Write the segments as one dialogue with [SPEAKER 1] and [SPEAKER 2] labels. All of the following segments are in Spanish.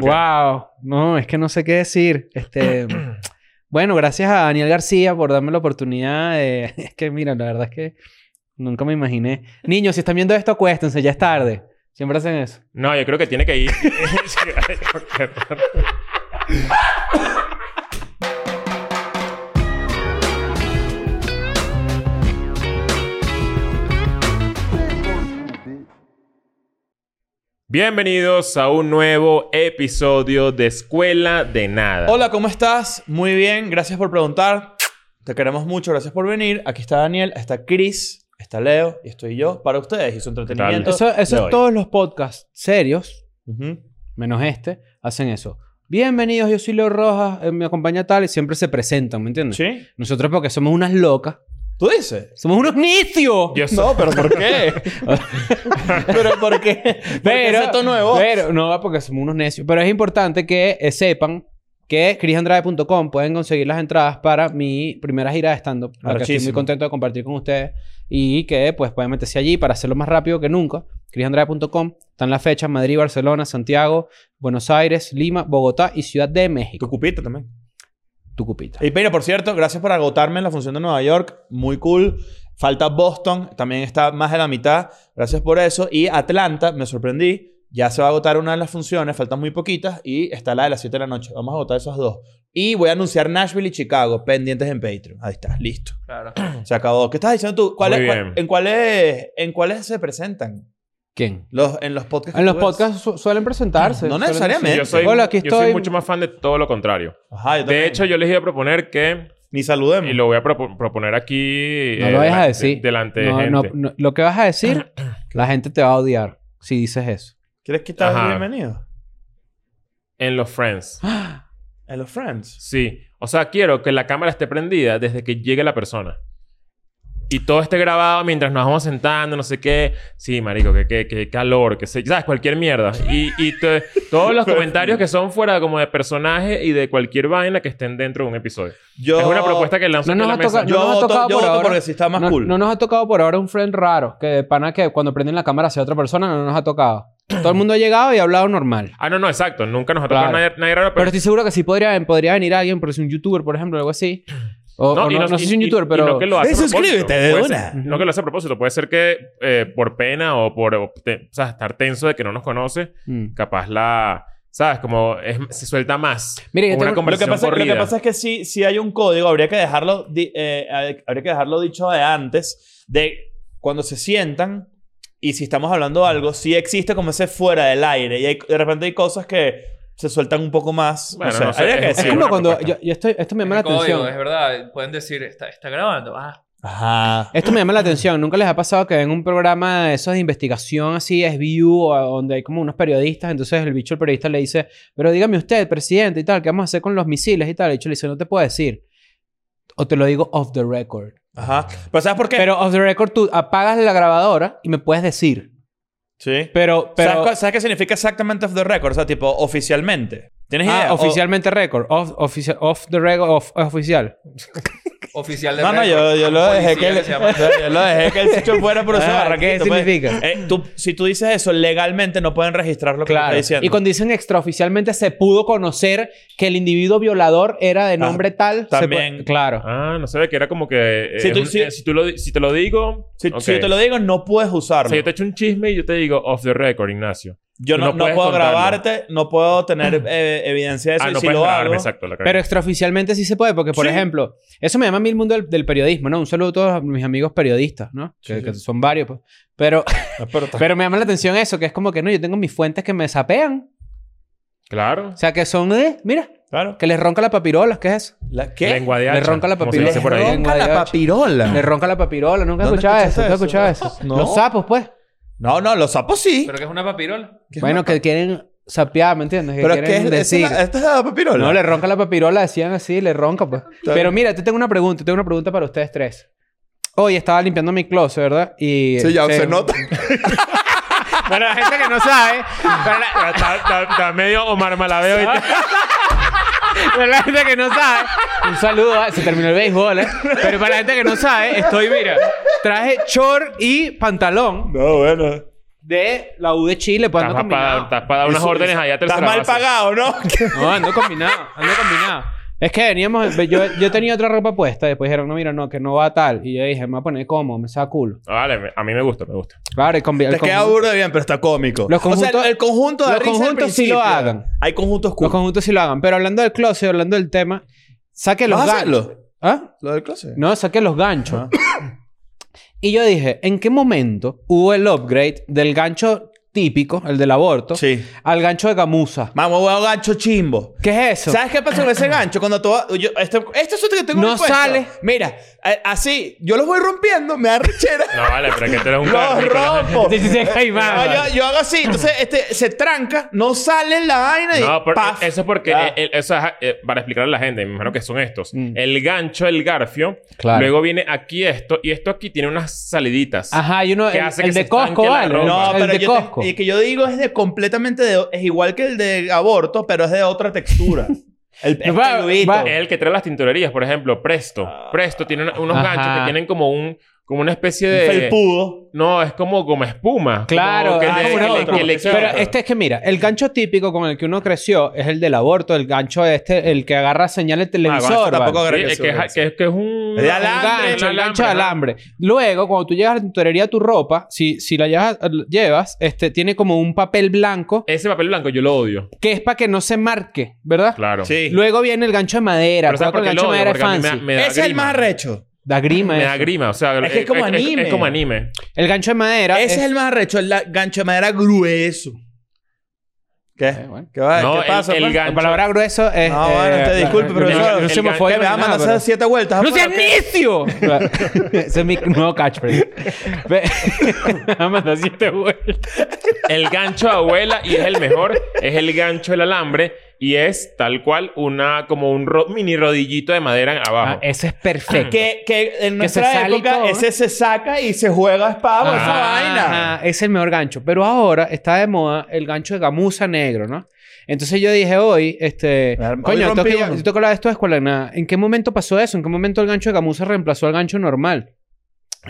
[SPEAKER 1] qué?
[SPEAKER 2] Wow. No, es que no sé qué decir. Este. bueno, gracias a Daniel García por darme la oportunidad de. Es que, mira, la verdad es que nunca me imaginé. Niños, si están viendo esto, acuéstense, ya es tarde. Siempre hacen eso.
[SPEAKER 1] No, yo creo que tiene que ir. Bienvenidos a un nuevo episodio de Escuela de Nada.
[SPEAKER 3] Hola, ¿cómo estás? Muy bien, gracias por preguntar. Te queremos mucho, gracias por venir. Aquí está Daniel, está Chris, está Leo y estoy yo para ustedes y su entretenimiento.
[SPEAKER 2] Eso, eso
[SPEAKER 3] de
[SPEAKER 2] es
[SPEAKER 3] hoy.
[SPEAKER 2] todos los podcasts serios,
[SPEAKER 3] Ujú.
[SPEAKER 2] menos este, hacen eso. Bienvenidos, yo soy Leo Rojas, eh, me acompaña tal, y siempre se presentan, ¿me entiendes?
[SPEAKER 3] ¿Sí?
[SPEAKER 2] Nosotros porque somos unas locas.
[SPEAKER 3] ¿Tú dices?
[SPEAKER 2] Somos unos nicios.
[SPEAKER 1] Yo soy...
[SPEAKER 3] No, pero ¿por qué? ¿Pero por qué? ¿Por qué ese tono de voz?
[SPEAKER 2] pero- no, porque somos unos necios. Pero es importante que eh, sepan que chrisandrade.com pueden conseguir las entradas para mi primera gira de stand-up. la que Estoy muy
[SPEAKER 3] Arrechísimo.
[SPEAKER 2] contento de compartir con ustedes. Y que, pues, pueden meterse allí para hacerlo más rápido que nunca. chrisandrade.com. Están las fechas. Madrid, Barcelona, Santiago, Buenos Aires, Lima, Bogotá y Ciudad de México.
[SPEAKER 3] Tu cupita también.
[SPEAKER 2] Tucupita.
[SPEAKER 3] Y pero por cierto, gracias por agotarme en la función de Nueva York. Muy cool. Falta Boston, también está más de la mitad. Gracias por eso. Y Atlanta, me sorprendí. Ya se va a agotar una de las funciones, faltan muy poquitas. Y está la de las 7 de la noche. Vamos a agotar esas dos. Y voy a anunciar Nashville y Chicago, pendientes en Patreon. Ahí está, listo. Se acabó. ¿Qué estás diciendo tú? ¿Cuál
[SPEAKER 1] Muy
[SPEAKER 3] es- cuál-
[SPEAKER 1] bien.
[SPEAKER 3] ¿En cuáles en cuáles se presentan?
[SPEAKER 2] ¿Quién?
[SPEAKER 3] Los, en los podcasts.
[SPEAKER 2] En
[SPEAKER 3] que
[SPEAKER 2] los
[SPEAKER 3] tú ves.
[SPEAKER 2] podcasts su- suelen presentarse.
[SPEAKER 3] No
[SPEAKER 2] Suelen-
[SPEAKER 3] necesariamente.
[SPEAKER 1] Yo soy,
[SPEAKER 2] Eh, Hola, aquí
[SPEAKER 1] yo soy
[SPEAKER 2] estoy.
[SPEAKER 1] mucho más fan de todo lo contrario.
[SPEAKER 3] Ajá, yo
[SPEAKER 1] De
[SPEAKER 3] también.
[SPEAKER 1] hecho, yo les iba a proponer que,
[SPEAKER 3] ni saludemos.
[SPEAKER 1] y lo voy a propo- proponer aquí
[SPEAKER 2] No
[SPEAKER 1] eh,
[SPEAKER 2] lo vayas a
[SPEAKER 1] delan-
[SPEAKER 2] decir.
[SPEAKER 1] delante de
[SPEAKER 2] No,
[SPEAKER 1] gente.
[SPEAKER 2] no, no. Lo que vas a decir, la gente te va a odiar si dices eso.
[SPEAKER 3] ¿Quieres que estás
[SPEAKER 1] Ajá.
[SPEAKER 3] bienvenido?
[SPEAKER 1] En los Friends.
[SPEAKER 3] ¡Ah! En los Friends.
[SPEAKER 1] Sí. O sea, quiero que la cámara esté prendida desde que llegue la persona. Y todo esté grabado mientras nos vamos sentando, no sé qué. Sí, marico, que, que, que calor, que sé. ¿Sabes? Cualquier mierda. Y, y to- todos
[SPEAKER 2] Pues
[SPEAKER 1] los comentarios que son fuera como de personaje y de cualquier vaina que estén dentro de un episodio.
[SPEAKER 3] Yo,
[SPEAKER 1] Es una propuesta que lanzo
[SPEAKER 2] No
[SPEAKER 1] aquí
[SPEAKER 2] nos
[SPEAKER 1] a la
[SPEAKER 2] ha
[SPEAKER 1] mesa.
[SPEAKER 2] tocado,
[SPEAKER 3] Yo
[SPEAKER 2] no nos ha
[SPEAKER 3] voto-
[SPEAKER 2] tocado
[SPEAKER 3] yo
[SPEAKER 2] por
[SPEAKER 3] voto
[SPEAKER 2] ahora.
[SPEAKER 3] porque sí está más
[SPEAKER 2] no,
[SPEAKER 3] cool.
[SPEAKER 2] no nos ha tocado por ahora un friend raro, que de pana que cuando prenden la cámara hacia otra persona no nos ha tocado. Todo el mundo ha llegado y ha hablado normal.
[SPEAKER 1] Ah, no, no, exacto. Nunca nos ha tocado
[SPEAKER 2] Claro.
[SPEAKER 1] nadie, nadie raro,
[SPEAKER 2] Pero
[SPEAKER 1] pero...
[SPEAKER 2] estoy seguro que sí podría, podría venir alguien, por si un youtuber, por ejemplo, algo así. O, o no,
[SPEAKER 1] y
[SPEAKER 2] no sé si un
[SPEAKER 1] y-
[SPEAKER 2] youtuber,
[SPEAKER 1] y
[SPEAKER 2] pero...
[SPEAKER 1] no que lo hace a propósito.
[SPEAKER 3] Suscríbete de
[SPEAKER 1] Puede
[SPEAKER 3] una.
[SPEAKER 1] ser- no que lo hace a propósito. Puede ser que eh, por pena o por o te- o sea, estar tenso de que no nos conoce,
[SPEAKER 2] Mm.
[SPEAKER 1] capaz la... ¿Sabes? Como es- se suelta más.
[SPEAKER 2] Mira, yo tengo-
[SPEAKER 1] Como una
[SPEAKER 3] Lo que,
[SPEAKER 1] conversación
[SPEAKER 3] pasa, lo que
[SPEAKER 1] corrida.
[SPEAKER 3] pasa es que si, si hay un código, habría que dejarlo, di- eh, hay- habría que dejarlo dicho de antes, de cuando se sientan y si estamos hablando de algo, si existe como ese fuera del aire y hay- de repente hay cosas que se sueltan un poco más.
[SPEAKER 1] Bueno,
[SPEAKER 3] no sé,
[SPEAKER 1] no sé,
[SPEAKER 3] habría que
[SPEAKER 1] es-
[SPEAKER 2] Es
[SPEAKER 1] Sí,
[SPEAKER 2] como
[SPEAKER 3] decirlo.
[SPEAKER 1] una
[SPEAKER 2] cuando... Yo,
[SPEAKER 1] propuesta.
[SPEAKER 2] yo estoy, esto me llama la
[SPEAKER 4] Es código,
[SPEAKER 3] eh.
[SPEAKER 2] atención.
[SPEAKER 4] Es verdad, pueden decir, está, está grabando. Ah,
[SPEAKER 3] Ajá.
[SPEAKER 2] Esto me llama la atención. ¿Nunca les ha pasado que en un programa de esos de investigación así, es view, o a- donde hay como unos periodistas, entonces el bicho, el periodista le dice, pero dígame usted, presidente y tal, ¿qué vamos a hacer con los misiles y tal? El bicho le dice, no te puedo decir. O te lo digo off the record.
[SPEAKER 3] Ajá. Pero ¿sabes por qué?
[SPEAKER 2] Pero off the record tú apagas la grabadora y me puedes decir.
[SPEAKER 3] sí.
[SPEAKER 2] Pero, pero...
[SPEAKER 3] ¿Sabes, cu- sabes qué significa exactamente off the record? O sea, tipo, oficialmente. ¿Tienes
[SPEAKER 2] Ah,
[SPEAKER 3] idea? O-
[SPEAKER 2] oficialmente record. Off, ofici- off the record, off, oficial.
[SPEAKER 4] oficial de
[SPEAKER 3] No, no, yo,
[SPEAKER 4] récord.
[SPEAKER 3] yo lo dejé que
[SPEAKER 4] Policía
[SPEAKER 3] el,
[SPEAKER 4] se llama.
[SPEAKER 3] yo lo dejé que el sitio fuera por eso.
[SPEAKER 2] Ah, ¿qué
[SPEAKER 3] pues.
[SPEAKER 2] significa?
[SPEAKER 3] si Eh, tú dices eso, legalmente no pueden registrar lo que
[SPEAKER 2] Claro.
[SPEAKER 3] tú estás diciendo.
[SPEAKER 2] Y cuando dicen extraoficialmente se pudo conocer que el individuo violador era de nombre tal. se
[SPEAKER 3] Ah, también.
[SPEAKER 2] puede- claro.
[SPEAKER 1] Ah, no sabía que era como que... eh,
[SPEAKER 3] Si tú-
[SPEAKER 1] es un-
[SPEAKER 3] si-
[SPEAKER 1] eh, si tú lo di- si te lo digo...
[SPEAKER 3] si,
[SPEAKER 1] ok.
[SPEAKER 3] si yo te lo digo, no puedes usarlo.
[SPEAKER 1] O sea, yo te echo un chisme y yo te digo off the record, Ignacio.
[SPEAKER 3] yo no,
[SPEAKER 1] no
[SPEAKER 3] no
[SPEAKER 1] puedes
[SPEAKER 3] puedo
[SPEAKER 1] contarlo.
[SPEAKER 3] grabarte, no puedo tener
[SPEAKER 2] Mm.
[SPEAKER 3] eh, evidencia de eso.
[SPEAKER 1] ah,
[SPEAKER 3] y
[SPEAKER 1] no
[SPEAKER 3] si
[SPEAKER 1] puedes
[SPEAKER 3] lo
[SPEAKER 1] grabarme,
[SPEAKER 3] hago,
[SPEAKER 1] exacto. La cagué.
[SPEAKER 2] Pero extraoficialmente sí se puede, porque, por
[SPEAKER 3] Sí.
[SPEAKER 2] ejemplo, eso me llama a mí el mundo del, del periodismo, ¿no? Un saludo a todos mis amigos periodistas, ¿no? Que,
[SPEAKER 3] Sí, sí.
[SPEAKER 2] que son varios, pues. Pero,
[SPEAKER 3] pero,
[SPEAKER 2] pero me llama la atención eso, que es como que no, yo tengo mis fuentes que me sapean.
[SPEAKER 1] Claro.
[SPEAKER 2] O sea, que son de, mira,
[SPEAKER 3] claro.
[SPEAKER 2] que les ronca la papirola, ¿qué es eso?
[SPEAKER 3] ¿La, ¿Qué?
[SPEAKER 1] Lengua de
[SPEAKER 2] Le
[SPEAKER 1] hacha.
[SPEAKER 2] ronca la
[SPEAKER 1] como se
[SPEAKER 2] papila.
[SPEAKER 1] dice por ahí.
[SPEAKER 2] Le ronca la
[SPEAKER 3] papirola.
[SPEAKER 2] Le ronca la papirola, nunca he
[SPEAKER 3] ¿Dónde
[SPEAKER 2] escuchado eso,
[SPEAKER 3] escuchaste
[SPEAKER 2] nunca he
[SPEAKER 3] eso?
[SPEAKER 2] escuchado eso.
[SPEAKER 3] No.
[SPEAKER 2] Los sapos, pues.
[SPEAKER 3] No, no, los sapos sí.
[SPEAKER 4] Pero que es una papirola.
[SPEAKER 3] ¿Qué es
[SPEAKER 2] bueno,
[SPEAKER 3] una-
[SPEAKER 2] que quieren sapear, ¿me entiendes? Que
[SPEAKER 3] pero ¿qué
[SPEAKER 2] quieren
[SPEAKER 3] es,
[SPEAKER 2] decir.
[SPEAKER 3] esta es la- esta es la papirola.
[SPEAKER 2] No, le ronca la papirola, decían así, le ronca, pues.
[SPEAKER 3] bien.
[SPEAKER 2] Pero mira, te tengo una pregunta, te tengo una pregunta para ustedes tres. Hoy estaba limpiando mi closet, ¿verdad? Y
[SPEAKER 3] Sí, ya se nota.
[SPEAKER 1] Para la gente que no sabe. para la- Está, está- está medio Omar Malaveo. y-
[SPEAKER 2] Para la gente que no sabe, un saludo. a- Se terminó el béisbol, ¿eh? Pero para la gente que no sabe, estoy, mira, traje short y pantalón.
[SPEAKER 3] No, bueno.
[SPEAKER 2] de la U de Chile. Pues ando
[SPEAKER 1] Estás para
[SPEAKER 2] combinado.
[SPEAKER 1] estás pa dar unas
[SPEAKER 3] Eso-
[SPEAKER 1] órdenes allá a
[SPEAKER 3] Estás
[SPEAKER 1] tercera
[SPEAKER 3] mal
[SPEAKER 1] base.
[SPEAKER 3] pagado, ¿no?
[SPEAKER 2] No, ando combinado. Ando combinado. Es que veníamos... Yo, yo tenía otra ropa puesta. Después dijeron, no, mira, no, que no va tal. Y yo dije, me voy a poner cómodo. Me saca culo.
[SPEAKER 1] Ah, Vale, me- a mí me gusta, me gusta.
[SPEAKER 2] Claro, y combi- el
[SPEAKER 3] Te queda
[SPEAKER 2] conjunto-
[SPEAKER 3] burda de bien, pero está cómico.
[SPEAKER 2] Los
[SPEAKER 3] o
[SPEAKER 2] conjuntos-
[SPEAKER 3] sea, el conjunto de
[SPEAKER 2] los conjuntos sí lo hagan.
[SPEAKER 3] Hay conjuntos cool.
[SPEAKER 2] Los conjuntos sí lo hagan. Pero hablando del closet, hablando del tema, saque los
[SPEAKER 3] ¿Vas a
[SPEAKER 2] ganchos.
[SPEAKER 3] hacerlo?
[SPEAKER 2] ¿Ah?
[SPEAKER 3] ¿Lo del closet?
[SPEAKER 2] No, saque los ganchos.
[SPEAKER 3] Ah.
[SPEAKER 2] Y yo dije, ¿en qué momento hubo el upgrade del gancho típico, el del aborto,
[SPEAKER 3] Sí.
[SPEAKER 2] al gancho de gamuza?
[SPEAKER 3] Vamos, huevo gancho chimbo.
[SPEAKER 2] ¿Qué es eso?
[SPEAKER 3] ¿Sabes qué pasa con ese gancho? Cuando todo. Yo, este, este es otro que tengo
[SPEAKER 2] No
[SPEAKER 3] ahí puesto.
[SPEAKER 2] sale.
[SPEAKER 3] Mira, a- así, yo los voy rompiendo, me da rechera.
[SPEAKER 1] No, vale, pero es que tú eres un
[SPEAKER 3] los
[SPEAKER 1] cárnico, ¿no?
[SPEAKER 3] rompo.
[SPEAKER 2] Sí, sí, sí, ahí va.
[SPEAKER 3] No, yo, yo hago así, entonces este se tranca, no sale la vaina y.
[SPEAKER 1] No, pero
[SPEAKER 3] ¡paf!
[SPEAKER 1] eso es porque
[SPEAKER 3] Ya.
[SPEAKER 1] eh, el- eso es, eh, para explicarle a la gente, me imagino que son estos.
[SPEAKER 2] Mm.
[SPEAKER 1] El gancho, el garfio,
[SPEAKER 2] Claro.
[SPEAKER 1] luego viene aquí esto y esto aquí tiene unas saliditas.
[SPEAKER 2] Ajá, hay uno,
[SPEAKER 1] ¿Qué
[SPEAKER 2] el,
[SPEAKER 1] hace
[SPEAKER 2] el
[SPEAKER 1] que
[SPEAKER 2] de
[SPEAKER 1] se estanque
[SPEAKER 2] Costco,
[SPEAKER 1] la
[SPEAKER 2] ¿vale?
[SPEAKER 1] ropa?
[SPEAKER 3] No,
[SPEAKER 2] el
[SPEAKER 3] pero
[SPEAKER 2] de
[SPEAKER 3] yo te-
[SPEAKER 2] Costco.
[SPEAKER 3] el que yo digo es de completamente de, es igual que el de aborto, pero es de otra textura. el es
[SPEAKER 2] va-
[SPEAKER 3] peludito.
[SPEAKER 2] va-
[SPEAKER 1] Es el que trae las tintorerías, por ejemplo, Presto.
[SPEAKER 3] Ah.
[SPEAKER 1] Presto tiene una- unos
[SPEAKER 2] Ajá.
[SPEAKER 1] ganchos que tienen como un como una especie
[SPEAKER 3] Un
[SPEAKER 1] de
[SPEAKER 3] felpudo.
[SPEAKER 1] No, es como como espuma.
[SPEAKER 2] Claro,
[SPEAKER 1] Como que
[SPEAKER 2] ah,
[SPEAKER 1] le-
[SPEAKER 2] como
[SPEAKER 1] que
[SPEAKER 2] un
[SPEAKER 1] le-
[SPEAKER 3] otro.
[SPEAKER 1] que le-
[SPEAKER 3] Ese
[SPEAKER 2] Pero
[SPEAKER 3] otro.
[SPEAKER 2] este es que mira, el gancho típico con el que uno creció es el del aborto, el gancho este, el que agarra señal de
[SPEAKER 3] bueno, eso
[SPEAKER 2] televisor. ¿vale?
[SPEAKER 3] tampoco
[SPEAKER 1] Sí,
[SPEAKER 3] creo
[SPEAKER 1] es que,
[SPEAKER 3] sea
[SPEAKER 1] es, que es, que es un
[SPEAKER 3] Es de
[SPEAKER 2] Un
[SPEAKER 3] alambre,
[SPEAKER 2] gancho,
[SPEAKER 1] un
[SPEAKER 2] el gancho de
[SPEAKER 1] ¿no?
[SPEAKER 2] alambre. Luego, cuando tú llegas a la tintorería, tu ropa, si, si la llevas, llevas, este, tiene como un papel blanco
[SPEAKER 1] Ese papel blanco yo lo odio.
[SPEAKER 2] que es para que no se marque, ¿verdad?
[SPEAKER 1] Claro.
[SPEAKER 3] Sí.
[SPEAKER 2] Luego viene el gancho de madera.
[SPEAKER 1] Pero ¿sabes
[SPEAKER 2] Cuidado con
[SPEAKER 1] por
[SPEAKER 2] el
[SPEAKER 1] qué
[SPEAKER 2] gancho
[SPEAKER 1] lo
[SPEAKER 2] de
[SPEAKER 1] odio?
[SPEAKER 2] madera es
[SPEAKER 1] Porque a mí
[SPEAKER 2] fancy.
[SPEAKER 1] me, me da
[SPEAKER 3] Ese es el
[SPEAKER 1] grima.
[SPEAKER 3] más arrecho.
[SPEAKER 2] Da grima
[SPEAKER 1] Me
[SPEAKER 2] eso.
[SPEAKER 1] da grima. O sea,
[SPEAKER 3] Es que es como anime.
[SPEAKER 1] Es, como anime.
[SPEAKER 2] El gancho de madera
[SPEAKER 3] Ese es el más arrecho, el la- gancho de madera grueso. ¿Qué?
[SPEAKER 2] Eh, bueno.
[SPEAKER 3] ¿Qué, va?
[SPEAKER 1] No,
[SPEAKER 3] ¿Qué pasa?
[SPEAKER 1] el- el
[SPEAKER 3] pues?
[SPEAKER 1] gancho-
[SPEAKER 2] La palabra grueso es... eh,
[SPEAKER 3] No, bueno, te disculpe,
[SPEAKER 2] no,
[SPEAKER 3] profesor.
[SPEAKER 2] No, no
[SPEAKER 1] El
[SPEAKER 2] se me
[SPEAKER 1] gan-
[SPEAKER 2] fue
[SPEAKER 3] ¿Qué me va a
[SPEAKER 2] nada,
[SPEAKER 3] mandar a
[SPEAKER 2] pero-
[SPEAKER 3] hacer siete vueltas?
[SPEAKER 2] ¡No seas
[SPEAKER 3] ¿Por qué?
[SPEAKER 2] necio! Ese es mi nuevo catchphrase. Ve- Manda siete vueltas.
[SPEAKER 1] El gancho de abuela y es el mejor. Es el gancho del alambre y es tal cual una como un ro- mini rodillito de madera abajo.
[SPEAKER 2] Ah, ese es perfecto.
[SPEAKER 3] Que, que
[SPEAKER 2] se
[SPEAKER 3] en nuestra
[SPEAKER 2] sale y
[SPEAKER 3] época
[SPEAKER 2] todo, ¿no?
[SPEAKER 3] ese se saca y se juega a espada con esa
[SPEAKER 2] Ajá,
[SPEAKER 3] vaina.
[SPEAKER 2] ajá, es el mejor gancho. Pero ahora está de moda el gancho de gamuza negro, ¿no? Entonces yo dije hoy, este...
[SPEAKER 3] Hoy
[SPEAKER 2] coño, tengo
[SPEAKER 3] rompí
[SPEAKER 2] que,
[SPEAKER 3] uno.
[SPEAKER 2] yo tengo que hablar de esto de escuela de nada. ¿En qué momento pasó eso? ¿En qué momento el gancho de gamuza reemplazó al gancho normal?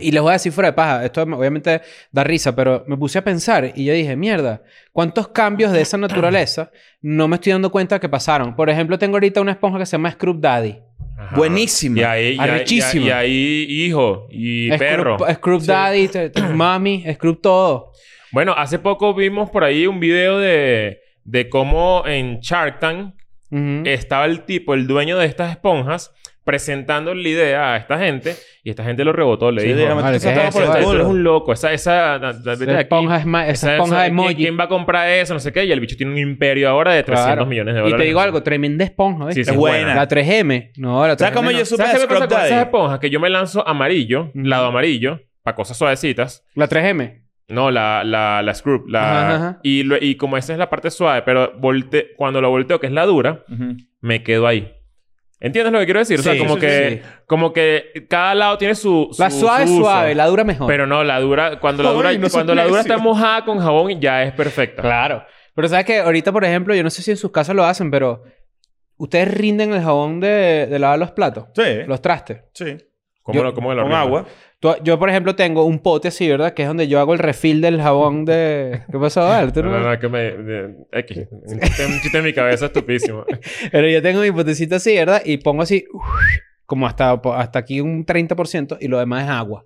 [SPEAKER 2] Y les voy a decir fuera de paja. Esto obviamente da risa, pero me puse a pensar y yo dije, mierda, ¿cuántos cambios de esa naturaleza no me estoy dando cuenta que pasaron? Por ejemplo, tengo ahorita una esponja que se llama Scrub Daddy.
[SPEAKER 1] Ajá.
[SPEAKER 3] Buenísimo.
[SPEAKER 1] Y ahí, y ahí-
[SPEAKER 2] Arrechísimo.
[SPEAKER 1] y ahí, hijo y
[SPEAKER 2] Scrub-
[SPEAKER 1] perro.
[SPEAKER 2] Scrub Daddy, te- te- mami, Scrub todo.
[SPEAKER 1] Bueno, hace poco vimos por ahí un video de, de cómo en Shark Tank Eh,
[SPEAKER 2] Ujú.
[SPEAKER 1] estaba el tipo, el dueño de estas esponjas, presentando la idea a esta gente y esta gente lo rebotó. Le
[SPEAKER 3] Sí,
[SPEAKER 1] dijo:
[SPEAKER 3] dígame,
[SPEAKER 1] "Ah,
[SPEAKER 2] vale,
[SPEAKER 3] tú te
[SPEAKER 2] ¿qué es
[SPEAKER 3] sacas
[SPEAKER 1] Ese
[SPEAKER 3] por
[SPEAKER 2] eso?
[SPEAKER 3] el
[SPEAKER 1] tal- tú
[SPEAKER 3] culo.
[SPEAKER 1] eres un loco. Esa, esa, da- da-
[SPEAKER 2] Esa
[SPEAKER 1] vete de aquí.
[SPEAKER 2] esponja, es ma- esa
[SPEAKER 1] Esa-
[SPEAKER 2] esponja
[SPEAKER 1] esa-
[SPEAKER 2] de emoji.
[SPEAKER 1] ¿quién, quién va a comprar eso? No sé qué. Y el bicho tiene un imperio ahora de 300
[SPEAKER 2] Claro.
[SPEAKER 1] millones de dólares.
[SPEAKER 2] Y te digo algo, tremenda esponja, ¿ves?
[SPEAKER 1] Sí, sí,
[SPEAKER 3] Es
[SPEAKER 1] es
[SPEAKER 3] buena.
[SPEAKER 1] buena.
[SPEAKER 2] La 3M. No, la 3M.
[SPEAKER 3] ¿Sabes cómo
[SPEAKER 2] no.
[SPEAKER 3] yo supe
[SPEAKER 1] ¿Sabes qué
[SPEAKER 3] de
[SPEAKER 1] me pasa
[SPEAKER 3] Scrub
[SPEAKER 1] con esas
[SPEAKER 3] Daddy?
[SPEAKER 1] esponjas? Que yo me lanzo amarillo,
[SPEAKER 2] Ujú.
[SPEAKER 1] lado amarillo, para cosas suavecitas.
[SPEAKER 2] La 3M.
[SPEAKER 1] No, la, la, la screw. La,
[SPEAKER 2] Ajá, ajá, ajá.
[SPEAKER 1] Y, lo- y como esa es la parte suave, pero volte, cuando la volteo, que es la dura,
[SPEAKER 3] Ujú.
[SPEAKER 1] me quedo ahí. ¿Entiendes lo que quiero decir? o sea,
[SPEAKER 3] Sí,
[SPEAKER 1] como
[SPEAKER 3] sí,
[SPEAKER 1] que,
[SPEAKER 3] sí,
[SPEAKER 1] como que cada lado tiene su. su-
[SPEAKER 2] La suave,
[SPEAKER 1] su uso.
[SPEAKER 2] suave. La dura mejor.
[SPEAKER 1] Pero no, la dura, cuando la
[SPEAKER 3] Ay,
[SPEAKER 1] dura,
[SPEAKER 3] no seas
[SPEAKER 1] cuando la dura
[SPEAKER 3] necio.
[SPEAKER 1] está mojada con jabón, ya es perfecta.
[SPEAKER 2] Claro. Pero sabes que ahorita, por ejemplo, yo no sé si en sus casas lo hacen, pero... Ustedes rinden el jabón de, de lavar los platos.
[SPEAKER 3] Sí,
[SPEAKER 2] Los trastes.
[SPEAKER 3] sí.
[SPEAKER 1] ¿Cómo
[SPEAKER 2] Yo-
[SPEAKER 1] lo, cómo lo
[SPEAKER 3] Con
[SPEAKER 1] arreglan?
[SPEAKER 3] agua.
[SPEAKER 2] Tú- yo, por ejemplo, tengo un pote así, ¿verdad? Que es donde yo hago el refill del jabón de... ¿Qué pasó, Val? ¿Tú
[SPEAKER 1] No,
[SPEAKER 2] no-
[SPEAKER 1] no, no, es que me. de- X. Un chiste- un chiste en mi cabeza estupísimo.
[SPEAKER 2] Pero yo tengo mi potecito así, ¿verdad? Y pongo así, uf, como hasta, po- hasta aquí un 30% y lo demás es agua.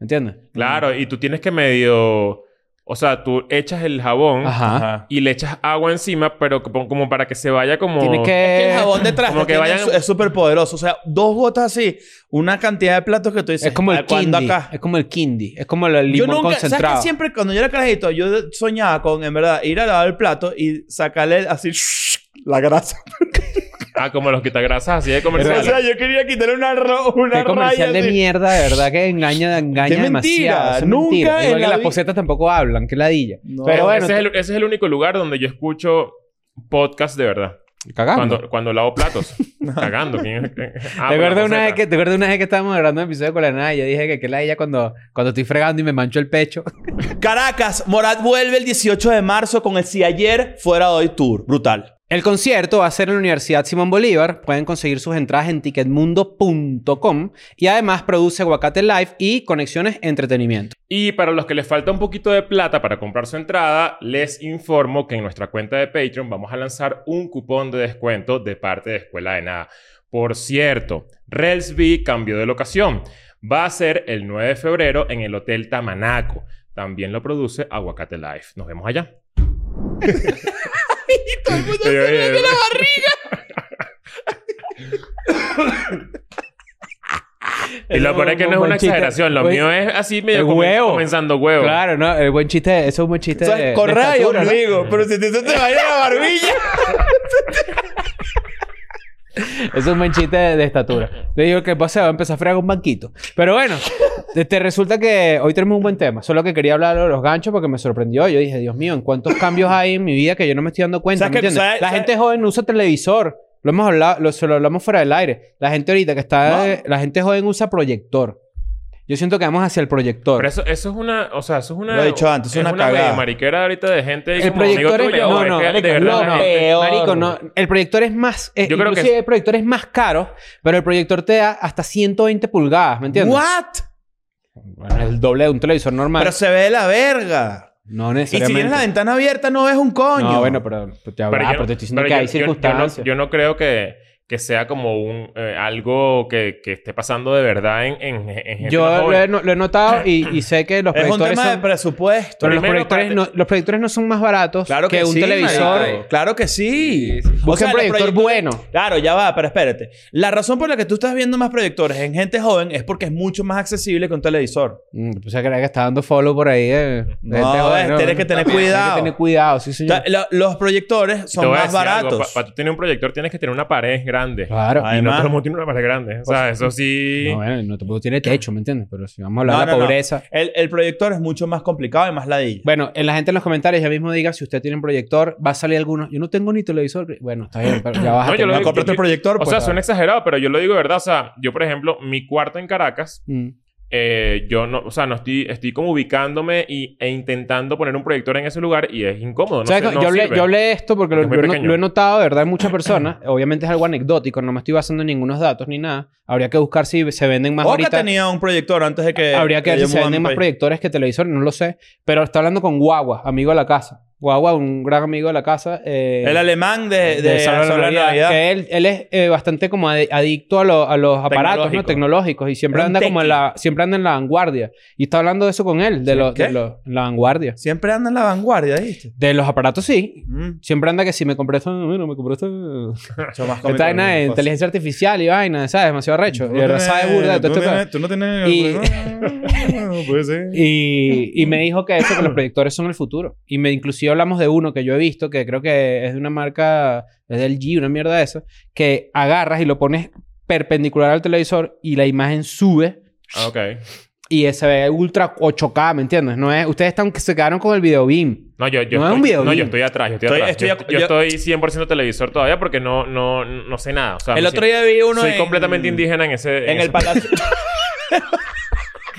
[SPEAKER 2] ¿Me entiendes?
[SPEAKER 1] Claro, y tú tienes que medio. O sea, tú echas el jabón
[SPEAKER 2] Ajá.
[SPEAKER 3] Ajá.
[SPEAKER 1] y le echas agua encima, pero como, como para que se vaya como.
[SPEAKER 2] Tienes que...
[SPEAKER 3] Es Eh, que el jabón detrás
[SPEAKER 1] como que vayan-
[SPEAKER 3] es súper poderoso. O sea, dos gotas así, una cantidad de platos que tú dices.
[SPEAKER 2] Es como el
[SPEAKER 3] "¿Cuándo
[SPEAKER 2] kindy.
[SPEAKER 3] acá?
[SPEAKER 2] Es como el kindy. Es como el limón
[SPEAKER 3] yo nunca, ¿sabes
[SPEAKER 2] concentrado.
[SPEAKER 3] que siempre cuando yo era carajito, yo soñaba con, en verdad, ir a lavar el plato y sacarle así la grasa.
[SPEAKER 1] Ah, como los quitagrasas así de
[SPEAKER 3] o
[SPEAKER 1] comercial.
[SPEAKER 3] sea, yo quería quitarle una, ro- una
[SPEAKER 2] Qué comercial
[SPEAKER 3] raya
[SPEAKER 2] de
[SPEAKER 3] así.
[SPEAKER 2] mierda, de verdad, que engaña, engaña
[SPEAKER 3] Qué mentira,
[SPEAKER 2] demasiado. Eso es
[SPEAKER 3] nunca
[SPEAKER 2] mentira.
[SPEAKER 3] en
[SPEAKER 2] Igual que
[SPEAKER 3] la
[SPEAKER 2] las
[SPEAKER 3] vi-
[SPEAKER 2] posetas tampoco hablan, que ladilla.
[SPEAKER 1] Pero
[SPEAKER 3] No.
[SPEAKER 2] Pero bueno,
[SPEAKER 1] ese, es el, ese es el único lugar donde yo escucho podcast de verdad.
[SPEAKER 2] cagando.
[SPEAKER 1] Cuando, cuando lavo platos. Cagando. ¿quién- Ah,
[SPEAKER 2] ¿Te
[SPEAKER 1] bueno,
[SPEAKER 2] acuerdas, una
[SPEAKER 1] Fonseca.
[SPEAKER 2] vez que, ¿Te acuerdas una vez que estábamos grabando un episodio con la nada? y Yo dije que, que la cuando, cuando estoy fregando y me mancho el pecho.
[SPEAKER 3] Caracas, Morat vuelve el 18 de marzo con el Si Ayer Fuera Hoy Tour. Brutal.
[SPEAKER 2] El concierto va a ser en la Universidad Simón Bolívar. Pueden conseguir sus entradas en ticketmundo.com y además produce Aguacate Live y Conexiones Entretenimiento.
[SPEAKER 1] Y para los que les falta un poquito de plata para comprar su entrada, les informo que en nuestra cuenta de Patreon vamos a lanzar un cupón de descuento de parte de Escuela de Nada. Por cierto, Relsby cambió de locación. Va a ser el 9 de febrero en el Hotel Tamanaco. También lo produce Aguacate Life. Nos vemos allá.
[SPEAKER 2] Todo el mundo se
[SPEAKER 1] Oye, oye,
[SPEAKER 2] ve
[SPEAKER 1] oye.
[SPEAKER 2] la barriga.
[SPEAKER 1] Y lo peor es que no es
[SPEAKER 2] Buen
[SPEAKER 1] una
[SPEAKER 2] chiste.
[SPEAKER 1] exageración. Lo
[SPEAKER 2] Buen-
[SPEAKER 1] mío es así
[SPEAKER 2] El
[SPEAKER 1] medio comen-
[SPEAKER 2] huevo.
[SPEAKER 1] comenzando huevo.
[SPEAKER 2] Claro, no, el buen chiste, eso es un buen chiste.
[SPEAKER 3] Eso es
[SPEAKER 2] Este, de- de
[SPEAKER 3] con rayos,
[SPEAKER 2] estatura, ¿no? Mm.
[SPEAKER 3] amigo. Pero si te, se te vaya la barbilla.
[SPEAKER 2] Es un buen chiste de, de estatura. Te digo que pasa, va a empezar a fregar un banquito. Pero bueno, te, te resulta que hoy tenemos un buen tema. Solo que quería hablar de los ganchos porque me sorprendió. Yo dije, Dios mío, ¿en cuántos cambios hay en mi vida que yo no me estoy dando cuenta?
[SPEAKER 3] ¿Sabes
[SPEAKER 2] ¿me
[SPEAKER 3] qué?
[SPEAKER 2] entiendes?
[SPEAKER 3] ¿Sabes-
[SPEAKER 2] La
[SPEAKER 3] sabes-
[SPEAKER 2] gente joven usa televisor. Lo hemos hablado, lo, se lo hablamos fuera del aire. La gente ahorita que está.
[SPEAKER 3] No.
[SPEAKER 2] eh, La gente joven usa proyector. Yo siento que vamos hacia el proyector.
[SPEAKER 1] Pero eso, eso es una... O sea, eso es una...
[SPEAKER 3] Lo he dicho antes, es
[SPEAKER 1] es
[SPEAKER 3] una
[SPEAKER 1] una
[SPEAKER 3] cagada.
[SPEAKER 1] medio mariquera ahorita de gente... ahí
[SPEAKER 2] el
[SPEAKER 1] como amigo
[SPEAKER 2] proyector es,
[SPEAKER 1] tuyo,
[SPEAKER 2] no,
[SPEAKER 1] o
[SPEAKER 2] no,
[SPEAKER 1] que de
[SPEAKER 2] marico,
[SPEAKER 1] verdad
[SPEAKER 2] no,
[SPEAKER 1] la
[SPEAKER 2] no,
[SPEAKER 1] gente-
[SPEAKER 3] peor.
[SPEAKER 2] marico, no. El proyector es más, eh,
[SPEAKER 1] Yo creo que
[SPEAKER 2] inclusive el proyector es más caro, pero el proyector te da hasta 120 pulgadas, ¿me entiendes?
[SPEAKER 3] ¿What?
[SPEAKER 2] Bueno, el doble de un televisor normal.
[SPEAKER 3] Pero se ve la verga.
[SPEAKER 2] no
[SPEAKER 3] Y si
[SPEAKER 2] necesariamente.
[SPEAKER 3] tienes la ventana abierta, no ves un coño.
[SPEAKER 2] No, bueno, pero te habrá,
[SPEAKER 1] Pero yo
[SPEAKER 2] pero,
[SPEAKER 1] no-
[SPEAKER 2] te estoy diciendo
[SPEAKER 1] pero
[SPEAKER 2] que
[SPEAKER 1] yo-
[SPEAKER 2] hay
[SPEAKER 1] yo- yo no-
[SPEAKER 2] circunstancias.
[SPEAKER 1] Yo, no creo que, que sea como un eh, algo que, que esté pasando de verdad en, en, en gente
[SPEAKER 2] Yo eh,
[SPEAKER 1] más
[SPEAKER 2] lo he,
[SPEAKER 1] joven.
[SPEAKER 2] no- lo he notado y, y sé que los
[SPEAKER 3] es un
[SPEAKER 2] proyectores
[SPEAKER 3] tema de
[SPEAKER 2] son,
[SPEAKER 3] presupuesto.
[SPEAKER 2] pero los
[SPEAKER 1] Primero,
[SPEAKER 2] proyectores,
[SPEAKER 1] parte-
[SPEAKER 2] no, los proyectores no son más baratos
[SPEAKER 3] Claro que,
[SPEAKER 2] un
[SPEAKER 3] sí,
[SPEAKER 2] televisor.
[SPEAKER 3] marico. Claro que sí.
[SPEAKER 4] Sí, sí.
[SPEAKER 3] O
[SPEAKER 2] Busca
[SPEAKER 3] sea,
[SPEAKER 2] un
[SPEAKER 3] los
[SPEAKER 2] proyector
[SPEAKER 3] proyectos-
[SPEAKER 2] bueno.
[SPEAKER 3] Claro, ya va, pero espérate. La razón por la que tú estás viendo más proyectores en gente joven es porque es mucho más accesible que un televisor.
[SPEAKER 2] Mm, Tú sabes que está dando follow por ahí. eh, de
[SPEAKER 3] No,
[SPEAKER 2] gente joven,
[SPEAKER 3] ves, tienes que
[SPEAKER 2] También,
[SPEAKER 3] tener
[SPEAKER 2] Tienes
[SPEAKER 3] cuidado.
[SPEAKER 2] que tener cuidado, sí,
[SPEAKER 3] O
[SPEAKER 2] señor.
[SPEAKER 3] sea, lo- los proyectores
[SPEAKER 1] Te
[SPEAKER 3] son
[SPEAKER 1] voy a
[SPEAKER 3] más
[SPEAKER 1] decir algo,
[SPEAKER 3] baratos.
[SPEAKER 1] pa- Para tú tener un proyector tienes que tener una pared grande.
[SPEAKER 2] Claro. pues,
[SPEAKER 3] Ay,
[SPEAKER 1] y no
[SPEAKER 3] además-
[SPEAKER 1] todo el mundo tiene una pared grande. O sea, eso sí...
[SPEAKER 2] No, bueno, no te puedo tiene techo, ¿me entiendes? Pero si vamos a hablar
[SPEAKER 3] No,
[SPEAKER 2] de la
[SPEAKER 3] no, no.
[SPEAKER 2] pobreza.
[SPEAKER 3] El, el proyector es mucho más complicado y más ladilla.
[SPEAKER 2] Bueno, en la gente en los comentarios ya mismo diga si usted tiene un proyector, va a salir alguno. Yo no tengo ni televisor. Bueno, está bien, pero ya vas a
[SPEAKER 1] No, yo
[SPEAKER 2] tener-
[SPEAKER 1] lo
[SPEAKER 3] No,
[SPEAKER 1] digo-
[SPEAKER 3] cómprate el proyector,
[SPEAKER 1] o
[SPEAKER 3] pues.
[SPEAKER 1] sea, suena exagerado, pero yo lo digo de verdad. O sea, yo, por ejemplo, mi cuarto en Caracas,
[SPEAKER 2] Mm.
[SPEAKER 1] eh, yo no, o sea, no estoy, estoy como ubicándome y, e intentando poner un proyector en ese lugar y es incómodo. No,
[SPEAKER 2] ¿Sabes
[SPEAKER 1] sé,
[SPEAKER 2] qué?
[SPEAKER 1] no
[SPEAKER 2] yo, hablé,
[SPEAKER 1] sirve.
[SPEAKER 2] yo hablé de esto porque lo,
[SPEAKER 1] Porque
[SPEAKER 2] lo he
[SPEAKER 1] es muy
[SPEAKER 2] no-
[SPEAKER 1] pequeño.
[SPEAKER 2] lo he notado de verdad en muchas personas. Obviamente es algo anecdótico, no me estoy basando en ningunos datos ni nada. Habría que buscar si se venden más
[SPEAKER 3] Oca
[SPEAKER 2] ahorita.
[SPEAKER 3] tenía un proyector antes de que...
[SPEAKER 2] Habría que ver
[SPEAKER 3] yo
[SPEAKER 2] si se
[SPEAKER 3] mudara a mi
[SPEAKER 2] venden más
[SPEAKER 3] país.
[SPEAKER 2] proyectores que televisores, no lo sé. Pero está hablando con Guagua, amigo de la casa. Guagua, un gran amigo de la casa. eh,
[SPEAKER 3] El alemán de, de,
[SPEAKER 2] de
[SPEAKER 3] Salvador
[SPEAKER 2] Salvador
[SPEAKER 3] Navidad.
[SPEAKER 2] Navidad, Que él, él es eh, bastante como adi- adicto a, lo- a los aparatos ¿no?
[SPEAKER 3] Tecnológico.
[SPEAKER 2] tecnológicos y siempre
[SPEAKER 3] Es un
[SPEAKER 2] anda como en
[SPEAKER 3] tequi.
[SPEAKER 2] la, siempre anda en la vanguardia. Y está hablando de eso con él, de,
[SPEAKER 3] ¿Sí?
[SPEAKER 2] lo- de
[SPEAKER 3] ¿Qué?
[SPEAKER 2] lo- la vanguardia.
[SPEAKER 3] Siempre anda en la vanguardia, ¿viste?
[SPEAKER 2] De los aparatos sí.
[SPEAKER 3] Mm.
[SPEAKER 2] Siempre anda que si me compré esto, bueno, me compré esto.
[SPEAKER 3] Mucho más cómico
[SPEAKER 2] Esta vaina
[SPEAKER 3] que
[SPEAKER 2] de
[SPEAKER 3] mi cosa.
[SPEAKER 2] inteligencia artificial y vaina, ¿sabes? Demasiado recho.
[SPEAKER 3] Tú
[SPEAKER 2] Y
[SPEAKER 3] no
[SPEAKER 2] de verdad
[SPEAKER 3] tienes-
[SPEAKER 2] sabe burda de todo
[SPEAKER 3] tú no
[SPEAKER 2] este pedo.
[SPEAKER 3] tienes- Tú no tienes...
[SPEAKER 2] Y-
[SPEAKER 3] No, puede ser.
[SPEAKER 2] Y, y me dijo que eso, que los proyectores son el futuro. Y me inclusive hablamos de uno que yo he visto, que creo que es de una marca, es del G, una mierda de eso, que agarras y lo pones perpendicular al televisor y la imagen sube
[SPEAKER 1] Ah, ok.
[SPEAKER 2] y se ve ultra 8K, ¿me entiendes? No es, ustedes están, se quedaron con el video beam.
[SPEAKER 1] No, yo, yo
[SPEAKER 2] No es
[SPEAKER 1] estoy,
[SPEAKER 2] un video
[SPEAKER 1] no, yo
[SPEAKER 2] game.
[SPEAKER 1] estoy atrás, yo estoy,
[SPEAKER 3] Estoy-
[SPEAKER 1] atrás.
[SPEAKER 3] estoy
[SPEAKER 1] yo,
[SPEAKER 3] ac-
[SPEAKER 1] yo
[SPEAKER 3] yo-
[SPEAKER 1] estoy 100% televisor todavía porque no, no, no sé nada. O sea,
[SPEAKER 3] El
[SPEAKER 1] me
[SPEAKER 3] otro día vi uno
[SPEAKER 1] Soy
[SPEAKER 3] en-
[SPEAKER 1] completamente indígena en ese...
[SPEAKER 3] En el
[SPEAKER 1] ese-
[SPEAKER 3] palacio.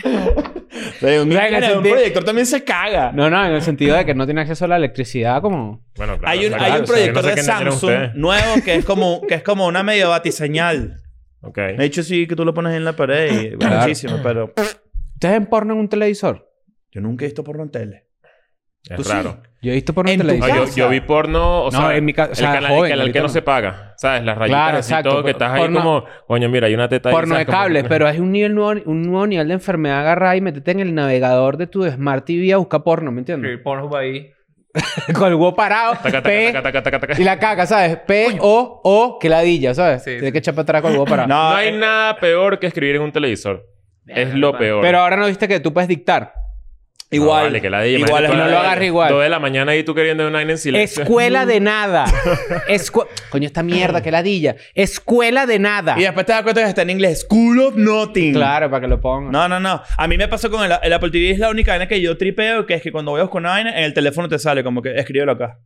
[SPEAKER 3] un,
[SPEAKER 2] sea, en el sentido-
[SPEAKER 3] proyector también se caga.
[SPEAKER 2] No, no, en el sentido de que no tiene acceso a la electricidad como...
[SPEAKER 1] Bueno, claro,
[SPEAKER 3] hay un,
[SPEAKER 1] claro,
[SPEAKER 3] hay
[SPEAKER 1] claro,
[SPEAKER 3] un
[SPEAKER 1] o sea, yo
[SPEAKER 3] proyector
[SPEAKER 1] no sé
[SPEAKER 3] de
[SPEAKER 1] qué nacieron
[SPEAKER 3] Samsung nuevo que es como, que es como una medio batiseñal.
[SPEAKER 1] ustedes. Ok.
[SPEAKER 3] De hecho, sí, que tú lo pones en la pared. Y,
[SPEAKER 2] Claro.
[SPEAKER 3] Muchísimo, pero
[SPEAKER 2] ¿Ustedes ven porno en un televisor?
[SPEAKER 3] yo nunca he visto porno en tele.
[SPEAKER 1] Es
[SPEAKER 3] ¿Tú sí?
[SPEAKER 1] raro.
[SPEAKER 2] Yo he visto porno en,
[SPEAKER 3] En tu
[SPEAKER 1] No,
[SPEAKER 2] televisor.
[SPEAKER 1] yo,
[SPEAKER 3] casa.
[SPEAKER 1] yo vi porno, o
[SPEAKER 2] No,
[SPEAKER 1] sea,
[SPEAKER 2] en mi ca- o
[SPEAKER 1] el
[SPEAKER 2] sea,
[SPEAKER 1] canal, el
[SPEAKER 2] joven,
[SPEAKER 1] canal
[SPEAKER 2] ahorita
[SPEAKER 1] que no
[SPEAKER 2] no.
[SPEAKER 1] se paga, ¿sabes? Las rayitas
[SPEAKER 2] Claro,
[SPEAKER 1] así,
[SPEAKER 2] exacto,
[SPEAKER 1] todo, que
[SPEAKER 2] pero-
[SPEAKER 1] estás ahí
[SPEAKER 2] porno-
[SPEAKER 1] como, coño, mira, hay una teta ahí,
[SPEAKER 2] porno de
[SPEAKER 1] ¿sabes? Como-
[SPEAKER 2] cables, pero es un nivel nuevo, un nuevo nivel de enfermedad agarrar y meterte en el navegador de tu Smart TV a buscar porno, ¿me
[SPEAKER 3] Mm.
[SPEAKER 2] entiendes?
[SPEAKER 4] Escribir Pornhub ahí.
[SPEAKER 2] Con el huevo parado,
[SPEAKER 1] Taca, taca,
[SPEAKER 2] P,
[SPEAKER 1] taca, taca, taca, taca.
[SPEAKER 2] y la caca, ¿sabes? P, O, O, que ladilla, ¿sabes?
[SPEAKER 4] Sí,
[SPEAKER 2] Tienes
[SPEAKER 4] sí.
[SPEAKER 2] que echar para atrás con el huevo parado.
[SPEAKER 3] No,
[SPEAKER 1] No hay
[SPEAKER 3] eh,
[SPEAKER 1] nada peor que escribir en un televisor. Es lo
[SPEAKER 4] Mierda,
[SPEAKER 1] peor.
[SPEAKER 2] Pero ahora no viste que tú puedes dictar.
[SPEAKER 3] igual.
[SPEAKER 1] No, vale, que la de
[SPEAKER 3] igual es
[SPEAKER 2] no lo
[SPEAKER 3] ladilla.
[SPEAKER 2] agarre igual.
[SPEAKER 1] Dos de la mañana y tú queriendo una vaina en silencio.
[SPEAKER 2] Escuela de nada. Escu- Coño, esta mierda, que ladilla. Escuela de nada.
[SPEAKER 3] Y después te das cuenta que está en inglés. School of Nothing.
[SPEAKER 2] Claro, para que lo pongan.
[SPEAKER 3] No, no, no. A mí me pasó con el, el Apple TV. Es la única vaina que yo tripeo, que es que cuando voy a buscar una vaina, en el teléfono te sale como que escríbelo acá.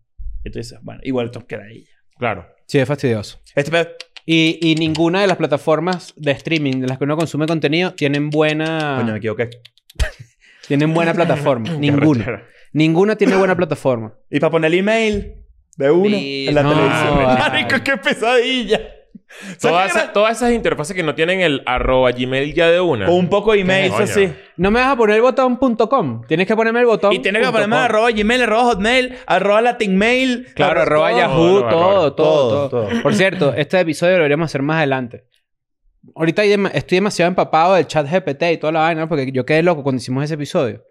[SPEAKER 3] Y tú dices, bueno, igual tú queda ahí.
[SPEAKER 1] Claro.
[SPEAKER 2] Sí, es fastidioso.
[SPEAKER 3] Este pedo-
[SPEAKER 2] Y, y ninguna de las plataformas de streaming de las que uno consume contenido tienen
[SPEAKER 1] Ah.
[SPEAKER 2] buena...
[SPEAKER 3] Coño, me equivoqué.
[SPEAKER 2] Tienen buena plataforma.
[SPEAKER 1] Qué
[SPEAKER 2] Ninguna.
[SPEAKER 1] arrechera.
[SPEAKER 2] Ninguna tiene buena plataforma.
[SPEAKER 3] Y para poner el email, De una.
[SPEAKER 4] Sí,
[SPEAKER 3] en la
[SPEAKER 2] no,
[SPEAKER 3] televisión.
[SPEAKER 2] vale.
[SPEAKER 3] Marico, qué pesadilla. ¿Sabes
[SPEAKER 1] Todas
[SPEAKER 3] qué
[SPEAKER 1] esas, todas esas interfaces que no tienen el arroba Gmail ya de una.
[SPEAKER 3] era? Con un poco de emails
[SPEAKER 1] Coño.
[SPEAKER 3] así.
[SPEAKER 2] No me vas a poner el botón punto .com. Tienes que ponerme el botón
[SPEAKER 3] Y tienes que
[SPEAKER 2] punto
[SPEAKER 3] ponerme
[SPEAKER 2] com.
[SPEAKER 3] arroba gmail, arroba hotmail, arroba latinmail.
[SPEAKER 2] Claro, arroba
[SPEAKER 3] todo.
[SPEAKER 2] Yahoo,
[SPEAKER 1] Todo,
[SPEAKER 2] todo, todo,
[SPEAKER 1] arroba.
[SPEAKER 2] todo,
[SPEAKER 3] Todo, todo.
[SPEAKER 2] Por cierto, este episodio lo iremos a hacer más adelante. Ahorita hay dema- estoy demasiado empapado del chat GPT y toda la vaina porque yo quedé loco cuando hicimos ese episodio.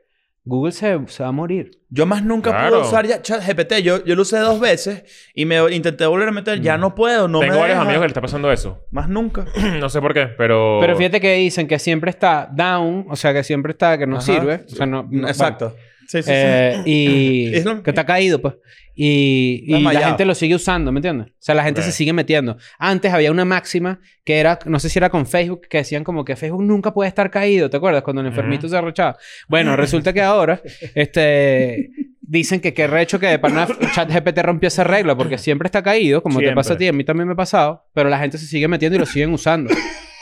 [SPEAKER 2] Google se, se va a morir.
[SPEAKER 3] Yo más nunca
[SPEAKER 1] Claro.
[SPEAKER 3] pude usar ya ChatGPT. Yo, yo lo usé dos veces y me intenté volver a meter. Ya no puedo, no
[SPEAKER 1] Tengo
[SPEAKER 3] me
[SPEAKER 1] varios
[SPEAKER 3] deja.
[SPEAKER 1] amigos que le está pasando eso.
[SPEAKER 3] Más nunca.
[SPEAKER 1] no sé por qué, pero.
[SPEAKER 2] Pero fíjate que dicen que siempre está down, o sea, que siempre está, que no
[SPEAKER 3] Ajá.
[SPEAKER 2] sirve. O sea, no, no-
[SPEAKER 3] Exacto. Sí, sí, sí.
[SPEAKER 2] Eh, y
[SPEAKER 3] Es lo-
[SPEAKER 2] que está caído, pues. Y, y
[SPEAKER 3] Está
[SPEAKER 2] la
[SPEAKER 3] mallado.
[SPEAKER 2] gente lo sigue usando, ¿me entiendes? O sea, la gente se
[SPEAKER 1] Ok.
[SPEAKER 2] sigue metiendo. Antes había una máxima que era, no sé si era con Facebook, que decían como que Facebook nunca puede estar caído, ¿te acuerdas? Cuando el enfermito se arrochaba. Bueno, resulta que ahora, este. Dicen que qué recho que de pana ChatGPT rompió esa regla porque siempre está caído, como te pasa a ti, a mí también me ha pasado, pero la gente se sigue metiendo y lo siguen usando.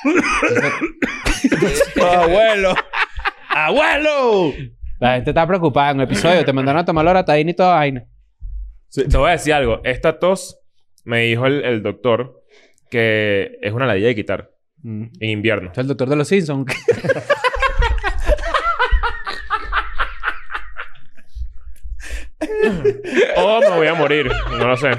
[SPEAKER 3] ¡Abuelo! ¡Abuelo!
[SPEAKER 2] La gente está preocupada en el episodio, te mandaron a tomar la ratadina y toda vaina.
[SPEAKER 1] Te voy a decir algo. Esta tos me dijo el, el doctor que es una ladilla de quitar
[SPEAKER 2] Mm.
[SPEAKER 1] en invierno.
[SPEAKER 2] O sea, el doctor de los Simpsons.
[SPEAKER 1] O me voy a morir. No lo sé.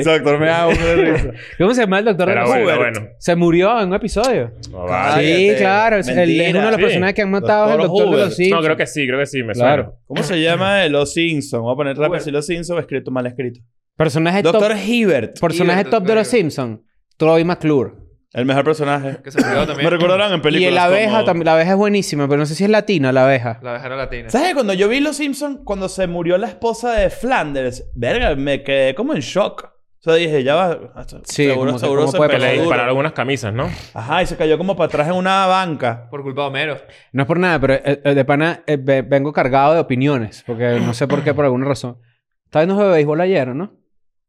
[SPEAKER 3] Ese doctor me da una risa.
[SPEAKER 2] ¿Cómo se llama el doctor de
[SPEAKER 1] Era
[SPEAKER 2] los
[SPEAKER 1] bueno, era
[SPEAKER 3] Hubert.
[SPEAKER 1] bueno.
[SPEAKER 2] Se murió en un episodio.
[SPEAKER 1] No, vale.
[SPEAKER 2] sí,
[SPEAKER 3] Cállate.
[SPEAKER 2] claro. Es, el- es
[SPEAKER 3] Mentira.
[SPEAKER 2] uno de los
[SPEAKER 1] Sí.
[SPEAKER 2] personajes que han matado es el
[SPEAKER 3] Doctor
[SPEAKER 2] doctor de los
[SPEAKER 3] Hoover.
[SPEAKER 2] Simpsons.
[SPEAKER 1] No, creo que sí, creo que sí, me suena.
[SPEAKER 2] Claro.
[SPEAKER 3] ¿Cómo se llama el Los Simpsons? Voy a poner rápido
[SPEAKER 4] Hubert.
[SPEAKER 3] si Los Simpsons escrito mal escrito.
[SPEAKER 2] Personaje
[SPEAKER 3] Doctor
[SPEAKER 2] top,
[SPEAKER 3] Hibbert.
[SPEAKER 2] personaje
[SPEAKER 4] Hubert,
[SPEAKER 2] top de los
[SPEAKER 4] Hubert.
[SPEAKER 2] Simpsons. Troy McClure.
[SPEAKER 3] El mejor personaje.
[SPEAKER 4] Que se murió también.
[SPEAKER 3] Me recordarán en
[SPEAKER 2] Y
[SPEAKER 3] películas.
[SPEAKER 2] la abeja
[SPEAKER 3] como-
[SPEAKER 2] también. La abeja es buenísima, pero no sé si es latina la abeja.
[SPEAKER 4] La abejera latina.
[SPEAKER 3] ¿Sabes que cuando yo vi Los Simpsons, cuando se murió la esposa de Flanders, verga, me quedé como en shock. O sea, dije, ya va. hasta-
[SPEAKER 2] Sí, como
[SPEAKER 3] seguro,
[SPEAKER 2] que
[SPEAKER 3] seguro
[SPEAKER 2] cómo
[SPEAKER 3] se
[SPEAKER 2] puede
[SPEAKER 1] Que
[SPEAKER 3] pegó
[SPEAKER 1] le
[SPEAKER 2] pasar.
[SPEAKER 3] duro.
[SPEAKER 1] dispararon unas camisas, ¿no?
[SPEAKER 3] Ajá, y se cayó como para atrás en una banca.
[SPEAKER 4] Por culpa de Homero.
[SPEAKER 2] No es por nada, pero eh, eh, de pana eh, ve- vengo cargado de opiniones. Porque no sé por qué, por alguna razón. Estaba viendo un juego de béisbol ayer, ¿no?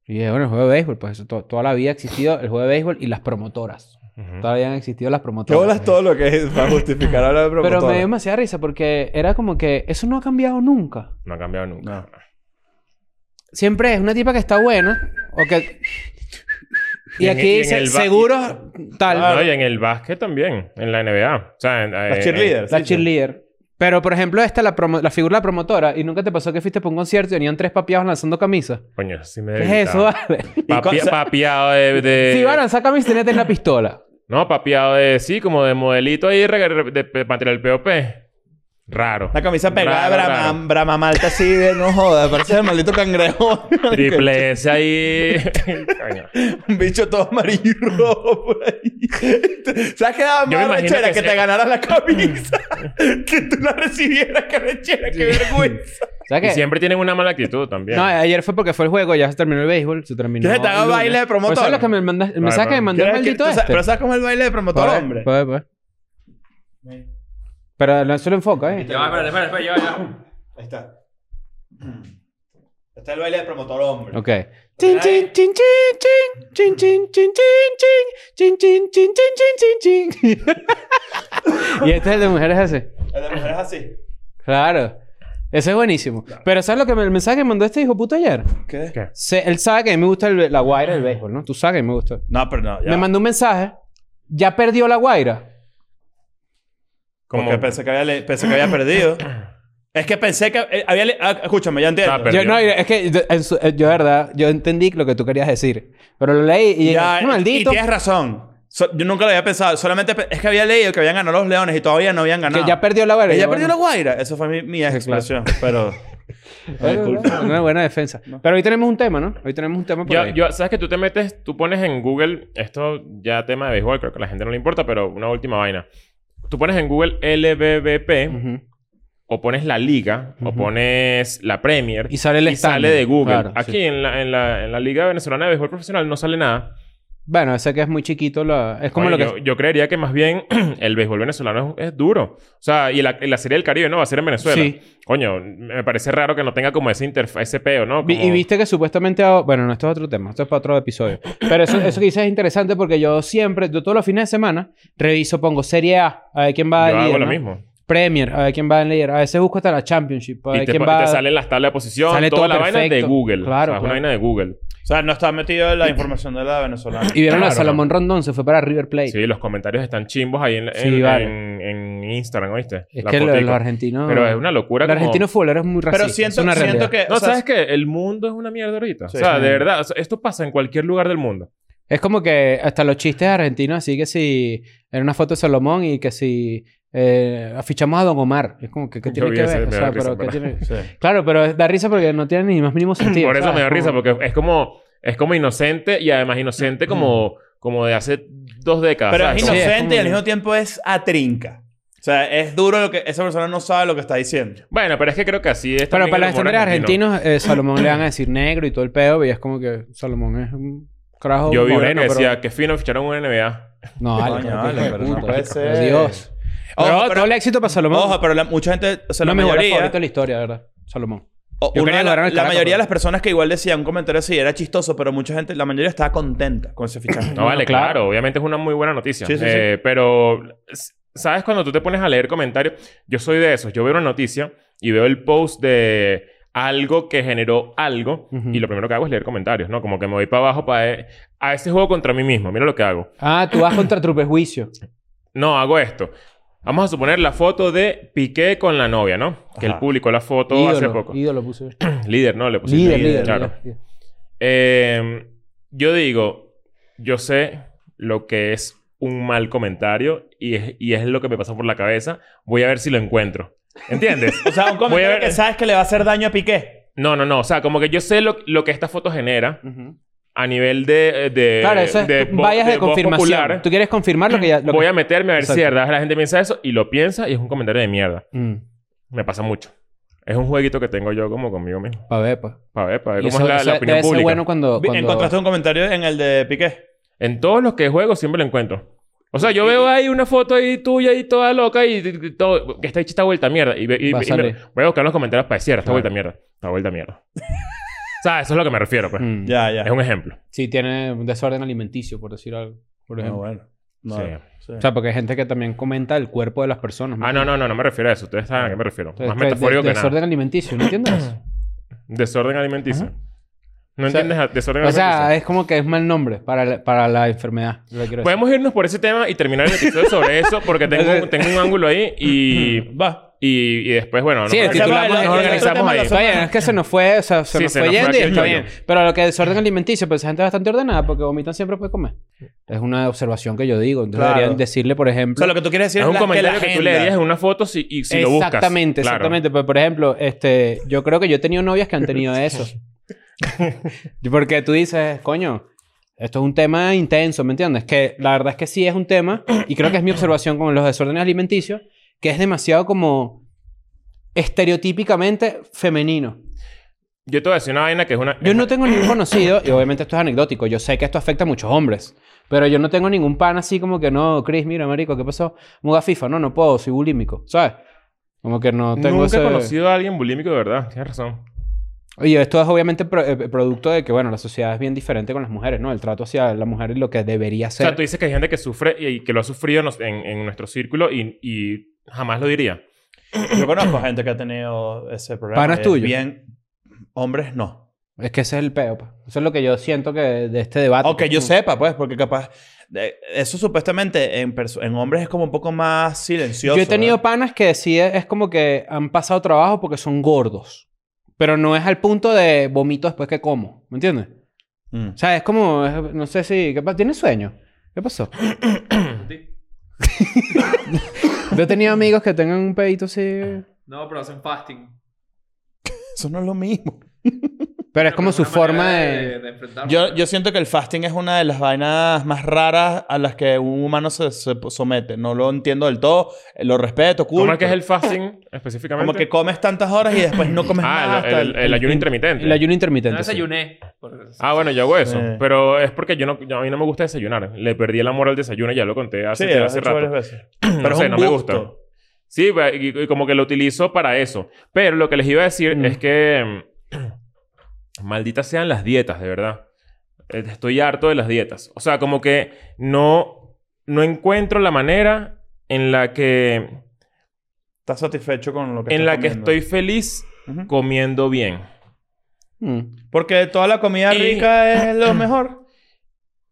[SPEAKER 2] Y dije, bueno, el juego de béisbol, pues eso, to- toda la vida ha existido el juego de béisbol y las promotoras.
[SPEAKER 1] Ujú.
[SPEAKER 2] Todavía han existido las
[SPEAKER 3] Qué
[SPEAKER 2] promotoras.
[SPEAKER 3] bolas todo lo que es para justificar ahora el
[SPEAKER 2] Pero
[SPEAKER 3] promotor.
[SPEAKER 2] me dio demasiada risa porque era como que eso no ha cambiado nunca.
[SPEAKER 1] No ha cambiado nunca.
[SPEAKER 3] No.
[SPEAKER 2] Siempre es una tipa que está buena o que... Y,
[SPEAKER 1] Y en-
[SPEAKER 2] aquí
[SPEAKER 1] y en
[SPEAKER 2] dice,
[SPEAKER 1] el ba-
[SPEAKER 2] seguro tal,
[SPEAKER 3] Ah,
[SPEAKER 1] No, y en el básquet también, en la NBA. O sea, en,
[SPEAKER 3] Las
[SPEAKER 1] eh,
[SPEAKER 3] cheerleaders.
[SPEAKER 2] la
[SPEAKER 3] sí, sí.
[SPEAKER 2] cheerleader. Pero, por ejemplo, esta, la, promo- la figura de la promotora. ¿Y nunca te pasó que fuiste para un concierto y venían tres papiados lanzando camisas?
[SPEAKER 1] eh, Coño, sí me
[SPEAKER 2] ¿Qué es eso,
[SPEAKER 1] debilitaba.
[SPEAKER 2] vale?
[SPEAKER 1] Papi-
[SPEAKER 3] Y cosa-
[SPEAKER 1] Papiado de... de-
[SPEAKER 2] Si van a lanzar camisas, tenés la pistola.
[SPEAKER 1] No, papiado de... Sí, como de modelito ahí rega- de, de material POP. Raro.
[SPEAKER 3] Una camisa pegada
[SPEAKER 1] Raro,
[SPEAKER 3] de Brahma,
[SPEAKER 1] raro.
[SPEAKER 3] Brahma Malta así de no joda. Parece el maldito cangrejo.
[SPEAKER 1] Triple S ahí. Coño.
[SPEAKER 3] Un bicho todo amarillo y rojo por ahí. ¿Sabes qué daba
[SPEAKER 1] Yo me
[SPEAKER 3] más
[SPEAKER 1] imagino
[SPEAKER 3] rechera?
[SPEAKER 1] que
[SPEAKER 3] Que,
[SPEAKER 1] sea-
[SPEAKER 3] te ganaras la camisa. que tú la recibieras. ¡Qué rechera! ¡Qué vergüenza!
[SPEAKER 2] ¿Sabes
[SPEAKER 1] Y
[SPEAKER 2] qué?
[SPEAKER 1] siempre tienen una mala actitud también.
[SPEAKER 2] No, ayer fue porque fue el juego, ya se terminó el béisbol, se terminó.
[SPEAKER 3] ¿Quieres que te haga
[SPEAKER 2] el lunes.
[SPEAKER 3] baile de promotor?
[SPEAKER 2] Pues, ¿sabes lo que me mandaste? El
[SPEAKER 1] Vale,
[SPEAKER 2] mensaje que me
[SPEAKER 1] vale.
[SPEAKER 2] mandó el maldito
[SPEAKER 3] ¿Tú sabes-
[SPEAKER 2] este.
[SPEAKER 3] Pero ¿sabes cómo es el baile de promotor,
[SPEAKER 2] Pa' ver,
[SPEAKER 3] hombre?
[SPEAKER 2] pa' ver, pa' ver. Pero no se lo enfoca, ¿eh?
[SPEAKER 4] Ya va, espérate, espérate, espérate, ya va, ya va.
[SPEAKER 3] Ahí está. Está el baile de promotor, hombre.
[SPEAKER 2] Ok. Chin, chin, chin, chin, chin, chin, chin, chin, chin, chin, chin, chin, chin, chin, chin, chin. Y este es el de mujeres ese.
[SPEAKER 3] El de mujeres así.
[SPEAKER 2] Claro. Ese es buenísimo. Pero ¿sabes lo que me- el mensaje que mandó este hijo puto ayer?
[SPEAKER 3] ¿Qué?
[SPEAKER 1] ¿Qué?
[SPEAKER 2] Se- él sabe que a mí me gusta el- la guaira del béisbol, ¿no? Tú sabes que a mí me gusta.
[SPEAKER 3] No, pero no.
[SPEAKER 2] Me mandó un mensaje. Ya perdió la guaira.
[SPEAKER 1] Como-
[SPEAKER 3] Porque pensé que había, le- pensé que había perdido. Es que pensé que eh, había... le- ah, escúchame, ya entiendo.
[SPEAKER 1] Ah, pero-
[SPEAKER 2] Yo,
[SPEAKER 1] Perdió.
[SPEAKER 2] no, es que yo- en su- eh, yo, de verdad, yo entendí lo que tú querías decir. Pero lo leí y
[SPEAKER 3] Ya,
[SPEAKER 2] dije,
[SPEAKER 3] y-
[SPEAKER 2] maldito.
[SPEAKER 3] Y tienes razón. So- yo nunca lo había pensado. Solamente pe- es que había leído que habían ganado los leones y todavía no habían ganado.
[SPEAKER 2] Que ya perdió la guaira.
[SPEAKER 3] Ella
[SPEAKER 2] Yo,
[SPEAKER 3] perdió
[SPEAKER 2] bueno.
[SPEAKER 3] la guaira. Eso fue mi, mi expresión. Pero. Ay, disculpa.
[SPEAKER 2] Una buena defensa. Pero hoy tenemos un tema, ¿no? Hoy tenemos un tema por
[SPEAKER 1] Yo,
[SPEAKER 2] ahí.
[SPEAKER 1] yo- sabes que tú te metes, tú pones en Google, esto ya tema de béisbol, creo que a la gente no le importa, pero una última vaina. Tú pones en Google LBBP
[SPEAKER 2] Ujú.
[SPEAKER 1] o pones la liga o
[SPEAKER 2] Ujú.
[SPEAKER 1] pones la Premier
[SPEAKER 2] Y sale el standing.
[SPEAKER 1] sale de Google.
[SPEAKER 2] Claro,
[SPEAKER 1] Aquí
[SPEAKER 2] sí.
[SPEAKER 1] en, la, en, la, en la liga venezolana de béisbol profesional no sale nada.
[SPEAKER 2] Bueno, sé que es muy chiquito. la- Es como
[SPEAKER 1] Oye,
[SPEAKER 2] lo
[SPEAKER 1] yo,
[SPEAKER 2] que...
[SPEAKER 1] yo creería que más bien el béisbol venezolano es, es duro. O sea, y la, y la Serie del Caribe no va a ser en Venezuela.
[SPEAKER 2] Sí.
[SPEAKER 1] Coño, me parece raro que no tenga como ese interfaz, ese peo, ¿no?
[SPEAKER 2] Vi-
[SPEAKER 1] Como-
[SPEAKER 2] Y viste que supuestamente... ahora- Bueno, no, esto es otro tema. Esto es para otro episodio. Pero eso, eso que dices es interesante porque yo siempre... Yo todos los fines de semana reviso, pongo Serie A. A ver quién va
[SPEAKER 1] yo
[SPEAKER 2] líder,
[SPEAKER 1] hago lo
[SPEAKER 2] ¿no?
[SPEAKER 1] mismo.
[SPEAKER 2] Premier, a ver quién va a leer. A veces busco hasta la Championship, a ver
[SPEAKER 1] Y te,
[SPEAKER 2] quién
[SPEAKER 1] pa-
[SPEAKER 2] va
[SPEAKER 1] te salen las tablas de posición,
[SPEAKER 2] Sale todo
[SPEAKER 1] toda la vaina de
[SPEAKER 2] perfecto.
[SPEAKER 1] Google.
[SPEAKER 2] Claro,
[SPEAKER 1] O sea, es una
[SPEAKER 2] claro.
[SPEAKER 1] vaina de Google.
[SPEAKER 3] O sea, no está metido en la información de la venezolana.
[SPEAKER 2] Y vieron a
[SPEAKER 1] Claro.
[SPEAKER 2] Salomón Rondón, se fue para River Plate.
[SPEAKER 1] Sí, los comentarios están chimbos ahí en, en,
[SPEAKER 2] Sí, vale.
[SPEAKER 1] en- en Instagram, ¿oíste?
[SPEAKER 2] Es
[SPEAKER 1] La
[SPEAKER 2] que lo- los,
[SPEAKER 1] fotico.
[SPEAKER 2] argentinos...
[SPEAKER 1] Pero es una locura.
[SPEAKER 2] El
[SPEAKER 1] como-
[SPEAKER 2] argentino futbolero es muy racista.
[SPEAKER 3] Pero
[SPEAKER 2] es
[SPEAKER 3] siento,
[SPEAKER 2] una
[SPEAKER 3] siento
[SPEAKER 2] realidad.
[SPEAKER 3] que.
[SPEAKER 1] No,
[SPEAKER 3] o sea,
[SPEAKER 1] ¿sabes qué? El mundo es una mierda ahorita.
[SPEAKER 3] Sí.
[SPEAKER 1] o sea, de
[SPEAKER 3] Sí.
[SPEAKER 1] verdad. o sea, esto pasa en cualquier lugar del mundo.
[SPEAKER 2] Es como que hasta los chistes argentinos, así que si... Era una foto de Salomón y que si... Eh, afichamos a Don Omar. Es como que... ¿Qué
[SPEAKER 1] Yo
[SPEAKER 2] tiene
[SPEAKER 1] vi
[SPEAKER 2] que
[SPEAKER 1] ese,
[SPEAKER 2] ver?
[SPEAKER 1] me
[SPEAKER 2] O
[SPEAKER 1] da
[SPEAKER 2] sea,
[SPEAKER 1] risa,
[SPEAKER 2] pero ¿qué
[SPEAKER 1] pero-
[SPEAKER 2] tiene-
[SPEAKER 3] sí.
[SPEAKER 2] Claro, pero da risa porque no tiene ni más mínimo sentido.
[SPEAKER 1] Por eso
[SPEAKER 2] ¿sabes?
[SPEAKER 1] me da risa,
[SPEAKER 2] Como-
[SPEAKER 1] porque es como... Es como inocente y además inocente como... Como de hace dos décadas.
[SPEAKER 3] Pero es
[SPEAKER 1] ¿sabes? Como-
[SPEAKER 2] Sí, es
[SPEAKER 3] inocente
[SPEAKER 2] como-
[SPEAKER 3] y al mismo tiempo es atrinca. O sea, es duro lo que esa persona no sabe lo que está diciendo.
[SPEAKER 1] Bueno, pero es que creo que así es
[SPEAKER 2] Pero
[SPEAKER 1] también
[SPEAKER 2] para
[SPEAKER 1] el
[SPEAKER 2] los
[SPEAKER 1] humor
[SPEAKER 2] estándares
[SPEAKER 1] argentino.
[SPEAKER 2] argentinos, eh, Salomón le van a decir negro y todo el pedo. Y es como que Salomón es un carajo
[SPEAKER 1] Yo vi una
[SPEAKER 2] moreno,
[SPEAKER 1] que
[SPEAKER 2] pero...
[SPEAKER 1] decía... que fino ficharon un NBA.
[SPEAKER 2] No, vale,
[SPEAKER 3] Coño,
[SPEAKER 2] pero qué
[SPEAKER 3] vale,
[SPEAKER 2] hijo de
[SPEAKER 3] pero no
[SPEAKER 2] puta,
[SPEAKER 3] puede
[SPEAKER 2] por
[SPEAKER 3] ser.
[SPEAKER 2] Dios.
[SPEAKER 3] Ojo,
[SPEAKER 2] pero,
[SPEAKER 3] pero-
[SPEAKER 2] todo el éxito para Salomón.
[SPEAKER 3] Ojo, pero la- mucha gente, o sea,
[SPEAKER 2] no
[SPEAKER 3] la
[SPEAKER 2] me
[SPEAKER 3] mayoría.
[SPEAKER 2] favorito de la historia, de verdad. Salomón.
[SPEAKER 3] o
[SPEAKER 2] Yo
[SPEAKER 3] una
[SPEAKER 2] quería
[SPEAKER 3] de la,
[SPEAKER 2] lograr el pues.
[SPEAKER 3] la
[SPEAKER 2] Caracas,
[SPEAKER 3] mayoría de
[SPEAKER 2] pero-
[SPEAKER 3] las personas que igual decían un comentario así era chistoso, pero mucha gente, la mayoría estaba contenta con ese fichaje.
[SPEAKER 1] No, vale,
[SPEAKER 2] claro.
[SPEAKER 1] claro. Obviamente es una muy buena noticia.
[SPEAKER 3] Sí, sí,
[SPEAKER 1] Eh, Pero, s- ¿sabes? Cuando tú te pones a leer comentarios, yo soy de esos. Yo veo una noticia y veo el post de algo que generó algo
[SPEAKER 2] Ujú.
[SPEAKER 1] y lo primero que hago es leer comentarios, ¿no? Como que me voy para abajo para... A ese juego contra mí mismo. Mira lo que hago.
[SPEAKER 2] Ah, tú vas contra tu prejuicio.
[SPEAKER 1] No, hago esto. Vamos a suponer la foto de Piqué con la novia, ¿no? Que él
[SPEAKER 3] Ajá.
[SPEAKER 1] publicó la foto
[SPEAKER 2] ídolo,
[SPEAKER 1] hace poco.
[SPEAKER 2] ídolo puse.
[SPEAKER 1] Líder, ¿no? Le pusiste
[SPEAKER 2] líder, líder,
[SPEAKER 1] Claro.
[SPEAKER 2] líder, líder.
[SPEAKER 1] Eh, yo digo, yo sé lo que es un mal comentario y es, y es lo que me pasó por la cabeza. Voy a ver si lo encuentro. ¿Entiendes?
[SPEAKER 3] O sea, un
[SPEAKER 1] Voy a
[SPEAKER 3] comentario
[SPEAKER 1] ver-
[SPEAKER 3] que sabes que le va a hacer daño a Piqué.
[SPEAKER 1] No, no, no. O sea, como que yo sé lo, lo que esta foto genera
[SPEAKER 2] Ujú.
[SPEAKER 1] a nivel de... eh, de
[SPEAKER 2] Claro, eso es
[SPEAKER 1] de vo-
[SPEAKER 2] vallas de,
[SPEAKER 1] voz
[SPEAKER 2] confirmación.
[SPEAKER 1] popular.
[SPEAKER 2] Tú quieres confirmar lo que ya. lo que-
[SPEAKER 1] Voy a meterme a ver si
[SPEAKER 2] Exacto.
[SPEAKER 1] de verdad la gente piensa eso y lo piensa y es un comentario de mierda.
[SPEAKER 2] Mm,
[SPEAKER 1] Me pasa mucho. Es un jueguito que tengo yo como conmigo mismo.
[SPEAKER 2] pa' ver, pues.
[SPEAKER 1] Para ver, para ver
[SPEAKER 2] Y
[SPEAKER 1] cómo
[SPEAKER 2] eso-
[SPEAKER 1] es la- la,
[SPEAKER 2] eso
[SPEAKER 1] opinión
[SPEAKER 2] debe ser
[SPEAKER 1] pública.
[SPEAKER 2] bueno cuando.
[SPEAKER 3] Vi-
[SPEAKER 2] cuando-
[SPEAKER 3] ¿Encontraste un comentario en el de Piqué?
[SPEAKER 1] En todos los que juego siempre lo encuentro. O sea, yo veo ahí una foto ahí tuya y toda loca y, y- y todo. Que está hecha esta vuelta mierda. Y, ve- y-
[SPEAKER 2] Va a
[SPEAKER 1] y me-
[SPEAKER 2] salir. Ah.
[SPEAKER 1] voy a buscar en los comentarios para decir, esta
[SPEAKER 2] Claro.
[SPEAKER 1] vuelta mierda. Esta vuelta mierda. o sea, eso es lo que me refiero, pues.
[SPEAKER 2] Mm.
[SPEAKER 3] Ya, ya.
[SPEAKER 1] Es un ejemplo.
[SPEAKER 2] Sí, tiene un desorden alimenticio, por decir algo. Por
[SPEAKER 3] No,
[SPEAKER 2] ejemplo.
[SPEAKER 3] Ah, bueno. No,
[SPEAKER 1] Sí.
[SPEAKER 3] sí.
[SPEAKER 2] O sea, porque hay gente que también comenta el cuerpo de las personas.
[SPEAKER 1] Ah, no, no, no, no me refiero a eso. Ustedes saben a qué me refiero.
[SPEAKER 2] Entonces,
[SPEAKER 1] Más
[SPEAKER 2] que de-
[SPEAKER 1] metafórico que
[SPEAKER 2] desorden
[SPEAKER 1] nada.
[SPEAKER 2] alimenticio, ¿no entiendes?
[SPEAKER 1] Desorden alimenticio.
[SPEAKER 2] Ajá.
[SPEAKER 1] ¿No
[SPEAKER 2] O sea-
[SPEAKER 1] entiendes a- desorden
[SPEAKER 2] o
[SPEAKER 1] alimenticio?
[SPEAKER 2] sea, es como que es mal nombre para la, para la enfermedad. lo que quiero decir.
[SPEAKER 1] Podemos irnos por ese tema y terminar el episodio sobre eso porque tengo, un- tengo un ángulo ahí y,
[SPEAKER 3] Va.
[SPEAKER 1] y, y después, bueno,
[SPEAKER 2] Sí,
[SPEAKER 1] nos
[SPEAKER 2] el
[SPEAKER 1] organizamos-
[SPEAKER 2] titular- el-
[SPEAKER 1] nos
[SPEAKER 2] el- el
[SPEAKER 1] organizamos
[SPEAKER 3] tema
[SPEAKER 1] ahí.
[SPEAKER 3] lo
[SPEAKER 2] Está bien, es que se nos fue, o sea, se
[SPEAKER 1] Sí,
[SPEAKER 2] nos
[SPEAKER 1] se
[SPEAKER 2] fue
[SPEAKER 1] nos fue
[SPEAKER 2] yendo y
[SPEAKER 1] aquí el
[SPEAKER 2] está
[SPEAKER 1] chollo.
[SPEAKER 2] bien. Pero lo que es desorden alimenticio, pues esa gente es bastante ordenada porque vomitan siempre puede comer. Es una observación que yo digo. Entonces
[SPEAKER 3] Claro.
[SPEAKER 2] deberían decirle, por
[SPEAKER 3] O
[SPEAKER 2] ejemplo.
[SPEAKER 3] sea, lo que tú quieres decir
[SPEAKER 1] Es
[SPEAKER 3] es,
[SPEAKER 1] un
[SPEAKER 3] la-
[SPEAKER 1] comentario
[SPEAKER 3] que,
[SPEAKER 1] que,
[SPEAKER 3] la
[SPEAKER 1] tú le
[SPEAKER 3] agenda-
[SPEAKER 1] darías en una foto si, y si lo buscas.
[SPEAKER 2] exactamente,
[SPEAKER 1] Claro.
[SPEAKER 2] exactamente. Pues, por ejemplo, este, yo creo que yo he tenido novias que han tenido eso. Porque tú dices, coño, esto es un tema intenso, ¿me entiendes? Que la verdad es que sí es un tema, y creo que es mi observación con los desórdenes alimenticios, que es demasiado como estereotípicamente femenino.
[SPEAKER 1] Yo te voy a decir una vaina que es una...
[SPEAKER 2] Yo no tengo ningún conocido, y obviamente esto es anecdótico, yo sé que esto afecta a muchos hombres, pero yo no tengo ningún pan así como que no, Chris, mira, marico, ¿qué pasó? Muga FIFA, no, no puedo, soy bulímico, ¿sabes? Como que no tengo
[SPEAKER 1] Nunca he
[SPEAKER 2] ese-
[SPEAKER 1] conocido a alguien bulímico de verdad. Tienes razón.
[SPEAKER 2] Oye, esto es obviamente pro- eh, producto de que, bueno, la sociedad es bien diferente con las mujeres, ¿no? El trato hacia la mujer y lo que debería
[SPEAKER 1] O
[SPEAKER 2] ser.
[SPEAKER 1] sea, tú dices que hay gente que sufre y, y que lo ha sufrido nos- en, en nuestro círculo y, y jamás lo diría.
[SPEAKER 3] Yo conozco gente que ha tenido ese problema.
[SPEAKER 2] Panas
[SPEAKER 3] y
[SPEAKER 2] tuyos.
[SPEAKER 3] Bien, hombres no.
[SPEAKER 2] Es que ese es el peo, pa. Eso es lo que yo siento que de este debate.
[SPEAKER 3] O que yo
[SPEAKER 2] Mm.
[SPEAKER 3] sepa, pues, porque capaz. de- eso supuestamente en, perso- en hombres es como un poco más silencioso.
[SPEAKER 2] Yo he tenido
[SPEAKER 3] ¿verdad?
[SPEAKER 2] panas que sí es, es como que han pasado trabajo porque son gordos. Pero no es al punto de vomito después que como. ¿Me entiendes?
[SPEAKER 3] Mm.
[SPEAKER 2] O sea, es como... es- no sé si... ¿qué pa- ¿Tienes sueño? ¿Qué pasó? yo he tenido amigos que tengan un pedito así...
[SPEAKER 4] No, pero hacen fasting.
[SPEAKER 3] Eso no es lo mismo.
[SPEAKER 2] Pero es como su forma de...
[SPEAKER 4] de enfrentarlo.
[SPEAKER 3] Yo, yo siento que el fasting es una de las vainas más raras a las que un humano se, se somete. No lo entiendo del todo. Lo respeto, cool.
[SPEAKER 1] ¿Cómo es que es
[SPEAKER 3] pero-
[SPEAKER 1] el fasting específicamente?
[SPEAKER 3] Como que comes tantas horas y después no comes nada.
[SPEAKER 1] Ah, el,
[SPEAKER 3] hasta
[SPEAKER 1] el- el ayuno intermitente.
[SPEAKER 2] El ayuno intermitente.
[SPEAKER 4] No
[SPEAKER 2] sí.
[SPEAKER 4] desayuné. por-
[SPEAKER 1] Ah, bueno, yo hago eso.
[SPEAKER 3] Sí.
[SPEAKER 1] Pero es porque yo no, yo- a mí no me gusta desayunar. Le perdí el amor al desayuno, ya lo conté hace,
[SPEAKER 3] Sí, lo has
[SPEAKER 1] hace
[SPEAKER 3] hecho varias
[SPEAKER 1] rato.
[SPEAKER 3] veces.
[SPEAKER 1] Pero
[SPEAKER 3] es
[SPEAKER 1] sé,
[SPEAKER 3] un
[SPEAKER 1] no me
[SPEAKER 3] gusto.
[SPEAKER 1] gusta. Sí, pa- y, y como que lo utilizo para eso. Pero lo que les iba a decir
[SPEAKER 2] Mm.
[SPEAKER 1] es que. mm, malditas sean las dietas, de verdad. Eh, Estoy harto de las dietas. O sea, como que no. No encuentro la manera en la que.
[SPEAKER 3] ¿Estás satisfecho con lo que
[SPEAKER 1] en
[SPEAKER 3] estás
[SPEAKER 1] la que
[SPEAKER 3] comiendo?
[SPEAKER 1] estoy feliz
[SPEAKER 3] Ujú.
[SPEAKER 1] comiendo bien.
[SPEAKER 2] Mm.
[SPEAKER 3] Porque toda la comida
[SPEAKER 1] Y-
[SPEAKER 3] rica es lo mejor.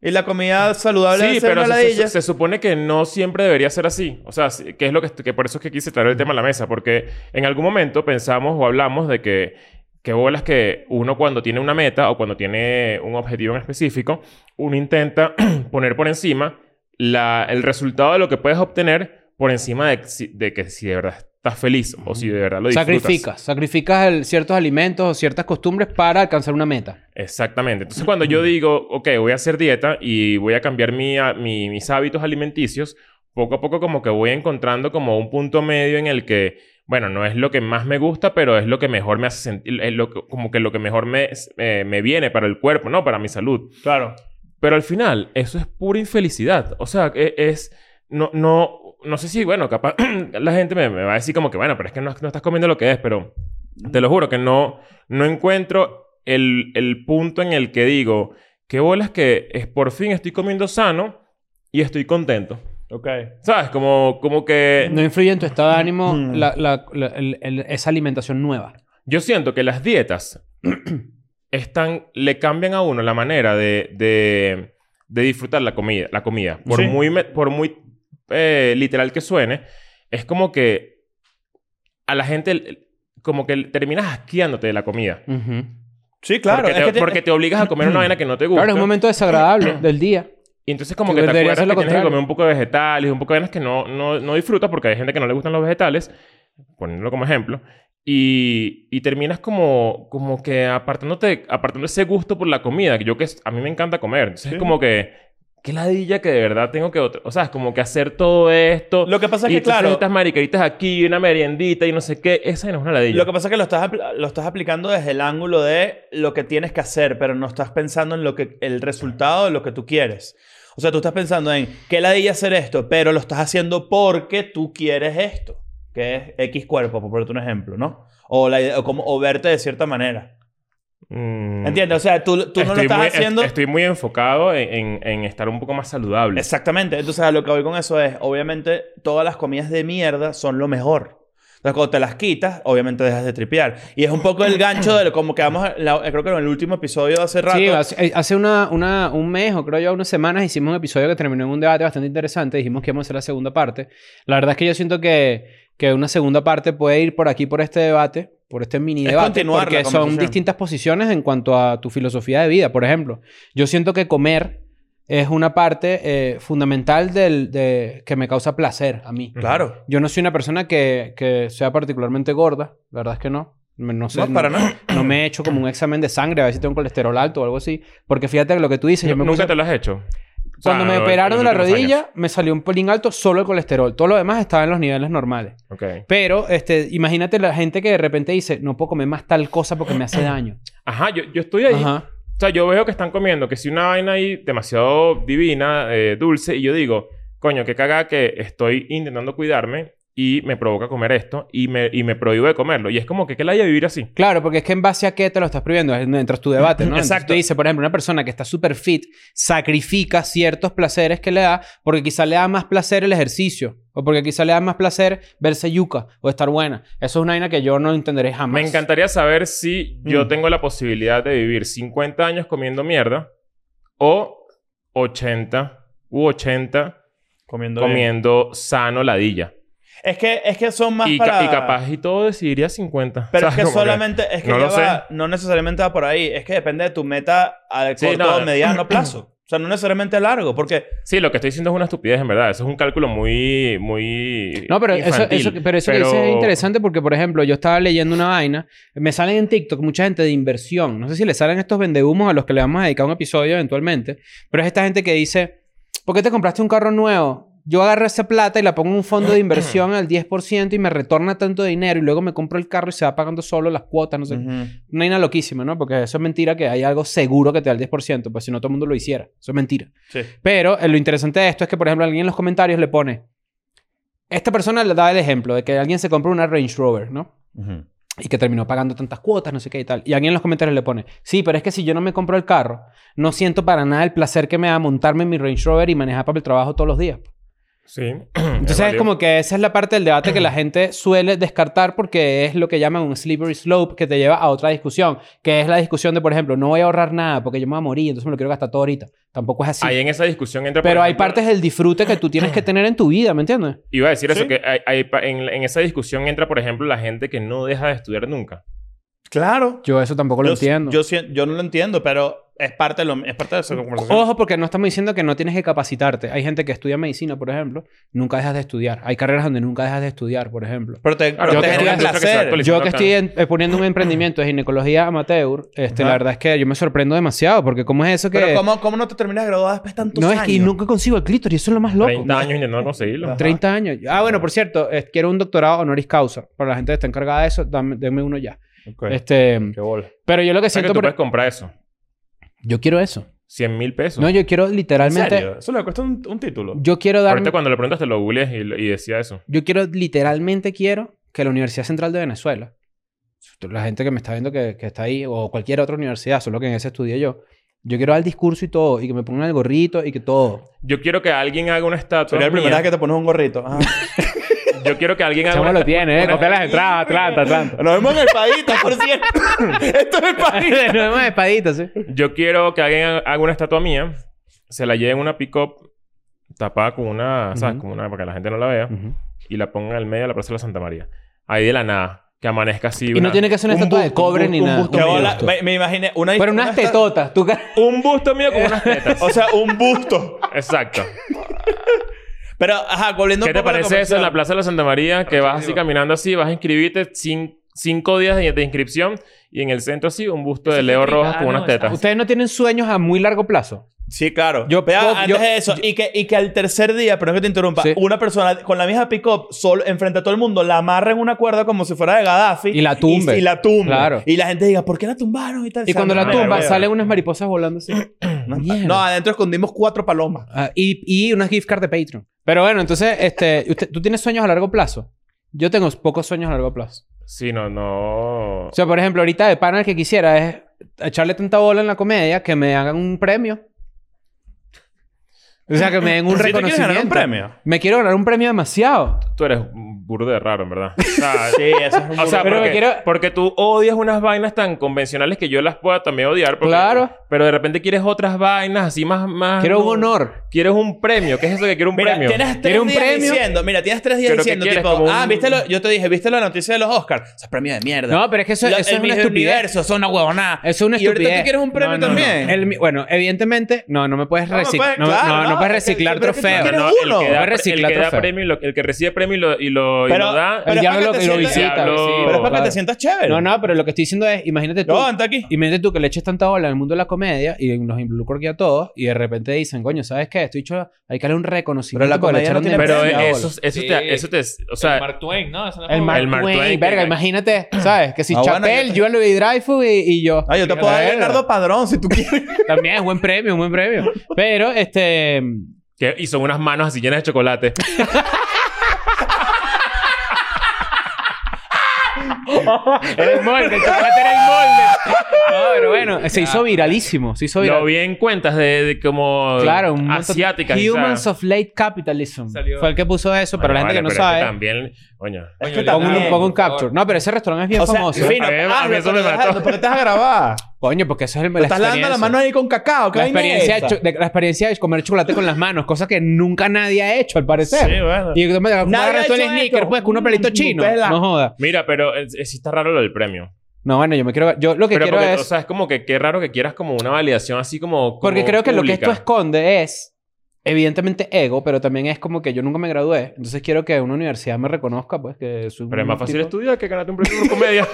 [SPEAKER 3] Y la comida saludable
[SPEAKER 1] Sí,
[SPEAKER 3] es
[SPEAKER 1] pero
[SPEAKER 3] una
[SPEAKER 1] se,
[SPEAKER 3] ladilla.
[SPEAKER 1] se- se supone que no siempre debería ser así. O sea, si- que es lo que, que por eso es que quise traer el tema a la mesa, porque en algún momento pensamos o hablamos de que que bolas que uno cuando tiene una meta o cuando tiene un objetivo en específico, uno intenta poner por encima la- el resultado de lo que puedes obtener por encima de, si- de que si de verdad estás feliz o si de verdad lo disfrutas.
[SPEAKER 2] Sacrificas, sacrificas el- ciertos alimentos o ciertas costumbres para alcanzar una meta.
[SPEAKER 1] Exactamente. Entonces, cuando yo digo, ok, voy a hacer dieta y voy a cambiar mi, a- mi- mis hábitos alimenticios, poco a poco como que voy encontrando como un punto medio en el que, bueno, no es lo que más me gusta, pero es lo que mejor me hace sentir, es lo que- como que lo que mejor me, eh, me viene para el cuerpo, ¿no? Para mi salud.
[SPEAKER 3] Claro.
[SPEAKER 1] Pero al final, eso es pura infelicidad. O sea, e- es... No, no, no sé si, bueno, capaz la gente me, me va a decir como que, bueno, pero es que no, no estás comiendo lo que es, pero te lo juro que no, no encuentro el, el punto en el que digo, qué bolas que es, por fin estoy comiendo sano y estoy contento.
[SPEAKER 3] Ok.
[SPEAKER 1] ¿Sabes? Como, como que...
[SPEAKER 2] No influye en tu estado de ánimo
[SPEAKER 3] Mm.
[SPEAKER 2] la- la- la- el- el- esa alimentación nueva.
[SPEAKER 1] Yo siento que las dietas están, le cambian a uno la manera de, de, de disfrutar la comida. La comida. Por
[SPEAKER 3] Sí.
[SPEAKER 1] muy, me- por muy eh, literal que suene, es como que a la gente, el- como que terminas asqueándote de la comida.
[SPEAKER 2] Ujú.
[SPEAKER 3] Sí, claro.
[SPEAKER 1] Porque,
[SPEAKER 3] es
[SPEAKER 1] te,
[SPEAKER 3] que te-
[SPEAKER 1] porque te obligas a comer una vaina que no te gusta.
[SPEAKER 2] Claro, es un momento desagradable del día.
[SPEAKER 1] Y entonces como
[SPEAKER 2] Que
[SPEAKER 1] que te
[SPEAKER 2] debería
[SPEAKER 1] acuerdas
[SPEAKER 2] ser
[SPEAKER 1] que
[SPEAKER 2] lo
[SPEAKER 1] tienes que
[SPEAKER 2] contrario.
[SPEAKER 1] comer un poco de vegetales, un poco de vainas que no, no, no disfrutas porque hay gente que no le gustan los vegetales, poniéndolo como ejemplo, y, y terminas como, como que apartándote, apartando ese gusto por la comida, que yo que es- a mí me encanta comer, entonces
[SPEAKER 3] Sí.
[SPEAKER 1] es como que, qué ladilla que de verdad tengo que, otro- o sea, es como que hacer todo esto.
[SPEAKER 3] Lo que pasa es
[SPEAKER 1] y
[SPEAKER 3] que,
[SPEAKER 1] entonces
[SPEAKER 3] claro,
[SPEAKER 1] Estas maricaritas aquí, una meriendita y no sé qué, esa no es una ladilla.
[SPEAKER 3] lo que pasa es que lo estás, apl- lo estás aplicando desde el ángulo de lo que tienes que hacer, pero no estás pensando en lo que, el resultado de lo que tú quieres. O sea, tú estás pensando en qué ladilla hacer esto, pero lo estás haciendo porque tú quieres esto, que es X cuerpo, por ponerte un ejemplo, ¿no? O, la, idea- o, como, o verte de cierta manera.
[SPEAKER 1] Mm.
[SPEAKER 3] ¿Entiendes? O sea, tú, tú no lo
[SPEAKER 1] Estoy
[SPEAKER 3] estás
[SPEAKER 1] muy-
[SPEAKER 3] haciendo.
[SPEAKER 1] Estoy muy enfocado en, en- en estar un poco más saludable.
[SPEAKER 3] Exactamente. Entonces, a lo que voy con eso es, obviamente, todas las comidas de mierda son lo mejor. Entonces, cuando te las quitas, obviamente dejas de tripear. Y es un poco el gancho de lo- como que vamos, a- la- creo que en el último episodio de hace rato.
[SPEAKER 2] Sí, hace, eh, hace una, una- un mes o creo yo unas semanas hicimos un episodio que terminó en un debate bastante interesante. Dijimos que íbamos a hacer la segunda parte. La verdad es que yo siento que, que una segunda parte puede ir por aquí, por este debate, por este mini
[SPEAKER 3] Es
[SPEAKER 2] debate.
[SPEAKER 3] continuar la
[SPEAKER 2] Porque son
[SPEAKER 3] conversación.
[SPEAKER 2] distintas posiciones en cuanto a tu filosofía de vida. Por ejemplo, yo siento que comer es una parte eh, fundamental del, de, que me causa placer a mí.
[SPEAKER 3] Claro.
[SPEAKER 2] Yo no soy una persona que, que sea particularmente gorda, la verdad es que no. Me- No, sé,
[SPEAKER 3] No, para nada.
[SPEAKER 2] no me he hecho como un examen de sangre, a ver si tengo colesterol alto o algo así. Porque fíjate que lo que tú dices, yo me
[SPEAKER 1] ¿Nunca
[SPEAKER 2] puse-
[SPEAKER 1] te lo Ah, has hecho? O sea,
[SPEAKER 2] cuando me
[SPEAKER 1] en los
[SPEAKER 2] operaron de la
[SPEAKER 1] últimos
[SPEAKER 2] rodilla,
[SPEAKER 1] años.
[SPEAKER 2] me salió un pelín alto solo el colesterol. Todo lo demás estaba en los niveles normales.
[SPEAKER 1] Ok.
[SPEAKER 2] Pero, este, imagínate la gente que de repente dice, no puedo comer más tal cosa porque me hace daño.
[SPEAKER 1] Ajá, yo, yo estoy ahí.
[SPEAKER 2] Ajá.
[SPEAKER 1] O sea, yo veo que están comiendo que si una vaina ahí demasiado divina, eh, dulce, y yo digo, coño, qué caga que estoy intentando cuidarme y me provoca comer esto y me, y me prohíbo de comerlo. Y es como que qué la haya vivir así.
[SPEAKER 2] Claro, porque es que en base a qué te lo estás prohibiendo, es- entras tu debate, ¿no? Entonces,
[SPEAKER 3] Exacto.
[SPEAKER 2] te dice, por ejemplo, una persona que está súper fit sacrifica ciertos placeres que le da porque quizá le da más placer el ejercicio o porque quizá le da más placer verse yuca o estar buena. Eso es una vaina que yo no entenderé jamás.
[SPEAKER 1] Me encantaría saber si yo
[SPEAKER 3] Mm.
[SPEAKER 1] tengo la posibilidad de vivir 50 años comiendo mierda o 80 u 80
[SPEAKER 3] Comiendo. bien.
[SPEAKER 1] comiendo sano ladilla.
[SPEAKER 3] Es que, es que son más
[SPEAKER 1] y, ca-
[SPEAKER 3] para.
[SPEAKER 1] y capaz y todo decidiría 50.
[SPEAKER 3] Pero es
[SPEAKER 1] ¿Sabes?
[SPEAKER 3] que
[SPEAKER 1] Como
[SPEAKER 3] solamente. Es que
[SPEAKER 1] no
[SPEAKER 3] ya
[SPEAKER 1] lo
[SPEAKER 3] va- no necesariamente va por ahí. Es que depende de tu meta a
[SPEAKER 1] Sí,
[SPEAKER 3] corto
[SPEAKER 1] no.
[SPEAKER 3] o mediano plazo. O sea, no necesariamente a largo. Porque.
[SPEAKER 1] Sí, lo que estoy diciendo es una estupidez, en verdad. Eso es un cálculo muy, muy
[SPEAKER 2] No, pero eso,
[SPEAKER 1] infantil.
[SPEAKER 2] eso- pero eso que dices es interesante porque, por ejemplo, yo estaba leyendo una vaina. Me salen en TikTok mucha gente de inversión. No sé si le salen estos vendehumos a los que le vamos a dedicar un episodio eventualmente. Pero es esta gente que dice, ¿por qué te compraste un carro nuevo? Yo agarro esa plata y la pongo en un fondo de inversión al 10% y me retorna tanto dinero y luego me compro el carro y se va pagando solo las cuotas, no sé.
[SPEAKER 3] Ujú.
[SPEAKER 2] Una vaina loquísima, ¿no? Porque eso es mentira que hay algo seguro que te da el 10%, pues si no todo el mundo lo hiciera. Eso es mentira.
[SPEAKER 3] Sí.
[SPEAKER 2] Pero eh, lo interesante de esto es que, por ejemplo, alguien en los comentarios le pone. Esta persona le da el ejemplo de que alguien se compró una Range Rover, ¿no?
[SPEAKER 3] Ujú.
[SPEAKER 2] Y que terminó pagando tantas cuotas, no sé qué y tal. Y alguien en los comentarios le pone, sí, pero es que si yo no me compro el carro, no siento para nada el placer que me da montarme en mi Range Rover y manejar para el trabajo todos los días.
[SPEAKER 1] Sí.
[SPEAKER 2] Entonces es como que esa es la parte del debate que la gente suele descartar porque es lo que llaman un slippery slope que te lleva a otra discusión, que es la discusión de, por ejemplo, no voy a ahorrar nada porque yo me voy a morir, entonces me lo quiero gastar todo ahorita. Tampoco es así.
[SPEAKER 1] Ahí en esa discusión entra... por
[SPEAKER 2] Pero hay
[SPEAKER 1] ejemplo,
[SPEAKER 2] partes del disfrute que tú tienes que tener en tu vida, ¿me entiendes?
[SPEAKER 1] Iba a decir eso,
[SPEAKER 3] Sí.
[SPEAKER 1] que hay, hay pa- en, en esa discusión entra, por ejemplo, la gente que no deja de estudiar nunca.
[SPEAKER 3] Claro.
[SPEAKER 2] Yo eso tampoco Pues lo
[SPEAKER 3] yo,
[SPEAKER 2] entiendo.
[SPEAKER 3] Yo, sien- yo no lo entiendo, pero es parte de, lo, es parte de esa conversación.
[SPEAKER 2] Ojo, porque no estamos diciendo que no tienes que capacitarte. Hay gente que estudia medicina, por ejemplo, nunca dejas de estudiar. Hay carreras donde nunca dejas de estudiar, por ejemplo.
[SPEAKER 3] Pero te,
[SPEAKER 1] Claro,
[SPEAKER 2] yo
[SPEAKER 3] pero te
[SPEAKER 2] que
[SPEAKER 3] genera
[SPEAKER 2] estoy-
[SPEAKER 1] yo creo que se
[SPEAKER 3] placer.
[SPEAKER 1] actualiza.
[SPEAKER 2] Yo
[SPEAKER 1] no
[SPEAKER 2] que
[SPEAKER 1] acá.
[SPEAKER 2] estoy en- eh, poniendo un emprendimiento de ginecología amateur, este,
[SPEAKER 3] Ajá.
[SPEAKER 2] la verdad es que yo me sorprendo demasiado, porque cómo es eso que...
[SPEAKER 3] Pero ¿cómo, ¿cómo no te terminas de graduar después de tantos
[SPEAKER 2] no,
[SPEAKER 3] años?
[SPEAKER 2] es que nunca consigo el clítoris, eso es lo más loco.
[SPEAKER 1] 30 años intentando conseguirlo.
[SPEAKER 3] Ajá.
[SPEAKER 2] 30 años. Ah, bueno, por cierto, eh, quiero un doctorado honoris causa. Para la gente que está encargada de eso, dame, denme uno ya.
[SPEAKER 3] Ok.
[SPEAKER 2] Este,
[SPEAKER 3] Qué bola.
[SPEAKER 2] pero yo lo que
[SPEAKER 1] O sea, que
[SPEAKER 2] siento...
[SPEAKER 1] tú
[SPEAKER 2] por- e-,
[SPEAKER 1] puedes comprar eso.
[SPEAKER 2] Yo quiero eso.
[SPEAKER 1] 100 mil pesos.
[SPEAKER 2] No, yo quiero
[SPEAKER 3] ¿En
[SPEAKER 2] literalmente...
[SPEAKER 3] serio? Eso le cuesta un, un título.
[SPEAKER 2] Yo quiero darme...
[SPEAKER 1] Ahorita cuando le preguntas te lo googleas y, y decía eso.
[SPEAKER 2] Yo quiero, literalmente quiero que la Universidad Central de Venezuela, la gente que me está viendo que, que está ahí, o cualquier otra universidad, solo que en ese estudié yo, yo quiero dar el discurso y todo, y que me pongan el gorrito y que todo.
[SPEAKER 1] Yo quiero que alguien haga una estatua.
[SPEAKER 3] Sería la primera
[SPEAKER 1] mía.
[SPEAKER 3] vez que te pones un gorrito. Ah.
[SPEAKER 1] Yo quiero que alguien haga
[SPEAKER 2] Chamo
[SPEAKER 1] una
[SPEAKER 2] lo
[SPEAKER 1] esta-
[SPEAKER 2] tiene, ¿eh?
[SPEAKER 1] una-
[SPEAKER 2] Compré las entradas, Atlanta, Atlanta.
[SPEAKER 3] Nos vemos en el Padita, por cierto. Esto es el Padita.
[SPEAKER 2] De nuevo, espadita, sí.
[SPEAKER 1] Yo quiero que alguien haga una estatua mía, se la lleve en una pick-up tapada con una, ¿sabes?
[SPEAKER 2] Ujú.
[SPEAKER 1] Con una, para que la gente no la vea,
[SPEAKER 2] Ujú.
[SPEAKER 1] y la ponga en el medio de la Plaza de la Santa María. Ahí de la nada, que amanezca así.
[SPEAKER 2] Y no tiene que ser una
[SPEAKER 3] Un
[SPEAKER 2] estatua de
[SPEAKER 3] busto,
[SPEAKER 2] cobre
[SPEAKER 3] un-
[SPEAKER 2] ni
[SPEAKER 3] un
[SPEAKER 2] nada.
[SPEAKER 3] busto.
[SPEAKER 2] un
[SPEAKER 3] Qué bola.
[SPEAKER 2] busto.
[SPEAKER 3] Me, me imaginé. Una,
[SPEAKER 2] Pero unas
[SPEAKER 3] una esta-
[SPEAKER 2] tetotas. Tú...
[SPEAKER 1] Un busto mío con unas tetas.
[SPEAKER 3] O sea, un busto.
[SPEAKER 1] Exacto.
[SPEAKER 3] Pero, ajá, volviendo
[SPEAKER 1] ¿Qué
[SPEAKER 3] un
[SPEAKER 1] te
[SPEAKER 3] poco a la
[SPEAKER 1] parece eso en la
[SPEAKER 3] conversación.
[SPEAKER 1] Plaza de la Santa María? Que
[SPEAKER 4] Archivo.
[SPEAKER 1] vas así caminando así, vas a inscribirte cin- cinco días de, de inscripción y en el centro así un busto de
[SPEAKER 4] Eso
[SPEAKER 1] Leo
[SPEAKER 4] significa-
[SPEAKER 1] Rojas con
[SPEAKER 4] ah,
[SPEAKER 1] unas
[SPEAKER 4] no,
[SPEAKER 1] tetas.
[SPEAKER 2] Ustedes no tienen sueños a muy largo plazo.
[SPEAKER 3] Sí, claro.
[SPEAKER 2] Yo-
[SPEAKER 3] Vea,
[SPEAKER 2] yo-
[SPEAKER 3] antes
[SPEAKER 2] yo-
[SPEAKER 3] de eso, y, que, y que al tercer día, pero no que te interrumpa,
[SPEAKER 2] Sí.
[SPEAKER 3] una persona con la misma pick-up solo enfrente a todo el mundo la amarra en una cuerda como si fuera de Gaddafi.
[SPEAKER 2] Y la tumbe.
[SPEAKER 3] Y, y la tumbe.
[SPEAKER 2] Claro.
[SPEAKER 3] Y la gente diga, ¿por qué la tumbaron? Y, tal.
[SPEAKER 2] Y cuando la
[SPEAKER 1] no,
[SPEAKER 3] Sale,
[SPEAKER 2] tumba
[SPEAKER 3] hueva.
[SPEAKER 2] salen unas mariposas volando así.
[SPEAKER 3] No,
[SPEAKER 2] Mierda.
[SPEAKER 3] no, adentro escondimos cuatro palomas.
[SPEAKER 2] Ah, y, y unas gift card de Patreon. Pero bueno, entonces, este, usted- ¿tú tienes sueños a largo plazo? Yo tengo pocos sueños a largo plazo.
[SPEAKER 1] Sí, no, no.
[SPEAKER 2] O sea, por ejemplo, ahorita de panel que quisiera es echarle tanta bola en la comedia que me hagan un premio. O sea, que me den un
[SPEAKER 3] ¿Sí te quieres
[SPEAKER 2] reconocimiento.
[SPEAKER 3] ganar un premio?
[SPEAKER 2] Me quiero ganar un premio demasiado.
[SPEAKER 1] Tú eres un burdo de raro, en verdad. O sea,
[SPEAKER 3] Sí, eso es un
[SPEAKER 1] O sea,
[SPEAKER 2] Pero
[SPEAKER 1] porque,
[SPEAKER 2] me quiero-
[SPEAKER 1] porque tú odias unas vainas tan convencionales que yo las pueda también odiar. porque-
[SPEAKER 2] Claro.
[SPEAKER 1] Pero de repente quieres otras vainas así más...
[SPEAKER 3] Ah,
[SPEAKER 1] más
[SPEAKER 2] Quiero un
[SPEAKER 1] no-
[SPEAKER 2] honor.
[SPEAKER 1] Quieres un premio. ¿Qué es eso que quiero un
[SPEAKER 3] Mira,
[SPEAKER 1] premio?
[SPEAKER 3] tienes tres
[SPEAKER 2] ¿Quiere un
[SPEAKER 3] días
[SPEAKER 2] premio?
[SPEAKER 3] diciendo, mira, tienes tres días
[SPEAKER 1] Pero ¿qué
[SPEAKER 3] diciendo,
[SPEAKER 1] quieres?
[SPEAKER 3] tipo,
[SPEAKER 1] Como
[SPEAKER 3] ah,
[SPEAKER 1] un-
[SPEAKER 3] viste lo, yo te dije, viste la noticia de los Oscars, esos premios de mierda.
[SPEAKER 2] No, pero es que eso,
[SPEAKER 3] Lo-
[SPEAKER 2] eso es
[SPEAKER 3] el
[SPEAKER 2] una
[SPEAKER 3] Miss
[SPEAKER 2] estupidez.
[SPEAKER 3] Universo, eso es una huevonada.
[SPEAKER 2] Eso es una
[SPEAKER 3] Y ahorita
[SPEAKER 2] estupidez.
[SPEAKER 3] tú quieres un premio
[SPEAKER 2] No, no,
[SPEAKER 3] también.
[SPEAKER 2] no. El mi- bueno, evidentemente, no, no me puedes
[SPEAKER 3] No, no
[SPEAKER 2] reciclar.
[SPEAKER 3] puedes-
[SPEAKER 2] No,
[SPEAKER 3] claro,
[SPEAKER 2] no, no
[SPEAKER 3] no,
[SPEAKER 2] puedes
[SPEAKER 3] es que-
[SPEAKER 2] reciclar
[SPEAKER 3] pero es que tú
[SPEAKER 2] trofeos.
[SPEAKER 3] quieres
[SPEAKER 1] Ah, No,
[SPEAKER 3] uno.
[SPEAKER 1] El que da,
[SPEAKER 2] Voy a reciclar
[SPEAKER 1] el que da
[SPEAKER 2] trofeo.
[SPEAKER 1] premio y lo- el que recibe premio y lo, y lo, y lo da...
[SPEAKER 2] pero-
[SPEAKER 3] es
[SPEAKER 2] diablo
[SPEAKER 3] para que te
[SPEAKER 2] lo- lo
[SPEAKER 3] sientas-
[SPEAKER 2] visita.
[SPEAKER 3] Pero es para que
[SPEAKER 2] Claro.
[SPEAKER 3] te sientas chévere.
[SPEAKER 2] No, no, pero lo que estoy diciendo es, imagínate tú.
[SPEAKER 3] Yo, anda aquí.
[SPEAKER 2] Imagínate tú que le eches tanta bola en el mundo de la comedia y nos involucro aquí a todos y de repente dicen, coño, ¿sabes qué? Estoy hecho, hay que darle un reconocimiento.
[SPEAKER 3] Pero la
[SPEAKER 2] porque le
[SPEAKER 3] comedia no
[SPEAKER 2] echaron
[SPEAKER 3] tiene
[SPEAKER 1] Pero eh,
[SPEAKER 3] premia,
[SPEAKER 2] demasiada
[SPEAKER 1] eso,
[SPEAKER 2] bola".
[SPEAKER 1] eso, te, eso te... O
[SPEAKER 4] el
[SPEAKER 1] sea,
[SPEAKER 4] Mark Twain, ¿no? Esa no es
[SPEAKER 2] El
[SPEAKER 4] como-
[SPEAKER 2] Mark,
[SPEAKER 1] El Mark
[SPEAKER 2] Twain,
[SPEAKER 1] Twain,
[SPEAKER 2] verga,
[SPEAKER 1] que-
[SPEAKER 2] imagínate, ¿sabes? Que si
[SPEAKER 3] Ah, bueno,
[SPEAKER 2] Chappelle,
[SPEAKER 3] yo te-
[SPEAKER 2] yo Luis Dreyfus y, y yo.
[SPEAKER 3] Ah, yo te puedo dar
[SPEAKER 2] Verga.
[SPEAKER 3] Leonardo Padrón si tú quieres.
[SPEAKER 2] También es buen premio, buen premio. Pero, este...
[SPEAKER 1] que, y son unas manos así llenas de chocolate.
[SPEAKER 2] Era el molde, el chocolate era el molde. No, pero bueno, se hizo viralísimo, se hizo
[SPEAKER 1] lo
[SPEAKER 2] viral.
[SPEAKER 1] vi en cuentas de, de como...
[SPEAKER 2] Claro, un montón-
[SPEAKER 1] asiáticas.
[SPEAKER 2] Humans
[SPEAKER 1] quizás.
[SPEAKER 2] of Late Capitalism.
[SPEAKER 4] Salió.
[SPEAKER 2] Fue el que puso eso, pero la gente
[SPEAKER 1] Vale,
[SPEAKER 2] que no
[SPEAKER 1] pero es
[SPEAKER 3] este
[SPEAKER 2] sabe.
[SPEAKER 1] También... Coño.
[SPEAKER 3] Es
[SPEAKER 4] Coño,
[SPEAKER 3] que
[SPEAKER 2] Pongo
[SPEAKER 3] también.
[SPEAKER 2] un, pongo un
[SPEAKER 4] por favor.
[SPEAKER 2] capture. No, pero ese restaurante es bien
[SPEAKER 3] Ah, O sea,
[SPEAKER 2] famoso.
[SPEAKER 3] fino,
[SPEAKER 1] A mí- a mí
[SPEAKER 3] hazlo,
[SPEAKER 1] eso me
[SPEAKER 3] pero
[SPEAKER 1] mató.
[SPEAKER 3] déjalo, pero te vas a grabar?
[SPEAKER 2] Coño, porque eso es el
[SPEAKER 3] Te estás lavando la mano ahí con cacao. ¿qué
[SPEAKER 2] La
[SPEAKER 3] vaina es
[SPEAKER 2] experiencia, de
[SPEAKER 3] esa?
[SPEAKER 2] cho- de- la experiencia de comer chocolate con las manos, cosa que nunca nadie ha hecho, al parecer.
[SPEAKER 3] Sí, bueno.
[SPEAKER 2] Y tú me digas, ¿cómo
[SPEAKER 3] Nadie
[SPEAKER 2] agarras
[SPEAKER 3] ha
[SPEAKER 2] tú el
[SPEAKER 3] hecho
[SPEAKER 2] sneaker,
[SPEAKER 3] esto.
[SPEAKER 2] pues, con un pelito
[SPEAKER 3] Mm,
[SPEAKER 2] chino?
[SPEAKER 3] pela.
[SPEAKER 2] No joda.
[SPEAKER 1] Mira, pero eh, sí está raro lo del premio.
[SPEAKER 2] No, bueno, yo me quiero... Yo lo que
[SPEAKER 1] Pero
[SPEAKER 2] quiero
[SPEAKER 1] porque,
[SPEAKER 2] es...
[SPEAKER 1] o sea, es como que qué raro que quieras como una validación así como. como
[SPEAKER 2] porque creo que lo que
[SPEAKER 1] pública.
[SPEAKER 2] esto esconde es... Evidentemente ego, pero también es como que yo nunca me gradué. Entonces quiero que una universidad me reconozca, pues, que soy
[SPEAKER 1] Pero es
[SPEAKER 2] un
[SPEAKER 1] más fácil
[SPEAKER 2] tipo-
[SPEAKER 1] estudiar que ganarte un premio por comedia.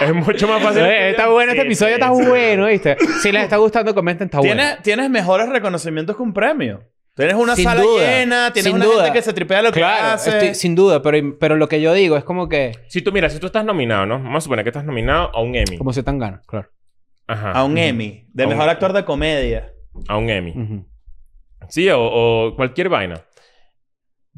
[SPEAKER 1] es mucho más fácil.
[SPEAKER 2] Eh, está
[SPEAKER 1] estudiar.
[SPEAKER 2] bueno,
[SPEAKER 1] Sí,
[SPEAKER 2] este episodio
[SPEAKER 1] sí,
[SPEAKER 2] está
[SPEAKER 1] sí.
[SPEAKER 2] bueno, ¿viste? Si les está gustando, comenten, está bueno.
[SPEAKER 3] Tienes, tienes mejores reconocimientos que un premio. Tienes una
[SPEAKER 2] Sin
[SPEAKER 3] sala
[SPEAKER 2] duda.
[SPEAKER 3] llena, tienes
[SPEAKER 2] Sin
[SPEAKER 3] una
[SPEAKER 2] duda.
[SPEAKER 3] gente que se tripea lo que
[SPEAKER 2] Claro,
[SPEAKER 3] hace.
[SPEAKER 2] estoy- sin duda, pero, pero lo que yo digo es como que...
[SPEAKER 1] Si tú, mira, si tú estás nominado, ¿no? Vamos a suponer que estás nominado a un Emmy.
[SPEAKER 2] Como se tan ganas, claro.
[SPEAKER 1] Ajá.
[SPEAKER 3] A un Emmy, de
[SPEAKER 1] A un-
[SPEAKER 3] mejor actor de comedia.
[SPEAKER 1] A un Emmy. Sí, o, o cualquier vaina.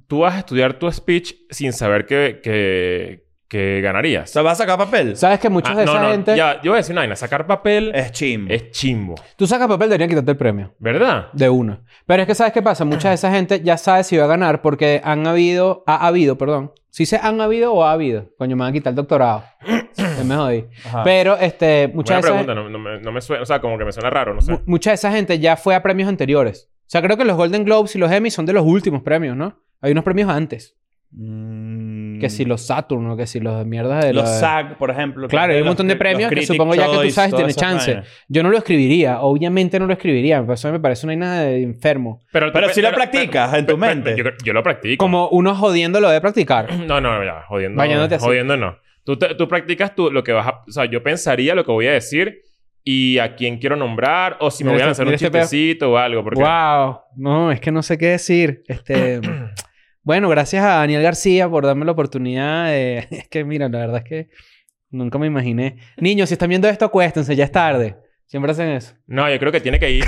[SPEAKER 1] Tú vas a estudiar tu speech sin saber que, que, que
[SPEAKER 3] O
[SPEAKER 1] ganarías.
[SPEAKER 3] sea, vas a sacar papel.
[SPEAKER 2] ¿Sabes que muchos
[SPEAKER 1] Ah,
[SPEAKER 2] de
[SPEAKER 1] no,
[SPEAKER 2] esa
[SPEAKER 1] no,
[SPEAKER 2] gente...
[SPEAKER 1] ya, yo voy a decir una vaina. Sacar papel es,
[SPEAKER 3] Es chimbo.
[SPEAKER 1] chimbo.
[SPEAKER 2] Tú sacas papel, deberían quitarte el premio.
[SPEAKER 1] ¿Verdad?
[SPEAKER 2] De uno. Pero es que ¿sabes qué pasa? Mucha de esa gente ya sabe si va a ganar porque han habido... Ha habido, perdón. Si se han habido o ha habido. Coño, me van a quitar el doctorado. Ya me jodí.
[SPEAKER 3] Ajá.
[SPEAKER 2] Pero, este... Mucha
[SPEAKER 1] Ah. Buena
[SPEAKER 2] de esa-
[SPEAKER 1] pregunta. No, no me, no me suena... O sea, como que me suena raro. No sé.
[SPEAKER 2] mu- mucha de esa gente ya fue a premios anteriores. O sea, creo que los Golden Globes y los Emmy son de los últimos premios, ¿no? Hay unos premios antes.
[SPEAKER 3] Mm.
[SPEAKER 2] Que si los Saturn o que si los mierdas de
[SPEAKER 3] Los
[SPEAKER 2] la-
[SPEAKER 3] SAG, por ejemplo.
[SPEAKER 2] Claro, hay un montón de premios que supongo ya que tú sabes tiene chance. Yo no lo escribiría, obviamente no lo escribiría, pero eso me parece una vaina de enfermo.
[SPEAKER 1] Pero,
[SPEAKER 3] Pero si lo practicas en tu
[SPEAKER 1] pero- pero-
[SPEAKER 3] mente.
[SPEAKER 1] Yo, yo lo practico.
[SPEAKER 2] Como uno jodiendo lo de practicar.
[SPEAKER 1] No, no, ya. Jodiendo.
[SPEAKER 2] Bañándote así.
[SPEAKER 1] Jodiendo no. Tú, te- tú practicas tú lo que vas a... O sea, yo pensaría lo que voy a decir y a quién quiero nombrar o si me
[SPEAKER 2] Mira
[SPEAKER 1] voy a
[SPEAKER 2] este-
[SPEAKER 1] lanzar
[SPEAKER 2] mira
[SPEAKER 1] un
[SPEAKER 2] este pedo.
[SPEAKER 1] chistecito o algo. Porque...
[SPEAKER 2] Wow, no, es que no sé qué decir. Este, bueno, gracias a Daniel García por darme la oportunidad de... Es que mira, la verdad es que nunca me imaginé. Niños, si están viendo esto, acuéstense, ya es tarde. Siempre hacen eso.
[SPEAKER 1] No, yo creo que tiene que ir...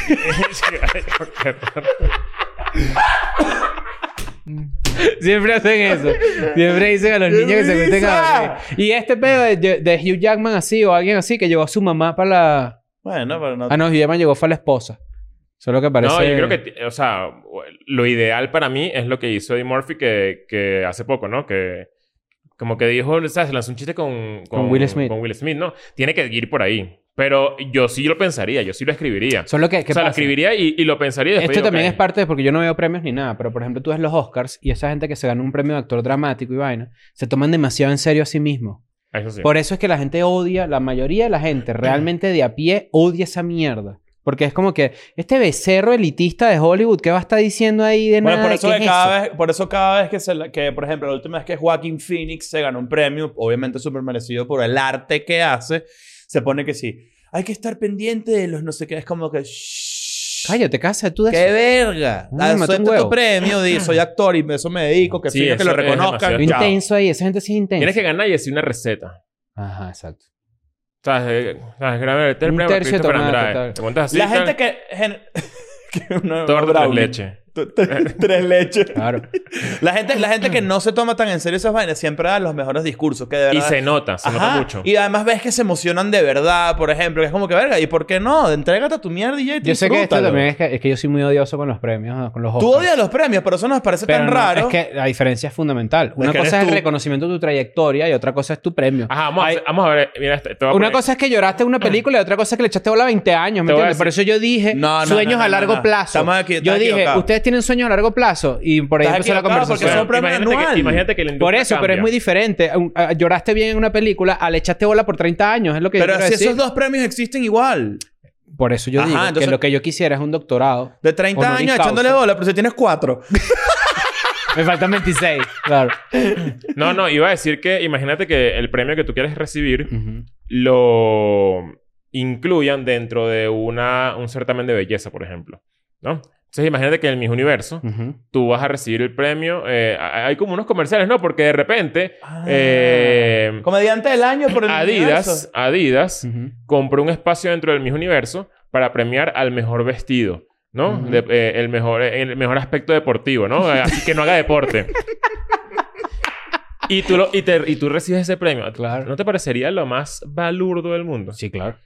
[SPEAKER 2] Siempre hacen eso. Siempre dicen a los niños que se meten a dormir. Y este pedo de, de Hugh Jackman así o alguien así que llevó a su mamá para la...
[SPEAKER 3] Bueno, pero no.
[SPEAKER 2] Ah, no, Hugh Jackman llegó fue a la esposa. Eso es lo que parece.
[SPEAKER 1] No, yo creo que, ti- o sea, lo ideal para mí es lo que hizo Eddie Murphy que, que hace poco, ¿no? Que como que dijo, ¿sabes? Se lanzó un chiste con,
[SPEAKER 2] Con Will Smith.
[SPEAKER 1] Con Will Smith, ¿no? Tiene que ir por ahí. Pero yo sí lo pensaría, yo sí lo escribiría.
[SPEAKER 2] Eso es lo que...
[SPEAKER 1] O sea, lo escribiría y, y lo pensaría y después.
[SPEAKER 2] Esto
[SPEAKER 1] digo,
[SPEAKER 2] también
[SPEAKER 1] ok.
[SPEAKER 2] es parte de... Porque yo no veo premios ni nada. Pero, por ejemplo, tú ves los Oscars y esa gente que se ganó un premio de actor dramático y vaina, se toman demasiado en serio a sí mismo.
[SPEAKER 1] Ah, Eso sí.
[SPEAKER 2] Por eso es que la gente odia... La mayoría de la gente realmente de a pie odia esa mierda. Porque es como que... Este becerro elitista de Hollywood, ¿qué va a estar diciendo ahí de
[SPEAKER 3] Bueno,
[SPEAKER 2] nada?
[SPEAKER 3] por eso,
[SPEAKER 2] ¿Qué
[SPEAKER 3] que
[SPEAKER 2] es
[SPEAKER 3] cada
[SPEAKER 2] eso?
[SPEAKER 3] Vez, por eso cada vez que, se la- que, por ejemplo, la última vez que Joaquín Phoenix se ganó un premio, obviamente súper merecido por el arte que hace, se pone que sí. Hay que estar pendiente de los no sé qué. Es como que... shh,
[SPEAKER 2] Cállate, casa tú de
[SPEAKER 3] ¡Qué
[SPEAKER 2] eso.
[SPEAKER 3] verga!
[SPEAKER 2] Mm, mató un
[SPEAKER 3] Acepta
[SPEAKER 2] huevo.
[SPEAKER 3] tu premio, di, soy actor y eso me dedico, que
[SPEAKER 1] Sí,
[SPEAKER 3] fino que
[SPEAKER 1] eso
[SPEAKER 3] lo
[SPEAKER 1] es
[SPEAKER 3] reconozcan.
[SPEAKER 1] demasiado.
[SPEAKER 2] Lo
[SPEAKER 3] Chao.
[SPEAKER 2] intenso ahí, esa gente sí es intensa.
[SPEAKER 1] Tienes que ganar y decir una receta.
[SPEAKER 2] Ajá, exacto.
[SPEAKER 1] O sea, eh, o sea, grabé el
[SPEAKER 2] Un
[SPEAKER 1] premio
[SPEAKER 2] tercio de
[SPEAKER 1] Christopher
[SPEAKER 2] tomate,
[SPEAKER 1] Andrade.
[SPEAKER 2] tal.
[SPEAKER 1] Te montas así.
[SPEAKER 3] La
[SPEAKER 1] tal,
[SPEAKER 3] gente que... gen- que uno-
[SPEAKER 1] Torta tres
[SPEAKER 3] brownie.
[SPEAKER 1] leche.
[SPEAKER 3] Tu- tre- Tres leches.
[SPEAKER 2] Claro.
[SPEAKER 3] La gente, la gente que no se toma tan en serio esas vainas siempre da los mejores discursos. Que de
[SPEAKER 1] Y
[SPEAKER 3] verdad,
[SPEAKER 1] se nota, se
[SPEAKER 3] Ajá.
[SPEAKER 1] nota mucho.
[SPEAKER 3] Y además ves que se emocionan de verdad, por ejemplo. Que es como que, verga, ¿y por qué no? Entrégate a tu mierda y ya, y
[SPEAKER 2] Yo sé que esto
[SPEAKER 3] disfrútalo.
[SPEAKER 2] también es que, es que yo soy muy odioso con los premios, con los
[SPEAKER 3] Tú
[SPEAKER 2] Oscars.
[SPEAKER 3] odias los premios, pero eso nos parece
[SPEAKER 2] Pero
[SPEAKER 3] tan
[SPEAKER 2] no,
[SPEAKER 3] raro.
[SPEAKER 2] Es que la diferencia es fundamental. Una
[SPEAKER 3] que
[SPEAKER 2] cosa
[SPEAKER 3] eres
[SPEAKER 2] es el
[SPEAKER 3] tú.
[SPEAKER 2] reconocimiento de tu trayectoria y otra cosa es tu premio.
[SPEAKER 1] Ajá, vamos, a,
[SPEAKER 2] Hay-
[SPEAKER 1] hacer- vamos a ver. Mira, este- te voy a
[SPEAKER 2] una
[SPEAKER 3] pues,
[SPEAKER 1] poner-
[SPEAKER 2] cosa es que lloraste en una película y otra cosa es que le echaste bola 20 años, ¿me
[SPEAKER 1] Te voy a
[SPEAKER 2] entiendes? Por eso yo dije
[SPEAKER 3] No, no,
[SPEAKER 2] sueños
[SPEAKER 3] no, no,
[SPEAKER 2] a
[SPEAKER 3] no,
[SPEAKER 2] largo
[SPEAKER 3] no.
[SPEAKER 2] plazo.
[SPEAKER 3] Estamos aquí-
[SPEAKER 2] yo
[SPEAKER 3] estás
[SPEAKER 2] dije,
[SPEAKER 3] equivocado.
[SPEAKER 2] ustedes tienen sueños a largo plazo y por ahí
[SPEAKER 3] Estás
[SPEAKER 2] empezó la
[SPEAKER 3] equivocado porque
[SPEAKER 2] conversación.
[SPEAKER 3] son premios
[SPEAKER 1] imagínate, que,
[SPEAKER 3] anual.
[SPEAKER 1] imagínate que la
[SPEAKER 2] Por
[SPEAKER 1] industria
[SPEAKER 2] eso, pero es
[SPEAKER 1] cambia.
[SPEAKER 2] muy diferente. Un- a- Lloraste bien en una película, al echaste bola por 30 años, es lo que yo
[SPEAKER 3] pero si
[SPEAKER 2] quiero decir.
[SPEAKER 3] esos dos premios existen igual.
[SPEAKER 2] Por eso yo
[SPEAKER 3] Ajá,
[SPEAKER 2] digo
[SPEAKER 3] entonces-
[SPEAKER 2] que lo que yo quisiera es un doctorado.
[SPEAKER 3] De 30
[SPEAKER 2] Honoris
[SPEAKER 3] años
[SPEAKER 2] causa.
[SPEAKER 3] echándole bola, pero si tienes cuatro.
[SPEAKER 2] Me faltan 26. claro.
[SPEAKER 1] No, no, iba a decir que imagínate que el premio que tú quieres recibir lo incluyan dentro de una, un certamen de belleza, por ejemplo. ¿No? Entonces imagínate que en el Miss Universo tú vas a recibir el premio. eh, a- hay como unos comerciales, ¿no? Porque de repente
[SPEAKER 3] Ah.
[SPEAKER 1] eh,
[SPEAKER 3] Comediante del año por el
[SPEAKER 1] Adidas,
[SPEAKER 3] universo.
[SPEAKER 1] Adidas compró un espacio dentro del Miss Universo para premiar al mejor vestido, ¿no?
[SPEAKER 2] Ujú.
[SPEAKER 1] De- eh, el, mejor, el mejor aspecto deportivo, ¿no? Eh, Así que no haga deporte. y, tú lo, y, te- y tú recibes ese premio.
[SPEAKER 2] Claro.
[SPEAKER 1] ¿No te parecería lo más balurdo del mundo?
[SPEAKER 2] Sí, claro. Ah,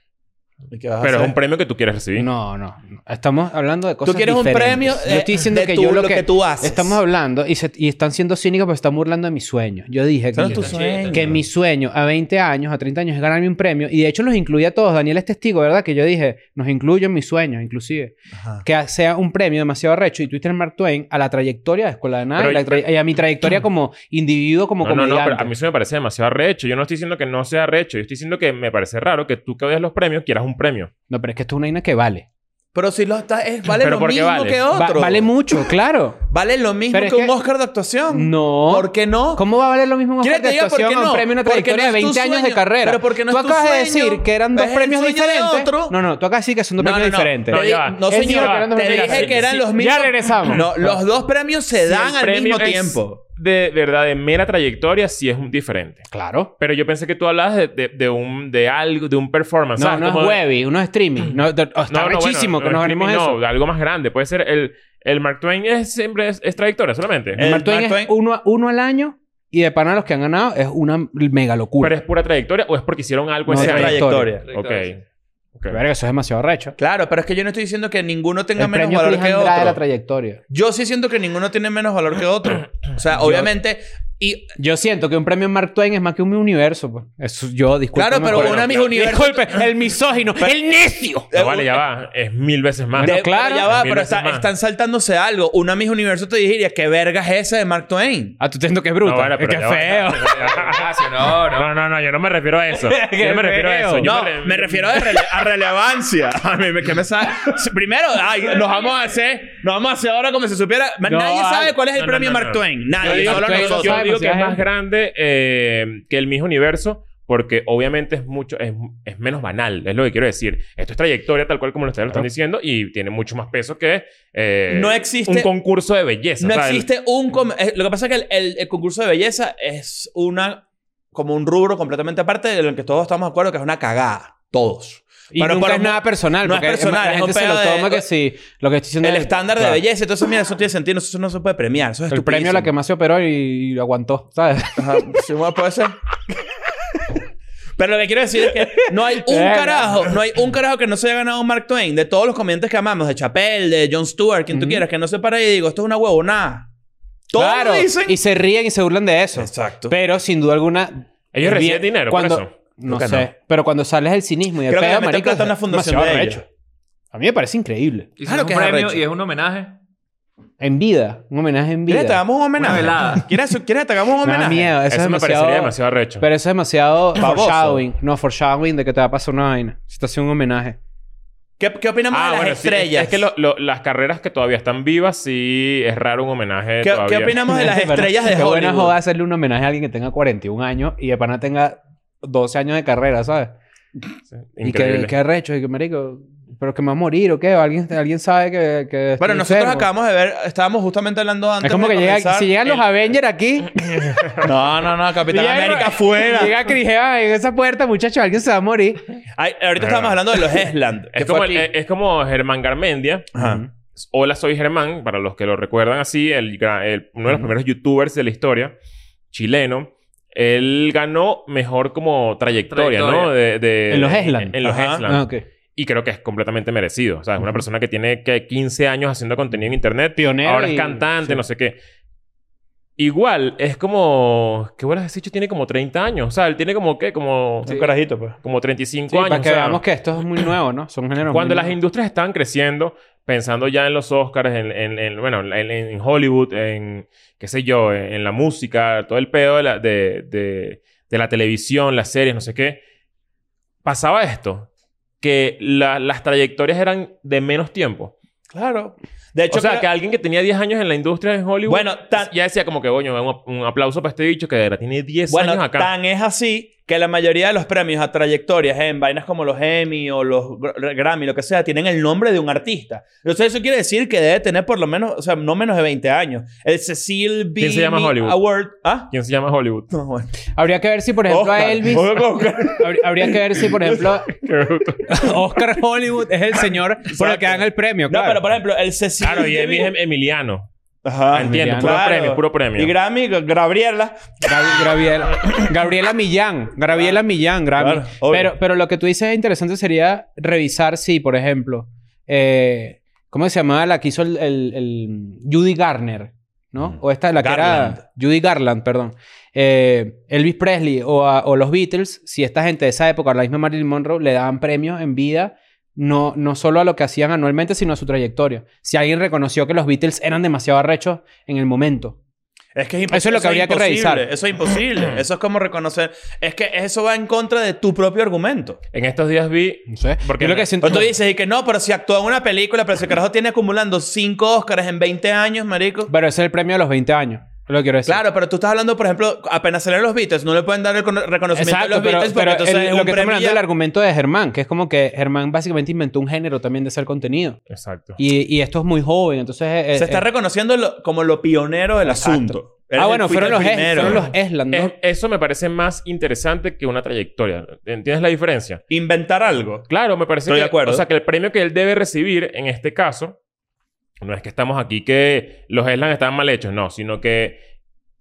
[SPEAKER 3] ¿Y qué vas a
[SPEAKER 1] Pero es
[SPEAKER 3] hacer?
[SPEAKER 1] un premio que tú quieres recibir.
[SPEAKER 2] No, no. no. Estamos hablando de cosas
[SPEAKER 3] Tú quieres un
[SPEAKER 2] diferentes.
[SPEAKER 3] premio,
[SPEAKER 2] Yo
[SPEAKER 3] eh,
[SPEAKER 2] estoy diciendo
[SPEAKER 3] de
[SPEAKER 2] que
[SPEAKER 3] tú-
[SPEAKER 2] yo lo,
[SPEAKER 3] lo
[SPEAKER 2] que,
[SPEAKER 3] que tú haces.
[SPEAKER 2] Estamos hablando y, se- y están siendo cínicos pero están burlando de mis sueños. Yo dije
[SPEAKER 3] Son
[SPEAKER 2] que,
[SPEAKER 3] tus sueños.
[SPEAKER 2] que mi sueño a 20 años, a 30 años es ganarme un premio. Y de hecho los incluí a todos. Daniel es testigo, ¿verdad? Que yo dije, nos incluyo en mis sueños, inclusive.
[SPEAKER 3] Ajá.
[SPEAKER 2] Que sea un premio demasiado arrecho y Twitter Mark Twain a la trayectoria de Escuela de Nada
[SPEAKER 1] Pero-
[SPEAKER 2] y, la tra- y a mi trayectoria como individuo, como
[SPEAKER 1] No, no, no,
[SPEAKER 2] comediante.
[SPEAKER 1] pero a mí eso me parece demasiado arrecho. Yo no estoy diciendo que no sea arrecho. Yo estoy diciendo que me parece raro que tú que odias los premios quieras un premio.
[SPEAKER 2] No, pero es que esto es una vaina que vale.
[SPEAKER 3] Pero si lo estás... es- Vale
[SPEAKER 1] Pero
[SPEAKER 3] lo
[SPEAKER 1] ¿por qué
[SPEAKER 3] mismo
[SPEAKER 1] vale?
[SPEAKER 3] que
[SPEAKER 2] Va-
[SPEAKER 3] otro.
[SPEAKER 2] vale mucho, claro.
[SPEAKER 3] Vale lo mismo
[SPEAKER 2] Pero
[SPEAKER 3] que,
[SPEAKER 2] es
[SPEAKER 3] un
[SPEAKER 2] que-
[SPEAKER 3] Oscar de actuación.
[SPEAKER 2] No.
[SPEAKER 3] ¿Por qué no?
[SPEAKER 2] ¿Cómo va a valer lo mismo un
[SPEAKER 3] ¿Quieres
[SPEAKER 2] Oscar de
[SPEAKER 3] que diga por
[SPEAKER 2] actuación
[SPEAKER 3] qué
[SPEAKER 2] a un
[SPEAKER 3] no?
[SPEAKER 2] premio y una
[SPEAKER 3] Porque
[SPEAKER 2] trayectoria
[SPEAKER 3] no es
[SPEAKER 2] de
[SPEAKER 3] tu
[SPEAKER 2] 20 años de
[SPEAKER 3] sueño.
[SPEAKER 2] carrera?
[SPEAKER 3] Pero porque no
[SPEAKER 2] tú
[SPEAKER 3] es tu
[SPEAKER 2] acabas de
[SPEAKER 3] sueño.
[SPEAKER 2] decir que eran
[SPEAKER 3] Es
[SPEAKER 2] dos
[SPEAKER 3] el
[SPEAKER 2] premios
[SPEAKER 3] sueño de
[SPEAKER 2] diferentes.
[SPEAKER 3] otro.
[SPEAKER 2] No, no, tú acabas de decir que son dos premios diferentes.
[SPEAKER 1] No,
[SPEAKER 3] Te
[SPEAKER 1] ya
[SPEAKER 3] di-
[SPEAKER 1] va.
[SPEAKER 3] No,
[SPEAKER 2] Él dijo
[SPEAKER 3] señor.
[SPEAKER 2] que eran dos
[SPEAKER 3] Te
[SPEAKER 2] premios
[SPEAKER 3] dije que
[SPEAKER 2] diferentes.
[SPEAKER 3] eran los
[SPEAKER 2] Sí,
[SPEAKER 3] mismos.
[SPEAKER 2] Ya regresamos.
[SPEAKER 3] No, los dos premios se dan
[SPEAKER 1] Si el
[SPEAKER 3] al
[SPEAKER 1] premio
[SPEAKER 3] mismo
[SPEAKER 1] es
[SPEAKER 3] tiempo.
[SPEAKER 1] De verdad, de mera trayectoria, sí es un diferente.
[SPEAKER 2] Claro.
[SPEAKER 1] Pero yo pensé que tú hablabas de, de, de un, de algo, de un performance.
[SPEAKER 2] No,
[SPEAKER 1] ¿sabes?
[SPEAKER 2] no
[SPEAKER 1] Como
[SPEAKER 2] es
[SPEAKER 1] de-
[SPEAKER 2] webby, uno es streaming. No, de- oh, está
[SPEAKER 1] No, no, bueno,
[SPEAKER 2] rechísimo que
[SPEAKER 1] no,
[SPEAKER 2] nos ganemos
[SPEAKER 1] streaming
[SPEAKER 2] eso.
[SPEAKER 1] No, algo más grande. Puede ser el, el Mark Twain es siempre es, es trayectoria solamente.
[SPEAKER 3] Eh,
[SPEAKER 2] El Mark Twain
[SPEAKER 3] Mark
[SPEAKER 2] es
[SPEAKER 3] Twain-
[SPEAKER 2] uno, uno al año Y de pana los que han ganado es una mega locura.
[SPEAKER 1] ¿Pero es pura trayectoria o es porque hicieron algo
[SPEAKER 2] No,
[SPEAKER 1] ese
[SPEAKER 3] es
[SPEAKER 1] año?
[SPEAKER 2] trayectoria.
[SPEAKER 3] pues trayectoria.
[SPEAKER 1] Ok. Ok.
[SPEAKER 2] Verga, eso es demasiado recho.
[SPEAKER 3] Claro, pero es que yo no estoy diciendo que ninguno tenga
[SPEAKER 2] El
[SPEAKER 3] menos
[SPEAKER 2] premio
[SPEAKER 3] valor
[SPEAKER 2] Chris
[SPEAKER 3] que
[SPEAKER 2] Andrade de la
[SPEAKER 3] otro.
[SPEAKER 2] trayectoria.
[SPEAKER 3] Yo sí siento que ninguno tiene menos valor que otro. O sea, obviamente. Y
[SPEAKER 2] Yo siento que un premio Mark Twain es más que un universo, pues. Eso yo, disculpe.
[SPEAKER 3] claro, pero una mis universos.
[SPEAKER 2] Disculpe, el misógino, el necio.
[SPEAKER 1] No, vale, ya va. Es mil veces más.
[SPEAKER 2] Bueno,
[SPEAKER 1] De-
[SPEAKER 2] claro.
[SPEAKER 3] Ya va,
[SPEAKER 1] Mil
[SPEAKER 3] pero
[SPEAKER 1] veces
[SPEAKER 3] está-
[SPEAKER 1] más.
[SPEAKER 3] están saltándose algo. Una mis universo te diría, ¿qué verga es esa de Mark Twain?
[SPEAKER 2] Ah, tú te que es bruto.
[SPEAKER 1] No, bueno,
[SPEAKER 2] es
[SPEAKER 1] pero
[SPEAKER 2] que
[SPEAKER 1] ya
[SPEAKER 2] feo.
[SPEAKER 4] Ignacio, Ah, no, no.
[SPEAKER 1] No, no, no. Yo no me refiero a eso. Yo no me refiero a eso.
[SPEAKER 2] feo.
[SPEAKER 1] Yo
[SPEAKER 3] No, me refiero a, rele- a relevancia. A mí, me- ¿qué me sabe? Primero, ay, nos vamos a hacer, nos vamos a hacer ahora como si supiera. Ma-
[SPEAKER 2] No,
[SPEAKER 3] nadie
[SPEAKER 2] ah,
[SPEAKER 3] sabe cuál es el
[SPEAKER 1] no, no,
[SPEAKER 3] premio
[SPEAKER 1] no,
[SPEAKER 3] Mark
[SPEAKER 1] no.
[SPEAKER 3] Twain.
[SPEAKER 1] Yo
[SPEAKER 3] Nadie,
[SPEAKER 1] digo,
[SPEAKER 3] solo
[SPEAKER 2] Twain,
[SPEAKER 1] yo
[SPEAKER 3] nosotros.
[SPEAKER 2] sabe
[SPEAKER 1] digo que es
[SPEAKER 2] demasiada
[SPEAKER 1] más
[SPEAKER 2] gente.
[SPEAKER 1] grande eh, que el mismo universo porque obviamente es mucho es, es menos banal es lo que quiero decir esto es trayectoria tal cual como lo ustedes lo están diciendo y tiene mucho más peso que eh,
[SPEAKER 3] No existe-
[SPEAKER 1] un concurso de belleza
[SPEAKER 3] No
[SPEAKER 1] o sea, el-
[SPEAKER 3] existe un... com- eh, Lo que pasa es que el, el- el concurso de belleza es una... Como un rubro completamente aparte de lo que todos estamos de acuerdo que es una cagada. Todos.
[SPEAKER 2] Y
[SPEAKER 3] Pero
[SPEAKER 2] nunca
[SPEAKER 3] por-
[SPEAKER 2] es nada personal.
[SPEAKER 3] no es
[SPEAKER 2] porque La
[SPEAKER 3] personal, es
[SPEAKER 2] gente
[SPEAKER 3] un
[SPEAKER 2] se
[SPEAKER 3] pedo
[SPEAKER 2] lo
[SPEAKER 3] de-
[SPEAKER 2] toma que sí. Lo que estoy diciendo
[SPEAKER 3] El
[SPEAKER 2] es-
[SPEAKER 3] estándar de
[SPEAKER 2] claro.
[SPEAKER 3] belleza. Entonces, mira, eso tiene sentido. Eso no se puede premiar. Eso es
[SPEAKER 2] El premio a la que más se operó y, y lo aguantó, ¿sabes?
[SPEAKER 3] Ajá, sí, bueno, puede ser. Pero lo que quiero decir es que no hay un
[SPEAKER 2] Verga.
[SPEAKER 3] carajo, no hay un carajo que no se haya ganado un Mark Twain. De todos los comediantes que amamos, de Chappelle, de Jon Stewart, quien tú
[SPEAKER 2] Ujú.
[SPEAKER 3] quieras, que no se para y digo, esto es una huevonada. Todos
[SPEAKER 2] claro.
[SPEAKER 3] dicen...
[SPEAKER 2] Y se ríen y se burlan de eso.
[SPEAKER 3] Exacto.
[SPEAKER 2] Pero sin duda alguna.
[SPEAKER 1] Ellos
[SPEAKER 2] es
[SPEAKER 1] reciben dinero por
[SPEAKER 2] cuando-
[SPEAKER 1] eso.
[SPEAKER 2] No
[SPEAKER 3] Creo que
[SPEAKER 2] sé. Pero cuando sales del cinismo y el
[SPEAKER 3] Creo que
[SPEAKER 2] pedo,
[SPEAKER 3] le meten
[SPEAKER 2] marico,
[SPEAKER 3] plata a una
[SPEAKER 2] es
[SPEAKER 3] fundación
[SPEAKER 2] demasiado
[SPEAKER 3] de
[SPEAKER 2] arrecho.
[SPEAKER 3] ellos.
[SPEAKER 2] A mí me parece increíble.
[SPEAKER 4] Y si
[SPEAKER 3] Claro
[SPEAKER 4] es
[SPEAKER 3] que
[SPEAKER 4] un
[SPEAKER 3] es
[SPEAKER 4] premio
[SPEAKER 3] arrecho.
[SPEAKER 4] y es un homenaje.
[SPEAKER 2] En vida. Un homenaje en vida.
[SPEAKER 3] ¿Quieres que te hagamos un
[SPEAKER 4] Una
[SPEAKER 3] homenaje?
[SPEAKER 4] velada.
[SPEAKER 3] ¿Quieres, ¿Quieres que te hagamos un
[SPEAKER 2] Me da
[SPEAKER 3] homenaje?
[SPEAKER 2] miedo. Eso,
[SPEAKER 1] Eso,
[SPEAKER 2] es
[SPEAKER 1] me
[SPEAKER 2] demasiado...
[SPEAKER 1] parecería demasiado recho.
[SPEAKER 2] Pero eso es demasiado
[SPEAKER 3] Baboso.
[SPEAKER 2] foreshadowing. No, foreshadowing de que te va a pasar una vaina. Si te hace un homenaje.
[SPEAKER 3] ¿Qué, qué opinamos de las
[SPEAKER 1] Ah, bueno, sí, es-
[SPEAKER 3] estrellas?
[SPEAKER 1] es que lo- lo- las carreras que todavía están vivas, sí es raro un homenaje.
[SPEAKER 3] ¿Qué,
[SPEAKER 1] todavía.
[SPEAKER 3] qué opinamos de las
[SPEAKER 2] Pero
[SPEAKER 3] estrellas de
[SPEAKER 2] Qué buena
[SPEAKER 3] Hollywood?
[SPEAKER 2] joda hacerle un homenaje a alguien que tenga 41 años y de pana tenga 12 años de carrera, ¿sabes?
[SPEAKER 1] Sí,
[SPEAKER 2] Y
[SPEAKER 1] Increíble.
[SPEAKER 2] que, que arrecho. Y que, marico... ¿Pero que me va a morir o qué? ¿O ¿Alguien, alguien sabe que, que estoy
[SPEAKER 3] Bueno, nosotros
[SPEAKER 2] enfermo?
[SPEAKER 3] acabamos de ver, estábamos justamente hablando antes.
[SPEAKER 2] Es como
[SPEAKER 3] de
[SPEAKER 2] que llega,
[SPEAKER 3] comenzar
[SPEAKER 2] si llegan los
[SPEAKER 3] el-
[SPEAKER 2] Avengers aquí...
[SPEAKER 3] No, no, no, Capitán
[SPEAKER 2] Llega-
[SPEAKER 3] América fuera.
[SPEAKER 2] Llega Chris Evans en esa puerta, muchacho, alguien se va a morir.
[SPEAKER 3] Ay, ahorita estábamos hablando de los Esland.
[SPEAKER 1] es, como el- eh, es como Germán Garmendia.
[SPEAKER 3] Ajá.
[SPEAKER 1] Hola, soy Germán, para los que lo recuerdan así, el, gra- el- uno de los primeros youtubers de la historia, chileno. Él ganó mejor como trayectoria,
[SPEAKER 4] Trayectoria.
[SPEAKER 1] ¿no? De, de-
[SPEAKER 2] En los
[SPEAKER 1] de-
[SPEAKER 2] Esland.
[SPEAKER 1] Eh, En, los
[SPEAKER 3] Ajá.
[SPEAKER 1] Esland.
[SPEAKER 2] Ah, ok.
[SPEAKER 1] Y creo que es completamente merecido. O sea, es una persona que tiene que 15 años haciendo contenido en internet.
[SPEAKER 2] Pionero
[SPEAKER 1] Ahora es
[SPEAKER 2] y-
[SPEAKER 1] cantante,
[SPEAKER 2] sí.
[SPEAKER 1] no sé qué. Igual, es como... ¿Qué bolas ese hecho? Tiene como 30 años. O sea, él tiene como, ¿qué? Como,
[SPEAKER 3] Un carajito, pues.
[SPEAKER 1] como 35
[SPEAKER 2] Sí,
[SPEAKER 1] años.
[SPEAKER 2] para que
[SPEAKER 1] o sea,
[SPEAKER 2] veamos que esto es muy nuevo, ¿no? Son géneros
[SPEAKER 1] Cuando
[SPEAKER 2] muy
[SPEAKER 1] las
[SPEAKER 2] nuevos.
[SPEAKER 1] industrias estaban creciendo, pensando ya en los Oscars, en, en- en- bueno, en, en Hollywood, en qué sé yo, en, en la música, todo el pedo de la, de, de- de la televisión, las series, no sé qué, pasaba esto, que la- las trayectorias eran de menos tiempo.
[SPEAKER 3] Claro. De hecho,
[SPEAKER 1] o sea,
[SPEAKER 3] creo-
[SPEAKER 1] que alguien que tenía 10 años en la industria en Hollywood
[SPEAKER 3] Bueno, tan-
[SPEAKER 1] ya decía como que, coño, un, un aplauso para este bicho que de verdad tiene 10
[SPEAKER 3] bueno,
[SPEAKER 1] años acá.
[SPEAKER 3] tan es así que la mayoría de los premios a trayectorias en vainas como los Emmy o los Gr- Grammy, lo que sea, tienen el nombre de un artista. Entonces, eso quiere decir que debe tener por lo menos, o sea, no menos de 20 años. El Cecil B.
[SPEAKER 1] ¿Quién se llama
[SPEAKER 3] Mead
[SPEAKER 1] Hollywood?
[SPEAKER 3] Award. ¿Ah?
[SPEAKER 1] ¿Quién se llama Hollywood?
[SPEAKER 3] No, bueno.
[SPEAKER 2] Habría que ver si, por ejemplo, a
[SPEAKER 3] Oscar.
[SPEAKER 2] Elvis... habr- Habría que ver si, por ejemplo, Oscar Hollywood es el señor por el que dan el premio,
[SPEAKER 3] No,
[SPEAKER 2] claro.
[SPEAKER 3] pero por ejemplo, el Cecil
[SPEAKER 1] Claro, y
[SPEAKER 3] B.
[SPEAKER 1] Emmy es
[SPEAKER 3] Mead-
[SPEAKER 1] em- Emiliano.
[SPEAKER 3] Ajá.
[SPEAKER 1] Entiendo,
[SPEAKER 2] Emiliano.
[SPEAKER 1] puro
[SPEAKER 3] Ah, Claro.
[SPEAKER 1] premio, puro premio.
[SPEAKER 3] Y Grammy, Gabriela.
[SPEAKER 2] Gabi- Gabriela, Gabriela Millán. Gabriela Millán, Grammy.
[SPEAKER 3] Ah. Claro, obvio.
[SPEAKER 2] pero, pero lo que tú dices es interesante sería revisar si, por ejemplo, eh, ¿cómo se llamaba la que hizo el, el- el Judy Garner? ¿No?
[SPEAKER 3] Mm.
[SPEAKER 2] O esta, la que
[SPEAKER 3] Garland.
[SPEAKER 2] era Judy Garland, perdón. Eh, Elvis Presley o, a- o los Beatles, si esta gente de esa época, la misma Marilyn Monroe, le daban premios en vida. No, no solo a lo que hacían anualmente, sino a su trayectoria. Si alguien reconoció que los Beatles eran demasiado arrechos en el momento.
[SPEAKER 3] Es que es
[SPEAKER 2] Eso es lo que habría que
[SPEAKER 3] imposible,
[SPEAKER 2] revisar.
[SPEAKER 3] Eso es imposible. eso es como reconocer. Es que eso va en contra de tu propio argumento.
[SPEAKER 1] En estos días vi
[SPEAKER 2] No sé.
[SPEAKER 1] Porque
[SPEAKER 2] Yo lo
[SPEAKER 1] no-
[SPEAKER 2] que siento-
[SPEAKER 3] O tú dices, y que no, pero si actúa en una película, pero ese carajo tiene acumulando cinco Óscares en 20 años, marico.
[SPEAKER 2] Pero ese es el premio de los 20 años. Lo quiero decir.
[SPEAKER 3] Claro, pero tú estás hablando, por ejemplo, apenas salen los Beatles, no le pueden dar el cono- reconocimiento a
[SPEAKER 2] Exacto,
[SPEAKER 3] los
[SPEAKER 2] pero, pero
[SPEAKER 3] Beatles porque entonces
[SPEAKER 2] el-
[SPEAKER 3] es
[SPEAKER 2] lo
[SPEAKER 3] un
[SPEAKER 2] que estamos
[SPEAKER 3] premio.
[SPEAKER 2] hablando
[SPEAKER 3] ya.
[SPEAKER 2] del argumento de Germán, que es como que Germán básicamente inventó un género también de hacer contenido.
[SPEAKER 1] Exacto.
[SPEAKER 2] Y, y esto es muy joven, entonces... eh,
[SPEAKER 3] Se está
[SPEAKER 2] eh,
[SPEAKER 3] reconociendo lo- como lo pionero del
[SPEAKER 2] Exacto.
[SPEAKER 3] asunto. Eres
[SPEAKER 2] ah,
[SPEAKER 3] el-
[SPEAKER 2] bueno,
[SPEAKER 3] fuiste
[SPEAKER 2] fueron los,
[SPEAKER 3] el
[SPEAKER 2] Es-
[SPEAKER 3] primero. Eh,
[SPEAKER 2] fueron los Esland, ¿no?
[SPEAKER 1] Es- Eh, eso me parece más interesante que una trayectoria. ¿Entiendes la diferencia?
[SPEAKER 3] Inventar algo.
[SPEAKER 1] Claro, me parece
[SPEAKER 3] Estoy
[SPEAKER 1] que,
[SPEAKER 3] de acuerdo.
[SPEAKER 1] O sea, que el premio que él debe recibir en este caso, no es que estamos aquí que los Eslan están mal hechos, no, sino que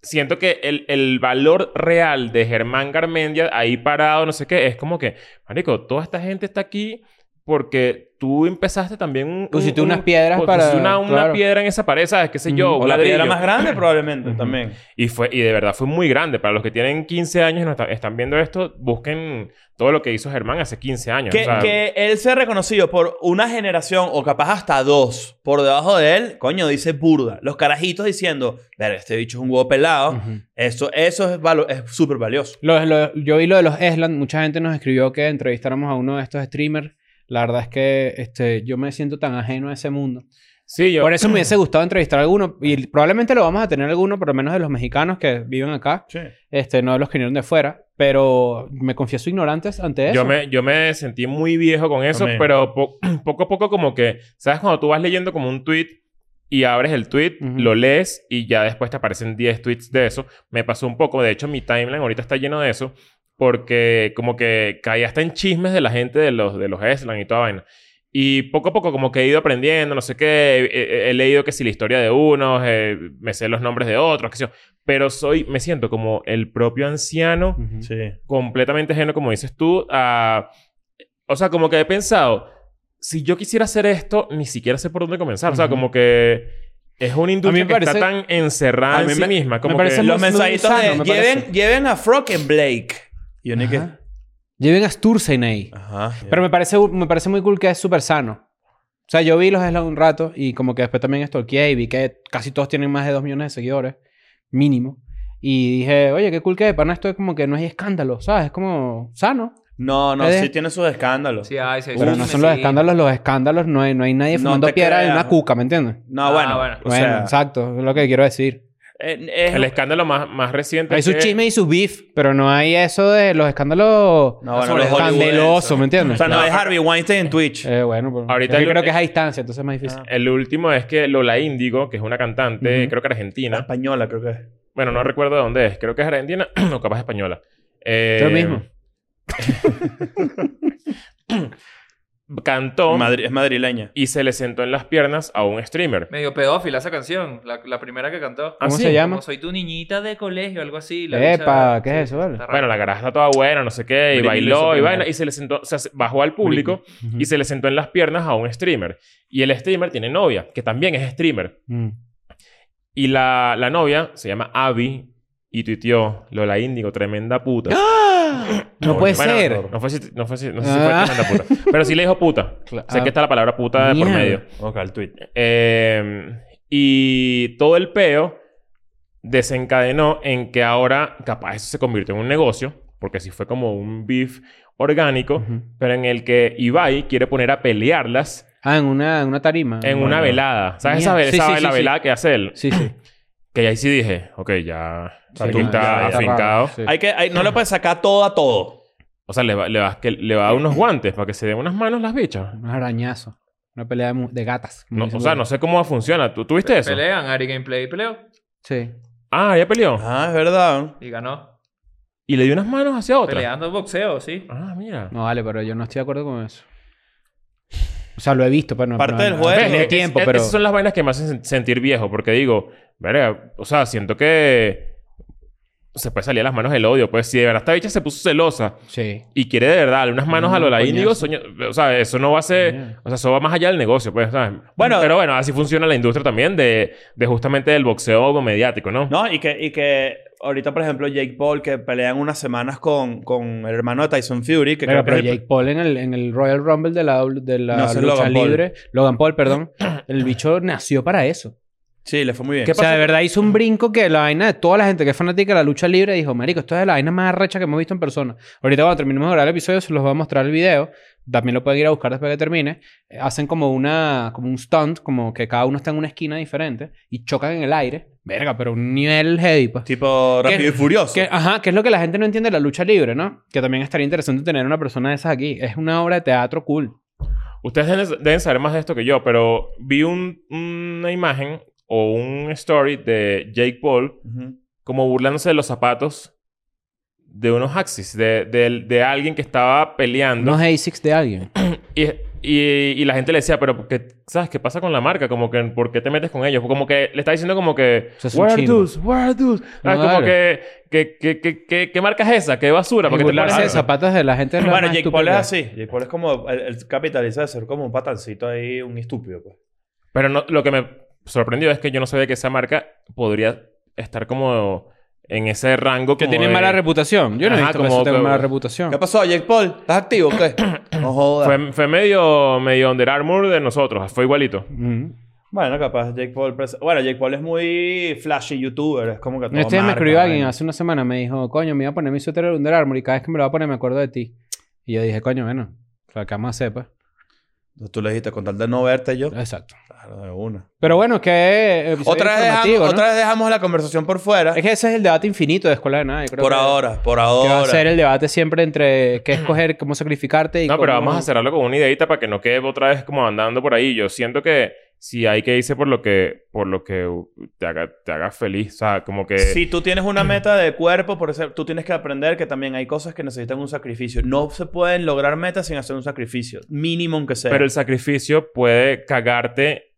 [SPEAKER 1] siento que el, el valor real de Germán Garmendia ahí parado, no sé qué, es como que, marico, toda esta gente está aquí porque tú empezaste también un...
[SPEAKER 2] Pusiste
[SPEAKER 1] un-
[SPEAKER 2] unas
[SPEAKER 1] un-
[SPEAKER 2] piedras
[SPEAKER 1] pusiste
[SPEAKER 2] para-
[SPEAKER 1] una, una
[SPEAKER 2] claro.
[SPEAKER 1] piedra en esa pared, ¿sabes? ¿Qué sé yo?
[SPEAKER 3] O
[SPEAKER 1] un
[SPEAKER 3] la piedra
[SPEAKER 1] ladrillo.
[SPEAKER 3] más grande probablemente
[SPEAKER 1] Ujú.
[SPEAKER 2] Mm,
[SPEAKER 3] también.
[SPEAKER 1] Y, fue, y de verdad fue muy grande. Para los que tienen 15 años y nos está- están viendo esto, busquen todo lo que hizo Germán hace 15 años.
[SPEAKER 3] Que,
[SPEAKER 1] o sea,
[SPEAKER 3] que él sea reconocido por una generación o capaz hasta dos por debajo de él, coño, dice burda. Los carajitos diciendo, ver, este bicho es un huevo pelado.
[SPEAKER 2] Ujú.
[SPEAKER 3] Eso, eso es valo- es súper valioso.
[SPEAKER 2] Los- los- yo vi lo de los Esland, mucha gente nos escribió que entrevistáramos a uno de estos streamers. La verdad es que este, yo me siento tan ajeno a ese mundo.
[SPEAKER 1] Sí, yo...
[SPEAKER 2] Por eso me hubiese gustado entrevistar a alguno, y probablemente lo vamos a tener alguno, por lo menos de los mexicanos que viven acá,
[SPEAKER 3] Sí.
[SPEAKER 2] este, no de los que vinieron de fuera, pero me confieso ignorantes ante eso.
[SPEAKER 1] Yo me, yo me sentí muy viejo con eso,
[SPEAKER 3] También.
[SPEAKER 1] pero po- poco a poco como que, ¿sabes? Cuando tú vas leyendo como un tweet y abres el tweet,
[SPEAKER 2] Ujú.
[SPEAKER 1] lo lees y ya después te aparecen 10 tweets de eso. Me pasó un poco, de hecho mi timeline ahorita está lleno de eso, porque como que caí hasta en chismes de la gente de los, de los Eslan y toda vaina. Y poco a poco como que he ido aprendiendo, no sé qué, he, he- he leído que si la historia de unos, eh, me sé los nombres de otros, qué sé yo. Pero soy, me siento como el propio anciano
[SPEAKER 2] Ujú.
[SPEAKER 3] Sí.
[SPEAKER 1] completamente ajeno, como dices tú, a... O sea, como que he pensado, si yo quisiera hacer esto, ni siquiera sé por dónde comenzar. O sea,
[SPEAKER 2] Ujú.
[SPEAKER 1] como que es una industria
[SPEAKER 2] me
[SPEAKER 1] que está
[SPEAKER 2] parece-
[SPEAKER 1] tan encerrada
[SPEAKER 3] a
[SPEAKER 1] en
[SPEAKER 3] mí
[SPEAKER 1] sí
[SPEAKER 3] me-
[SPEAKER 1] misma. Como
[SPEAKER 2] parece
[SPEAKER 1] que...
[SPEAKER 2] muy-
[SPEAKER 3] Los
[SPEAKER 2] muy
[SPEAKER 3] mensajitos
[SPEAKER 2] sano,
[SPEAKER 3] de,
[SPEAKER 2] Ah, me
[SPEAKER 3] lleven,
[SPEAKER 2] parece.
[SPEAKER 3] lleven a Frock and Blake. Y yo ni que... Ah,
[SPEAKER 2] Ajá. Lleven a Sturzeney.
[SPEAKER 3] Ajá.
[SPEAKER 2] Pero me parece, me parece muy cool que es súper sano. O sea, yo vi los Eslan un rato y como que después también stalkeé y vi que casi todos tienen más de 2 millones de seguidores, mínimo. Y dije, oye, qué cool que de pana esto es como que no hay escándalo, ¿sabes? Es como sano.
[SPEAKER 3] no, no,
[SPEAKER 2] Es de-
[SPEAKER 3] sí tiene sus escándalos.
[SPEAKER 4] Sí, ay, sí,
[SPEAKER 2] Pero
[SPEAKER 4] sí,
[SPEAKER 2] no
[SPEAKER 4] me
[SPEAKER 2] son los
[SPEAKER 4] siguen.
[SPEAKER 2] escándalos, los escándalos no hay, no hay nadie
[SPEAKER 3] No
[SPEAKER 2] fumando
[SPEAKER 3] te
[SPEAKER 2] piedra en
[SPEAKER 3] creas.
[SPEAKER 2] una cuca, ¿me entiendes?
[SPEAKER 3] No,
[SPEAKER 4] Ah,
[SPEAKER 3] bueno.
[SPEAKER 4] bueno.
[SPEAKER 3] O
[SPEAKER 2] bueno,
[SPEAKER 3] sea,
[SPEAKER 2] exacto, es lo que quiero decir.
[SPEAKER 3] eh, es-
[SPEAKER 1] El escándalo más, más reciente...
[SPEAKER 2] Hay
[SPEAKER 1] es
[SPEAKER 2] sus
[SPEAKER 1] que-
[SPEAKER 2] chismes y sus beef, pero no hay eso de los escándalos
[SPEAKER 3] No, bueno,
[SPEAKER 4] sobre-
[SPEAKER 3] los
[SPEAKER 2] escandalosos, ¿me
[SPEAKER 3] hollywoodenses.
[SPEAKER 2] entiendes?
[SPEAKER 3] O sea, no,
[SPEAKER 1] No.
[SPEAKER 3] es Harvey Weinstein en Twitch.
[SPEAKER 2] Eh, bueno, pues,
[SPEAKER 1] Ahorita Ah.
[SPEAKER 2] es que
[SPEAKER 1] yo-
[SPEAKER 2] creo que es a distancia, entonces es más difícil.
[SPEAKER 1] El último es que Lola Índigo, que es una cantante,
[SPEAKER 2] Ujú.
[SPEAKER 1] creo que
[SPEAKER 3] Una
[SPEAKER 1] argentina.
[SPEAKER 3] española, creo que es.
[SPEAKER 1] Bueno, no recuerdo de dónde es. Creo que es argentina o capaz española. Eh,
[SPEAKER 2] Es lo mismo.
[SPEAKER 1] Cantó
[SPEAKER 3] Madri- es madrileña.
[SPEAKER 1] y se le sentó en las piernas a un streamer.
[SPEAKER 4] Medio pedófila esa canción, la, la primera que cantó.
[SPEAKER 1] Ah,
[SPEAKER 2] ¿Cómo
[SPEAKER 1] sí,
[SPEAKER 2] se llama?
[SPEAKER 4] Como soy tu niñita de colegio, algo así. La
[SPEAKER 2] Epa,
[SPEAKER 4] bicha-
[SPEAKER 2] ¿qué es eso, vale?
[SPEAKER 4] está raro.
[SPEAKER 1] Bueno, la garaja está toda buena, no sé qué, y
[SPEAKER 3] Britney lo hizo
[SPEAKER 1] bailó y
[SPEAKER 3] primero.
[SPEAKER 1] vaina, y se le sentó, o sea, se- bajó al público y se le sentó en las piernas a un streamer. Y el streamer tiene novia, que también es streamer.
[SPEAKER 2] Mm.
[SPEAKER 1] Y la, la novia se llama Abby y tuiteó Lola Índigo, tremenda puta.
[SPEAKER 2] ¡Ah! No puede
[SPEAKER 1] Bueno,
[SPEAKER 2] ser.
[SPEAKER 1] No fue, si- no fue si- no sé si fue
[SPEAKER 2] Ah.
[SPEAKER 1] tremenda puta. Pero sí le dijo puta.
[SPEAKER 2] Claro.
[SPEAKER 1] Sé que está la palabra puta de por
[SPEAKER 2] Mierda.
[SPEAKER 1] medio.
[SPEAKER 3] Ok, el tweet.
[SPEAKER 1] Eh, y todo el peo desencadenó en que ahora capaz eso se convirtió en un negocio, porque sí fue como un beef orgánico,
[SPEAKER 2] Ujú.
[SPEAKER 1] pero en el que Ibai quiere poner a pelearlas
[SPEAKER 2] Ah, en una, en una tarima.
[SPEAKER 1] en una
[SPEAKER 3] bueno.
[SPEAKER 1] velada. ¿Sabes esa,
[SPEAKER 2] Ah, Mierda.
[SPEAKER 1] vel-
[SPEAKER 2] Sí,
[SPEAKER 1] esa-
[SPEAKER 2] sí, sí,
[SPEAKER 1] la
[SPEAKER 2] sí.
[SPEAKER 1] velada que hace él?
[SPEAKER 2] Sí, sí.
[SPEAKER 1] Que ahí sí dije, ok, ya
[SPEAKER 3] Sí,
[SPEAKER 1] aquí
[SPEAKER 3] ya,
[SPEAKER 1] está
[SPEAKER 3] ya, ya.
[SPEAKER 1] afincado.
[SPEAKER 2] Sí.
[SPEAKER 3] Hay que, hay- no le puedes sacar todo a todo.
[SPEAKER 1] O sea, le va, le, va- que le va a dar unos guantes para que se den unas manos las bichas.
[SPEAKER 2] Un arañazo. Una pelea de, mu- de gatas. como
[SPEAKER 1] No,
[SPEAKER 2] dicen
[SPEAKER 1] o sea,
[SPEAKER 2] por
[SPEAKER 1] no sé cómo funciona. ¿Tú tuviste eso?
[SPEAKER 4] Pelean, Ari Gameplay peleó
[SPEAKER 2] ahí. Sí.
[SPEAKER 1] Ah, ya peleó.
[SPEAKER 3] Ah, es verdad.
[SPEAKER 4] y ganó.
[SPEAKER 1] Y le dio unas manos hacia otra.
[SPEAKER 4] Peleando boxeo, sí.
[SPEAKER 1] Ah, mira.
[SPEAKER 2] No, vale, pero yo no estoy de acuerdo con eso. O sea, lo he visto, pero no.
[SPEAKER 3] Parte
[SPEAKER 2] no-
[SPEAKER 3] del
[SPEAKER 2] no-
[SPEAKER 3] juego.
[SPEAKER 2] no
[SPEAKER 1] Ves,
[SPEAKER 3] Bueno,
[SPEAKER 2] tengo
[SPEAKER 1] es-
[SPEAKER 2] tiempo,
[SPEAKER 1] es-
[SPEAKER 2] pero.
[SPEAKER 1] E-, Esas son las vainas que me hacen sen- sentir viejo, porque digo, verga, o sea, siento que se puede salir a las manos el odio. Pues si de verdad esta bicha se puso celosa
[SPEAKER 2] Sí.
[SPEAKER 1] y quiere de verdad darle unas manos
[SPEAKER 2] Mm,
[SPEAKER 1] a Lola
[SPEAKER 2] coñazo. Mm.
[SPEAKER 1] Índigo, soño- o sea, eso no va a ser,
[SPEAKER 2] Coño.
[SPEAKER 1] o sea, eso va más allá del negocio, pues, ¿sabes?
[SPEAKER 3] Bueno-
[SPEAKER 1] pero bueno, así funciona la industria también de, de justamente del boxeo mediático, ¿no?
[SPEAKER 3] No, y que, y que ahorita, por ejemplo, Jake Paul, que pelean unas semanas con, con el hermano de Tyson Fury, que
[SPEAKER 2] Pero,
[SPEAKER 3] creo que
[SPEAKER 2] pero
[SPEAKER 3] es el-
[SPEAKER 2] Jake Paul en el, en el Royal Rumble de la, W- de la
[SPEAKER 3] No, ese es
[SPEAKER 2] lucha
[SPEAKER 3] Logan Paul.
[SPEAKER 2] libre. Logan Paul, perdón. El bicho nació para eso.
[SPEAKER 3] Sí, le fue muy bien.
[SPEAKER 1] ¿Qué
[SPEAKER 2] Eh, O sea, de verdad hizo un brinco que la vaina de toda la gente que es fanática de la lucha libre dijo, marico, esto es la vaina más arrecha que hemos visto en persona. Ahorita cuando terminemos de grabar el episodio se los voy a mostrar el video. También lo pueden ir a buscar después que termine. Eh, Hacen como una, como un stunt, como que cada uno está en una esquina diferente y chocan en el aire. Verga, pero un nivel heavy, pues.
[SPEAKER 3] Tipo rápido
[SPEAKER 2] ¿Qué-
[SPEAKER 3] y furioso.
[SPEAKER 2] Que, ajá, que es lo que la gente no entiende de la lucha libre, ¿no? Que también estaría interesante tener una persona de esas aquí. Es una obra de teatro cool.
[SPEAKER 1] Ustedes deben, deben saber más de esto que yo, pero vi un- una imagen o un story de Jake Paul
[SPEAKER 3] Ujú.
[SPEAKER 1] como burlándose de los zapatos de unos Axis, de, de- de alguien que estaba peleando.
[SPEAKER 2] Unos ASICs de alguien.
[SPEAKER 1] Y Y, y la gente le decía, pero ¿qué, ¿sabes qué pasa con la marca? Como que, ¿por qué te metes con ellos? Como que le está diciendo como que,
[SPEAKER 2] Eso es un
[SPEAKER 1] where are
[SPEAKER 2] chingo.
[SPEAKER 1] those? Where are those? Ah,
[SPEAKER 2] Claro.
[SPEAKER 1] Como que, que, que, que, que- ¿qué marca es esa? ¿Qué basura? ¿Por
[SPEAKER 2] Y
[SPEAKER 1] qué te
[SPEAKER 2] burlarse de
[SPEAKER 1] pones eso?
[SPEAKER 2] zapatos de la gente es lo
[SPEAKER 3] Bueno,
[SPEAKER 2] más
[SPEAKER 3] Jake Paul es
[SPEAKER 2] estúpido.
[SPEAKER 3] así. Jake Paul es como el, el capitaliza de ser como un patancito ahí, un estúpido, pues.
[SPEAKER 1] Pero no, lo que me sorprendió es que yo no sabía que esa marca podría estar como en ese rango
[SPEAKER 2] Que
[SPEAKER 1] como
[SPEAKER 2] tiene
[SPEAKER 1] de-
[SPEAKER 2] mala reputación. Yo no he
[SPEAKER 1] Ajá,
[SPEAKER 2] visto que
[SPEAKER 1] como-
[SPEAKER 2] eso tenga
[SPEAKER 1] como-
[SPEAKER 2] mala reputación.
[SPEAKER 3] ¿Qué pasó, Jake Paul? ¿Estás activo o qué? No jodas.
[SPEAKER 1] Fue, fue medio, medio Under Armour de nosotros. Fue igualito.
[SPEAKER 2] Mm.
[SPEAKER 3] Bueno, capaz Jake Paul... presa- Bueno, Jake Paul es muy flashy youtuber. Es como que todo
[SPEAKER 2] Este día me
[SPEAKER 3] marca,
[SPEAKER 2] escribió alguien
[SPEAKER 3] ¿no?
[SPEAKER 2] hace una semana, me dijo, coño, me iba a poner mi suéter de Under Armour y cada vez que me lo va a poner me acuerdo de ti. Y yo dije, coño, bueno, lo que vamos a hacer, pues.
[SPEAKER 3] Tú le dijiste, con tal de no verte yo.
[SPEAKER 2] Exacto.
[SPEAKER 3] Claro, de una.
[SPEAKER 2] Pero bueno, que... episodio
[SPEAKER 3] Otra vez, dejamos,
[SPEAKER 2] informativo, ¿no?
[SPEAKER 3] otra vez dejamos la conversación por fuera.
[SPEAKER 2] Es que ese es el debate infinito de Escuela de Nada. yo creo
[SPEAKER 3] por
[SPEAKER 2] que-
[SPEAKER 3] ahora, por
[SPEAKER 2] Que
[SPEAKER 3] ahora.
[SPEAKER 2] va a ser el debate siempre entre qué escoger, cómo sacrificarte y
[SPEAKER 1] No, pero
[SPEAKER 2] cómo-
[SPEAKER 1] vamos a cerrarlo con una ideita para que no quede otra vez como andando por ahí. Yo siento que si hay que irse por lo que, por lo que uh, te haga, te haga feliz. O sea, como que.
[SPEAKER 3] Si tú tienes una meta de cuerpo, por eso tú tienes que aprender que también hay cosas que necesitan un sacrificio. No se pueden lograr metas sin hacer un sacrificio, mínimo aunque sea.
[SPEAKER 1] Pero el sacrificio puede cagarte.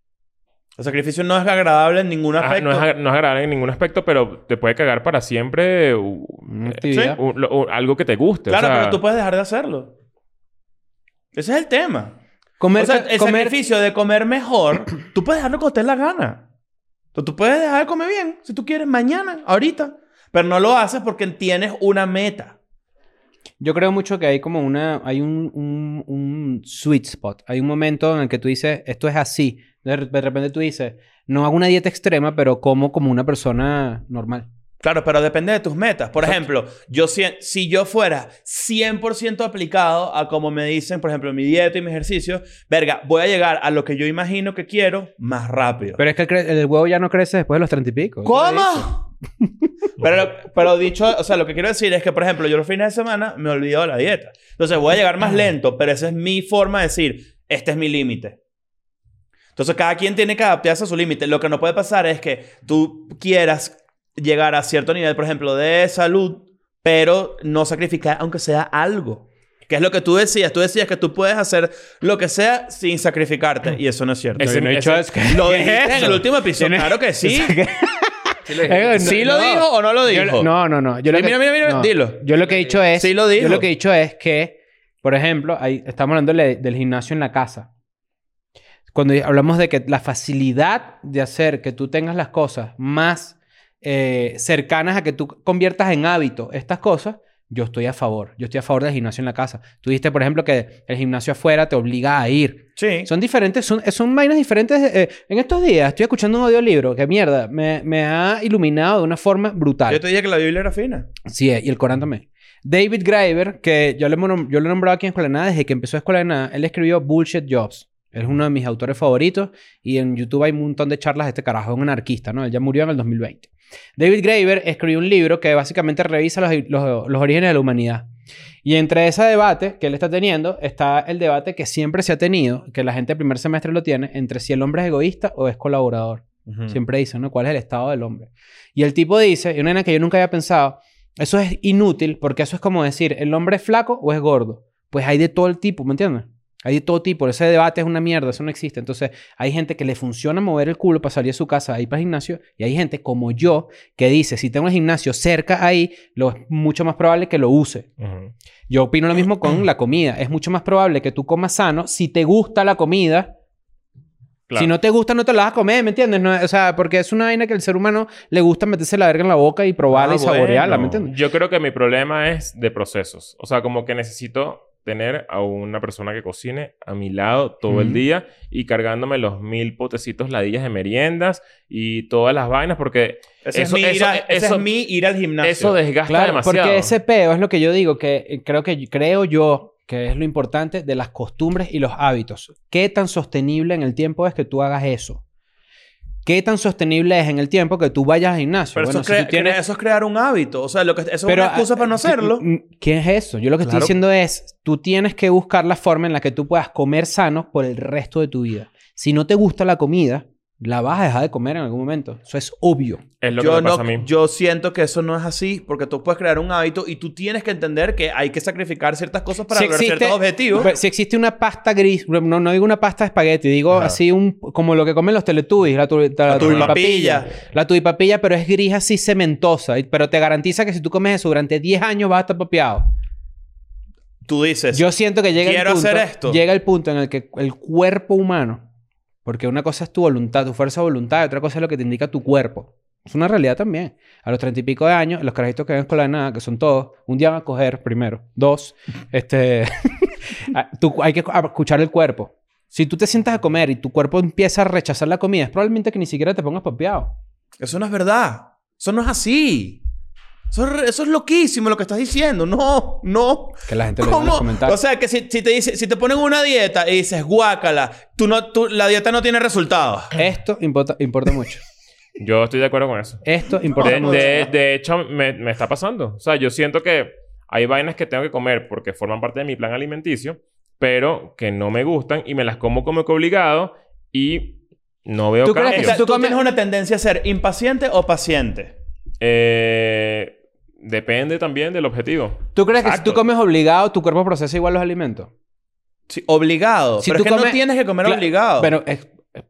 [SPEAKER 3] el sacrificio no es agradable en ningún
[SPEAKER 1] Ah,
[SPEAKER 3] aspecto.
[SPEAKER 1] no, es, ag- no es agradable en ningún aspecto, pero te puede cagar para siempre uh,
[SPEAKER 2] Una actividad.
[SPEAKER 1] un- lo- un- algo que te guste.
[SPEAKER 3] claro,
[SPEAKER 1] o sea,
[SPEAKER 3] pero tú puedes dejar de hacerlo. Ese es el tema.
[SPEAKER 2] Comer,
[SPEAKER 3] o sea, el
[SPEAKER 2] comer-
[SPEAKER 3] sacrificio de comer mejor, tú puedes dejarlo cuando te dé la gana. Tú, tú puedes dejar de comer bien, si tú quieres, mañana, ahorita. Pero no lo haces porque tienes una meta.
[SPEAKER 2] Yo creo mucho que hay como una, hay un, un, un sweet spot. Hay un momento en el que tú dices, esto es así. De, re- de repente tú dices, no hago una dieta extrema, pero como como una persona normal.
[SPEAKER 3] Claro, pero depende de tus metas. Por ejemplo, yo si, si yo fuera 100% aplicado a como me dicen, por ejemplo, mi dieta y mi ejercicio, verga, voy a llegar a lo que yo imagino que quiero más rápido.
[SPEAKER 2] Pero es que el, cre- el huevo ya no crece después de los treinta y pico.
[SPEAKER 3] ¿Cómo? pero, pero dicho, o sea, lo que quiero decir es que, por ejemplo, yo los fines de semana me olvido de la dieta. Entonces voy a llegar más lento, pero esa es mi forma de decir, este es mi límite. Entonces cada quien tiene que adaptarse a su límite. Lo que no puede pasar es que tú quieras llegar a cierto nivel, por ejemplo, de salud, pero no sacrificar aunque sea algo. Que es lo que tú decías. Tú decías que tú puedes hacer lo que sea sin sacrificarte. Y eso no es cierto.
[SPEAKER 1] Ese-
[SPEAKER 2] Yo no he
[SPEAKER 1] ese-
[SPEAKER 2] hecho es que-
[SPEAKER 3] Lo
[SPEAKER 2] ¿Qué es
[SPEAKER 3] dijiste en
[SPEAKER 2] eso?
[SPEAKER 3] el último episodio.
[SPEAKER 2] Tienes-
[SPEAKER 3] Claro que sí.
[SPEAKER 4] Sí, le dije.
[SPEAKER 2] Eh, no-
[SPEAKER 3] ¿Sí lo
[SPEAKER 2] no.
[SPEAKER 3] dijo o no lo
[SPEAKER 2] Yo-
[SPEAKER 3] dijo?
[SPEAKER 2] no, no, no. Yo lo
[SPEAKER 3] Sí,
[SPEAKER 2] que-
[SPEAKER 3] mira, mira, mira,
[SPEAKER 2] no.
[SPEAKER 3] dilo.
[SPEAKER 2] Yo lo que he dicho es.
[SPEAKER 3] Sí lo dijo.
[SPEAKER 2] Yo lo que he dicho es que, por ejemplo, ahí estamos hablando de- del gimnasio en la casa. Cuando hablamos de que la facilidad de hacer que tú tengas las cosas más eh, cercanas a que tú conviertas en hábito estas cosas, yo estoy a favor. Yo estoy a favor del gimnasio en la casa. Tú dijiste, por ejemplo, que el gimnasio afuera te obliga a ir.
[SPEAKER 3] Sí.
[SPEAKER 2] Son diferentes, son, son vainas diferentes. eh, en estos días estoy escuchando un audiolibro que mierda, me, me ha iluminado de una forma brutal.
[SPEAKER 3] Yo te dije que la Biblia era fina.
[SPEAKER 2] Sí, eh, y el Corán también. David Graeber, que yo, le, mono- yo lo he nombrado aquí en Escuela de Nada desde que empezó Escuela de Nada, él escribió Bullshit Jobs. Es uno de mis autores favoritos y en YouTube hay un montón de charlas de este carajo, es un anarquista, ¿no? Él ya murió en el 2020. David Graeber escribió un libro que básicamente revisa los, los- los orígenes de la humanidad. Y entre ese debate que él está teniendo está el debate que siempre se ha tenido, que la gente del primer semestre lo tiene, entre si el hombre es egoísta o es colaborador.
[SPEAKER 3] Mm.
[SPEAKER 2] Siempre dicen, ¿no? ¿Cuál es el estado del hombre? Y el tipo dice, y una nena que yo nunca había pensado, eso es inútil porque eso es como decir, ¿el hombre es flaco o es gordo? Pues hay de todo el tipo, ¿me entiendes? Hay de todo tipo. Ese debate es una mierda, eso no existe. Entonces, hay gente que le funciona mover el culo para salir de su casa, ir para el gimnasio, y hay gente como yo que dice, si tengo el gimnasio cerca ahí, lo es mucho más probable que lo use.
[SPEAKER 1] Ujú.
[SPEAKER 2] Yo opino lo mismo con la comida. Es mucho más probable que tú comas sano si te gusta la comida.
[SPEAKER 1] Claro.
[SPEAKER 2] Si no te gusta, no te la vas a comer, ¿me entiendes? No, o sea, porque es una vaina que el ser humano le gusta meterse la verga en la boca y probarla
[SPEAKER 3] Ah,
[SPEAKER 2] y saborearla, ¿me
[SPEAKER 3] bueno.
[SPEAKER 2] entiendes?
[SPEAKER 1] Yo creo que mi problema es de procesos. O sea, como que necesito tener a una persona que cocine a mi lado todo el
[SPEAKER 2] Ujú.
[SPEAKER 1] día y cargándome los mil potecitos ladillas de meriendas y todas las vainas porque
[SPEAKER 3] Ese,
[SPEAKER 1] Eso-
[SPEAKER 3] es, mi ir
[SPEAKER 1] eso-
[SPEAKER 3] a- ese
[SPEAKER 1] eso-
[SPEAKER 3] es mi ir al gimnasio.
[SPEAKER 1] eso desgasta
[SPEAKER 2] Claro,
[SPEAKER 1] demasiado.
[SPEAKER 2] porque ese peo es lo que yo digo, que eh, creo que creo yo que es lo importante de las costumbres y los hábitos. ¿Qué tan sostenible en el tiempo es que tú hagas eso? ¿Qué tan sostenible es en el tiempo que tú vayas al gimnasio?
[SPEAKER 3] Pero eso,
[SPEAKER 2] Bueno,
[SPEAKER 3] es
[SPEAKER 2] si tú
[SPEAKER 3] crea-
[SPEAKER 2] tienes-
[SPEAKER 3] crea- eso es crear un hábito. O sea, lo que, eso
[SPEAKER 2] Pero,
[SPEAKER 3] es una excusa
[SPEAKER 2] ah,
[SPEAKER 3] para no
[SPEAKER 2] sí,
[SPEAKER 3] hacerlo.
[SPEAKER 2] mm, ¿Qué es eso? Yo lo que estoy
[SPEAKER 3] Claro.
[SPEAKER 2] diciendo es, tú tienes que buscar la forma en la que tú puedas comer sano por el resto de tu vida. Si no te gusta la comida, la vas a dejar de comer en algún momento. Eso es obvio.
[SPEAKER 1] Es lo que
[SPEAKER 3] yo,
[SPEAKER 1] me pasa
[SPEAKER 3] no,
[SPEAKER 1] a mí.
[SPEAKER 3] yo siento que eso no es así porque tú puedes crear un hábito y tú tienes que entender que hay que sacrificar ciertas cosas para lograr ciertos objetivos.
[SPEAKER 2] pues, si existe una pasta gris, no, no digo una pasta de espagueti, digo
[SPEAKER 1] Ajá.
[SPEAKER 2] así un como lo que comen los teletubbies, la, tu- la,
[SPEAKER 3] La tulipapilla.
[SPEAKER 2] La tulipapilla, pero es gris así cementosa, y- pero te garantiza que si tú comes eso durante 10 años vas a estar papeado.
[SPEAKER 3] tú dices,
[SPEAKER 2] Yo siento que llega
[SPEAKER 3] Quiero
[SPEAKER 2] el punto,
[SPEAKER 3] hacer esto.
[SPEAKER 2] llega el punto en el que el cuerpo humano, porque una cosa es tu voluntad, tu fuerza de voluntad, y otra cosa es lo que te indica tu cuerpo. Es una realidad también. A los treinta y pico de años, los carajitos que ven con la nada, que son todos, un día van a coger primero. Dos, este, a- tú- hay que escuchar el cuerpo. Si tú te sientas a comer y tu cuerpo empieza a rechazar la comida, es probablemente que ni siquiera te pongas papeado.
[SPEAKER 3] eso no es verdad. Eso no es así. Eso es, re- eso es loquísimo lo que estás diciendo. No, no.
[SPEAKER 2] Que la gente lo diga en los
[SPEAKER 3] ¿Cómo? O
[SPEAKER 2] comentarios.
[SPEAKER 3] sea, que si, si te dice, si te ponen una dieta y dices, guácala, tú no, tú, la dieta no tiene resultados.
[SPEAKER 2] Esto importa, importa mucho.
[SPEAKER 1] Yo estoy de acuerdo con eso.
[SPEAKER 2] Esto importa
[SPEAKER 1] De,
[SPEAKER 2] mucho.
[SPEAKER 1] de- de hecho, me, me está pasando. O sea, yo siento que hay vainas que tengo que comer porque forman parte de mi plan alimenticio, pero que no me gustan y me las como como que obligado y no veo
[SPEAKER 2] ¿Tú crees
[SPEAKER 1] cambio.
[SPEAKER 2] que
[SPEAKER 3] O sea,
[SPEAKER 2] tú
[SPEAKER 3] tú,
[SPEAKER 2] comes-
[SPEAKER 3] tienes una tendencia a ser impaciente o paciente.
[SPEAKER 1] Eh, depende también del objetivo.
[SPEAKER 2] ¿Tú crees que si
[SPEAKER 1] Exacto.
[SPEAKER 2] tú comes obligado, tu cuerpo procesa igual los alimentos?
[SPEAKER 3] Sí, obligado.
[SPEAKER 2] Si
[SPEAKER 3] Pero
[SPEAKER 2] tú
[SPEAKER 3] es que no
[SPEAKER 2] comes-
[SPEAKER 3] tienes que comer
[SPEAKER 2] Cla-
[SPEAKER 3] obligado.
[SPEAKER 2] Bueno, es- es-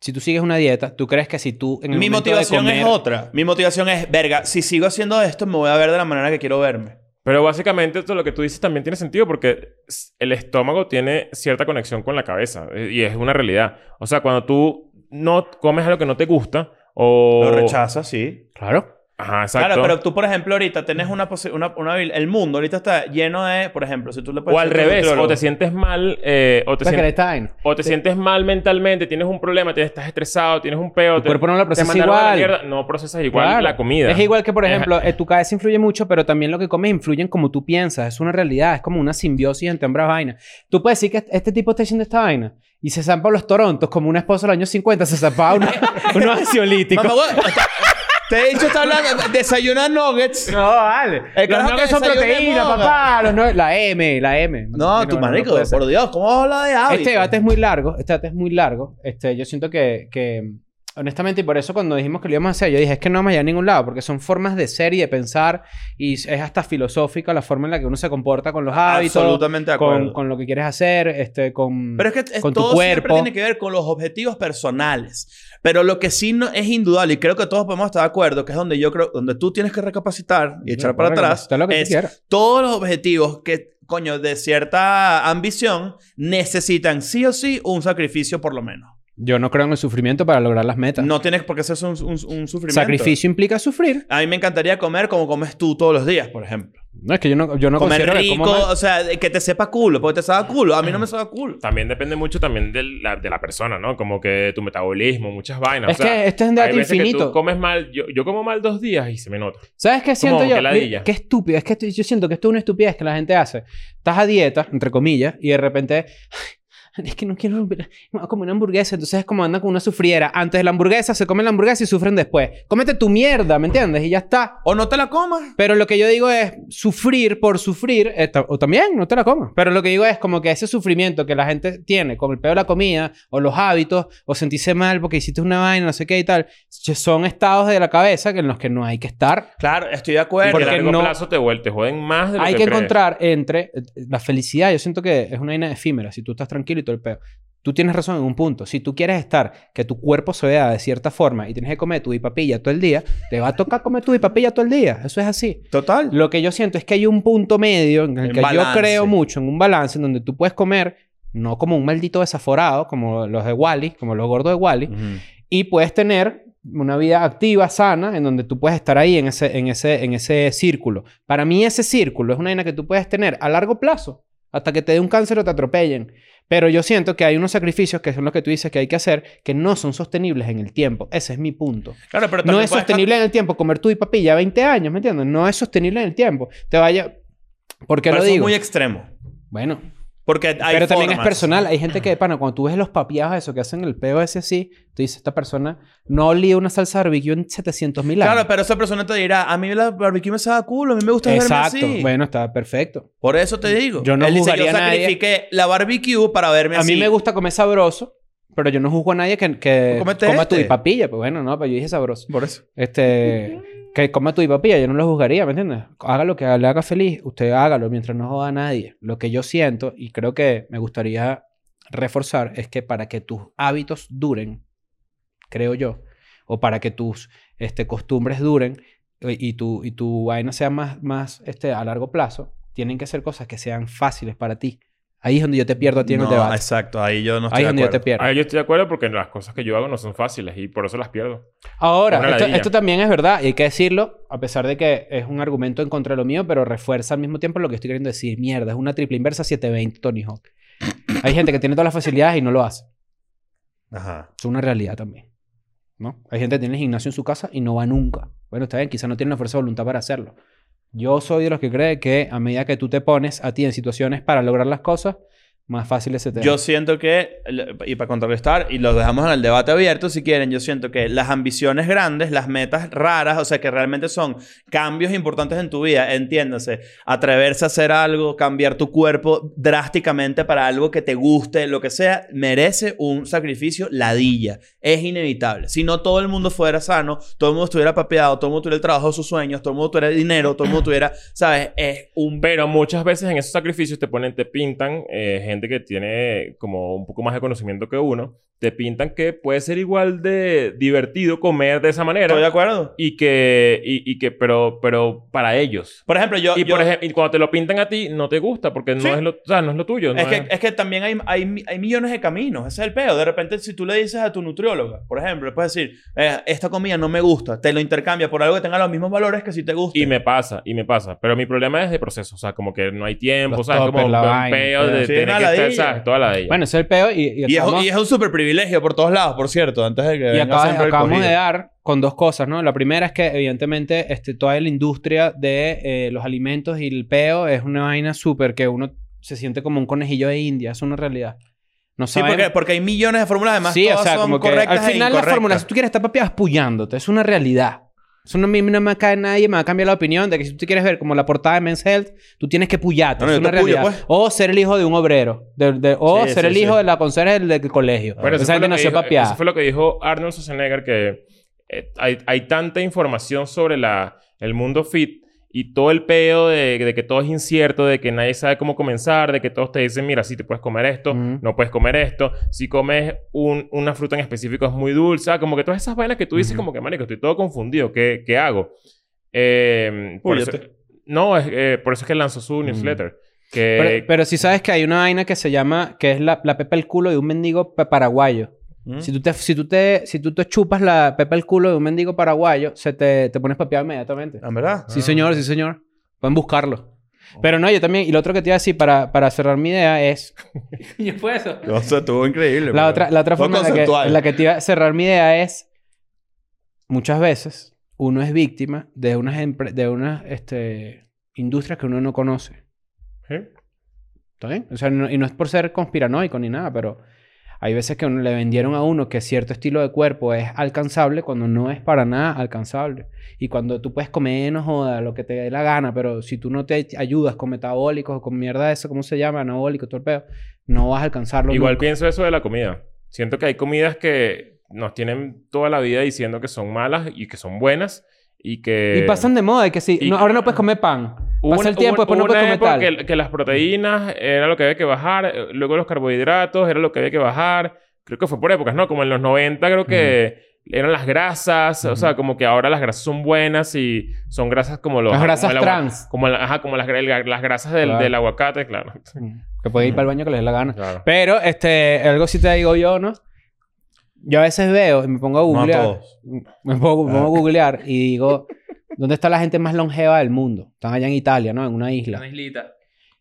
[SPEAKER 2] si tú sigues una dieta, ¿tú crees que si tú en el
[SPEAKER 3] Mi
[SPEAKER 2] momento de
[SPEAKER 3] motivación
[SPEAKER 2] comer-
[SPEAKER 3] es otra. Mi motivación es, verga, si sigo haciendo esto, me voy a ver de la manera que quiero verme.
[SPEAKER 1] Pero básicamente todo lo que tú dices también tiene sentido porque s- el estómago tiene cierta conexión con la cabeza eh, y es una realidad. O sea, cuando tú no comes algo que no te gusta o...
[SPEAKER 3] Lo rechaza, sí.
[SPEAKER 2] Claro.
[SPEAKER 1] Ajá, exacto.
[SPEAKER 3] Claro, pero tú, por ejemplo, ahorita tenés una, posi- una, una habil- El mundo ahorita está lleno de, por ejemplo, si tú le puedes
[SPEAKER 1] O al
[SPEAKER 3] decir a tu
[SPEAKER 1] revés, o
[SPEAKER 3] nutriólogo,
[SPEAKER 1] te sientes mal, eh, o,
[SPEAKER 2] ¿Sabes
[SPEAKER 1] te
[SPEAKER 2] Pues que
[SPEAKER 1] sien-
[SPEAKER 2] le está ahí?
[SPEAKER 1] o te sientes mal mentalmente, tienes un problema, te estás estresado, tienes un peo,
[SPEAKER 2] Tu
[SPEAKER 1] te,
[SPEAKER 2] cuerpo no la
[SPEAKER 1] te
[SPEAKER 2] procesa
[SPEAKER 1] mandaron a la
[SPEAKER 2] igual.
[SPEAKER 1] mierda. no procesas igual
[SPEAKER 2] Claro.
[SPEAKER 1] la comida.
[SPEAKER 2] Es igual que, por
[SPEAKER 1] Es-
[SPEAKER 2] ejemplo, eh, tu cabeza influye mucho, pero también lo que comes influye en cómo tú piensas. Es una realidad. Es como una simbiosis entre ambas vainas. Tú puedes decir que este tipo está haciendo esta vaina y se zampa los torontos como un esposo de los años 50. Se zampa uno- unos ansiolíticos.
[SPEAKER 3] Mamá, güey, está- te he dicho, está hablando, desayunar nuggets.
[SPEAKER 2] No, vale.
[SPEAKER 3] El
[SPEAKER 2] Los
[SPEAKER 3] carajo
[SPEAKER 2] nuggets
[SPEAKER 3] eh, que
[SPEAKER 2] son
[SPEAKER 3] desayuna
[SPEAKER 2] proteínas,
[SPEAKER 3] moga.
[SPEAKER 2] papá. Los nuggets- la M, la M.
[SPEAKER 3] No, tu
[SPEAKER 2] marico,
[SPEAKER 3] marico, por Dios, ¿cómo vas a hablar de hábitos?
[SPEAKER 2] Este debate es muy largo. Este debate es muy largo. Este, yo siento que, que, honestamente, y por eso cuando dijimos que lo íbamos a hacer, yo dije, es que no vamos a llegar a ningún lado, porque son formas de ser y de pensar, y es hasta filosófica la forma en la que uno se comporta con los hábitos,
[SPEAKER 3] Absolutamente de acuerdo.
[SPEAKER 2] con, con lo que quieres hacer, este, con...
[SPEAKER 3] Pero es que es-
[SPEAKER 2] con tu
[SPEAKER 3] todo siempre
[SPEAKER 2] cuerpo.
[SPEAKER 3] tiene que ver con los objetivos personales. Pero lo que sí no, es indudable, y creo que todos podemos estar de acuerdo, que es donde yo creo, donde tú tienes que recapacitar y echar para atrás,
[SPEAKER 2] Está lo que tú
[SPEAKER 3] es
[SPEAKER 2] quieras.
[SPEAKER 3] todos los objetivos que, coño, de cierta ambición necesitan sí o sí un sacrificio por lo menos.
[SPEAKER 2] Yo no creo en el sufrimiento para lograr las metas.
[SPEAKER 3] No tienes por qué hacer un, un- un sufrimiento.
[SPEAKER 2] Sacrificio implica sufrir.
[SPEAKER 3] A mí me encantaría comer como comes tú todos los días, por ejemplo.
[SPEAKER 2] No, es que yo no, yo no
[SPEAKER 3] comer
[SPEAKER 2] considero que
[SPEAKER 3] rico,
[SPEAKER 2] como mal.
[SPEAKER 3] o sea, de que te sepa culo, porque te sabe culo. A mí no me sabe culo.
[SPEAKER 1] También depende mucho también de la, de la persona, ¿no? Como que tu metabolismo, muchas vainas.
[SPEAKER 2] Es
[SPEAKER 1] o sea,
[SPEAKER 2] que este es un
[SPEAKER 1] hay
[SPEAKER 2] debate
[SPEAKER 1] veces que
[SPEAKER 2] infinito.
[SPEAKER 1] tú comes mal, yo, yo como mal dos días y se me nota.
[SPEAKER 2] ¿Sabes qué siento
[SPEAKER 1] Como
[SPEAKER 2] yo?
[SPEAKER 1] que ladilla.
[SPEAKER 2] Mira, Qué estúpido. Es que esto- yo siento que esto es una estupidez que la gente hace. Estás a dieta, entre comillas, y de repente... "Ay, Es que no quiero... me voy a comer una hamburguesa. Entonces es como andan con una sufriera. Antes de la hamburguesa, se comen la hamburguesa y sufren después. Cómete tu mierda, ¿me entiendes? Y ya está.
[SPEAKER 3] O no te la comas.
[SPEAKER 2] Pero lo que yo digo es sufrir por sufrir, eh, ta- o también no te la comas. Pero lo que digo es como que ese sufrimiento que la gente tiene con el peor de la comida, o los hábitos, o sentirse mal porque hiciste una vaina, no sé qué y tal, son estados de la cabeza que en los que no hay que estar.
[SPEAKER 3] Claro, estoy
[SPEAKER 1] Y
[SPEAKER 3] de acuerdo.
[SPEAKER 1] que
[SPEAKER 2] Porque
[SPEAKER 1] a largo
[SPEAKER 2] no-
[SPEAKER 1] plazo te, vuel- te joden más de lo
[SPEAKER 2] hay
[SPEAKER 1] que
[SPEAKER 2] que
[SPEAKER 1] crees.
[SPEAKER 2] encontrar entre eh, la felicidad. Yo siento que es una vaina efímera. Si tú estás tranquilo y todo el pedo. Tú tienes razón en un punto. Si tú quieres estar, que tu cuerpo se vea de cierta forma y tienes que comer tu papilla todo el día, te va a tocar comer tu papilla todo el día. Eso es así.
[SPEAKER 3] Total.
[SPEAKER 2] Lo que yo siento es que hay un punto medio en el
[SPEAKER 3] En
[SPEAKER 2] que yo
[SPEAKER 3] balance.
[SPEAKER 2] creo mucho, en un balance en donde tú puedes comer, no como un maldito desaforado, como los de Wally, como los gordos de Wally, y puedes tener una vida activa, sana, en donde tú puedes estar ahí en ese, en ese, en ese círculo. Para mí ese círculo es una vaina que tú puedes tener a largo plazo, hasta que te dé un cáncer o te atropellen. Pero yo siento que hay unos sacrificios que son los que tú dices que hay que hacer que no son sostenibles en el tiempo. Ese es mi punto.
[SPEAKER 3] Claro, pero
[SPEAKER 2] No
[SPEAKER 3] también
[SPEAKER 2] es
[SPEAKER 3] puedes
[SPEAKER 2] sostenible en el tiempo comer tú y papilla 20 años, ¿me entiendes? No es sostenible en el tiempo. Te vaya... ¿Por qué
[SPEAKER 3] Pero
[SPEAKER 2] lo
[SPEAKER 3] eso es
[SPEAKER 2] digo?
[SPEAKER 3] muy extremo.
[SPEAKER 2] Bueno,
[SPEAKER 3] Porque hay
[SPEAKER 2] pero también es
[SPEAKER 3] formas.
[SPEAKER 2] personal. Hay gente que, de pana, cuando tú ves los papiados, eso que hacen el peo ese así, tú dices, esta persona no olía una salsa de barbecue en 700 mil años.
[SPEAKER 3] Claro, pero esa persona te dirá, a mí la barbecue me sabe a culo, a mí me gusta
[SPEAKER 2] Exacto.
[SPEAKER 3] verme así.
[SPEAKER 2] Bueno, está perfecto.
[SPEAKER 3] Por eso te digo.
[SPEAKER 2] Yo no
[SPEAKER 3] Él dice, yo
[SPEAKER 2] juzgaría a nadie.
[SPEAKER 3] sacrifiqué la barbecue para verme
[SPEAKER 2] A
[SPEAKER 3] así.
[SPEAKER 2] mí me gusta comer sabroso, Pero yo no juzgo a nadie que, que
[SPEAKER 3] Cómete
[SPEAKER 2] coma
[SPEAKER 3] este.
[SPEAKER 2] tu papilla. Pues bueno, no, pero yo dije sabroso.
[SPEAKER 3] Por eso.
[SPEAKER 2] Este, que coma tu papilla, yo no lo juzgaría, ¿me entiendes? Haga lo que le haga feliz, usted hágalo mientras no joda a nadie. Lo que yo siento y creo que me gustaría reforzar es que para que tus hábitos duren, creo yo, o para que tus este, costumbres duren eh, y tu, y tu vaina sea más, más este, a largo plazo, tienen que ser cosas que sean fáciles para ti. Ahí es donde yo te pierdo a ti en el debate.
[SPEAKER 3] exacto. Ahí yo no estoy
[SPEAKER 2] Ahí es
[SPEAKER 3] de
[SPEAKER 2] donde yo te
[SPEAKER 3] acuerdo.
[SPEAKER 2] pierdo.
[SPEAKER 1] Ah, yo estoy de acuerdo porque las cosas que yo hago no son fáciles y por eso las pierdo. Una
[SPEAKER 2] Ahora, esto,
[SPEAKER 1] ladilla.
[SPEAKER 2] esto también es verdad, y hay que decirlo, a pesar de que es un argumento en contra de lo mío, pero refuerza al mismo tiempo lo que estoy queriendo decir. Mierda, es una triple inversa 720 Tony Hawk. Hay gente que tiene todas las facilidades y no lo hace.
[SPEAKER 3] Ajá.
[SPEAKER 2] Es una realidad también. ¿no? Hay gente que tiene el gimnasio en su casa y no va nunca. Bueno, está bien, quizás no tiene la fuerza de voluntad para hacerlo. Yo soy de los que cree que a medida que tú te pones a ti en situaciones para lograr las cosas, más fáciles se te
[SPEAKER 3] Yo siento que, y para contrarrestar, y lo dejamos en el debate abierto si quieren, yo siento que las ambiciones grandes, las metas raras, o sea, que realmente son cambios importantes en tu vida, entiéndase, atreverse a hacer algo, cambiar tu cuerpo drásticamente para algo que te guste, lo que sea, merece un sacrificio ladilla. Es inevitable. Si no todo el mundo fuera sano, todo el mundo estuviera papeado, todo el mundo tuviera el trabajo de sus sueños, todo el mundo tuviera dinero, todo el mundo tuviera, ¿sabes? Es un
[SPEAKER 1] Pero muchas veces en esos sacrificios te ponen, te pintan eh, gente que tiene como un poco más de conocimiento que uno, te pintan que puede ser igual de divertido comer de esa manera
[SPEAKER 3] ¿Estoy de acuerdo?
[SPEAKER 1] y que, y, y que, pero, pero para ellos.
[SPEAKER 3] Por ejemplo, yo...
[SPEAKER 1] Y por
[SPEAKER 3] yo-
[SPEAKER 1] ejemplo, y cuando te lo pintan a ti, no te gusta porque no
[SPEAKER 3] Sí.
[SPEAKER 1] es lo, o sea, no es lo tuyo. no
[SPEAKER 3] Es que, es que también hay, hay, mi- hay millones de caminos, ese es el peo. De repente, si tú le dices a tu nutrióloga, por ejemplo, le puedes decir, eh, esta comida no me gusta, te lo intercambia por algo que tenga los mismos valores que si te gusta.
[SPEAKER 1] Y me pasa, y me pasa. Pero mi problema es de proceso. O sea, como que no hay tiempo,
[SPEAKER 2] Los
[SPEAKER 1] ¿sabes? como
[SPEAKER 2] toppers, la
[SPEAKER 1] un
[SPEAKER 2] vaina,
[SPEAKER 1] peo de
[SPEAKER 3] sí,
[SPEAKER 1] tener
[SPEAKER 3] una
[SPEAKER 1] que estar,
[SPEAKER 3] ladilla.
[SPEAKER 1] ¿sabes? Toda la de
[SPEAKER 2] Bueno, ese es el peo y, y
[SPEAKER 3] Y es,
[SPEAKER 2] estamos-
[SPEAKER 3] y es un super privilegio por todos lados, por cierto, antes de que
[SPEAKER 2] Y
[SPEAKER 3] venga
[SPEAKER 2] acabas-
[SPEAKER 3] siempre el
[SPEAKER 2] acabamos de
[SPEAKER 3] corrido.
[SPEAKER 2] dar con dos cosas, ¿no? La primera es que, evidentemente, este, toda la industria de eh, los alimentos y el peo es una vaina súper que uno se siente como un conejillo de India. Es una realidad. No
[SPEAKER 3] Sí, porque,
[SPEAKER 2] sabemos...
[SPEAKER 3] porque hay millones de fórmulas, además
[SPEAKER 2] Sí,
[SPEAKER 3] todas
[SPEAKER 2] o sea,
[SPEAKER 3] son
[SPEAKER 2] como que
[SPEAKER 3] correctas
[SPEAKER 2] al final
[SPEAKER 3] e
[SPEAKER 2] la
[SPEAKER 3] incorrectas.
[SPEAKER 2] fórmula, si tú quieres estar papeado, es puyándote. Es una realidad. Eso no, me- no me cae nadie, me va a cambiar la opinión de que si tú quieres ver como la portada de Men's Health, tú tienes que puyarte.
[SPEAKER 3] No, no,
[SPEAKER 2] es
[SPEAKER 3] yo
[SPEAKER 2] una
[SPEAKER 3] te puyo,
[SPEAKER 2] realidad.
[SPEAKER 3] pues.
[SPEAKER 2] O ser el hijo de un obrero. de- de- o
[SPEAKER 3] Sí,
[SPEAKER 2] ser
[SPEAKER 3] sí,
[SPEAKER 2] el
[SPEAKER 3] sí.
[SPEAKER 2] hijo de la conserje del, del colegio.
[SPEAKER 1] Bueno, eso
[SPEAKER 2] Esa
[SPEAKER 1] fue,
[SPEAKER 2] gente
[SPEAKER 1] lo que
[SPEAKER 2] nació
[SPEAKER 1] dijo, eh,
[SPEAKER 2] papeada.
[SPEAKER 1] eso fue lo que dijo Arnold Schwarzenegger que eh, hay, hay tanta información sobre la, el mundo fit y todo el pedo de, de que todo es incierto, de que nadie sabe cómo comenzar, de que todos te dicen, mira, si te puedes comer esto,
[SPEAKER 2] Ujú.
[SPEAKER 1] no puedes comer esto, si comes un- una fruta en específico es muy dulce, ah, como que todas esas vainas que tú dices,
[SPEAKER 2] Ujú.
[SPEAKER 1] como que, marico, estoy todo confundido, ¿qué, qué hago? Eh, por eso,
[SPEAKER 3] Púyate.
[SPEAKER 1] no, es, eh, por eso es que lanzó su newsletter. Que,
[SPEAKER 3] Eh,
[SPEAKER 2] Pero, pero si sabes que hay una vaina que se llama, que es la, la pepa el culo de un mendigo pa- paraguayo.
[SPEAKER 3] ¿Mm?
[SPEAKER 2] Si, tú te, si, tú te, si tú te chupas la pepa el culo de un mendigo paraguayo, se te, te pones papeado inmediatamente.
[SPEAKER 3] Ah, ¿En verdad?
[SPEAKER 2] Sí, señor, sí, señor. Pueden buscarlo.
[SPEAKER 3] Oh.
[SPEAKER 2] Pero no, yo también, y lo otro que te iba a decir para, para cerrar mi idea es,
[SPEAKER 4] Y fue eso.
[SPEAKER 3] O sea, estuvo increíble.
[SPEAKER 2] la
[SPEAKER 3] bro.
[SPEAKER 2] otra, la otra
[SPEAKER 3] Fue
[SPEAKER 2] forma en la, que,
[SPEAKER 3] conceptual.
[SPEAKER 2] en la que te iba a cerrar mi idea es, muchas veces uno es víctima de unas, empre- de unas este, industrias que uno no conoce.
[SPEAKER 1] ¿eh?
[SPEAKER 2] ¿Está bien? O sea, no- y no es por ser conspiranoico ni nada, pero hay veces que uno- le vendieron a uno que cierto estilo de cuerpo es alcanzable cuando no es para nada alcanzable. Y cuando tú puedes comer, no joda, lo que te dé la gana, pero si tú no te ayudas con metabólicos o con mierda de eso, ¿cómo se llama? Anabólico, todo el pedo, no vas a alcanzarlo.
[SPEAKER 1] Igual
[SPEAKER 2] nunca.
[SPEAKER 1] pienso eso de la comida. Siento que hay comidas que nos tienen toda la vida diciendo que son malas y que son buenas y que...
[SPEAKER 2] Y pasan de moda, y que si
[SPEAKER 1] y-
[SPEAKER 2] no, ahora no puedes comer pan.
[SPEAKER 1] Hubo
[SPEAKER 2] Pasa
[SPEAKER 1] una-
[SPEAKER 2] el tiempo,
[SPEAKER 1] hubo-
[SPEAKER 2] después no
[SPEAKER 1] hubo una
[SPEAKER 2] puedes
[SPEAKER 1] época
[SPEAKER 2] comer tal.
[SPEAKER 1] Que, que las proteínas era lo que había que bajar, eh, luego los carbohidratos era lo que había que bajar. Creo que fue por épocas, ¿no? Como en los 90 creo que eran las grasas, o sea, como que ahora las grasas son buenas y son grasas como los...
[SPEAKER 2] Las
[SPEAKER 1] como
[SPEAKER 2] grasas
[SPEAKER 1] el agua-
[SPEAKER 2] trans.
[SPEAKER 1] Como, la- ajá, como las, gra- el- las grasas del,
[SPEAKER 2] Claro.
[SPEAKER 1] del aguacate, claro.
[SPEAKER 2] Que puedes
[SPEAKER 1] Mm.
[SPEAKER 2] ir para el baño que les dé la gana.
[SPEAKER 1] Claro.
[SPEAKER 2] Pero, este, algo sí te digo yo, ¿no? Yo a veces veo y me pongo a
[SPEAKER 3] No a
[SPEAKER 2] googlear.
[SPEAKER 3] todos.
[SPEAKER 2] me pongo, me pongo a
[SPEAKER 3] Ah.
[SPEAKER 2] googlear y digo, ¿dónde está la gente más longeva del mundo? Están allá en Italia, ¿no? En una
[SPEAKER 4] Una
[SPEAKER 2] isla.
[SPEAKER 4] islita.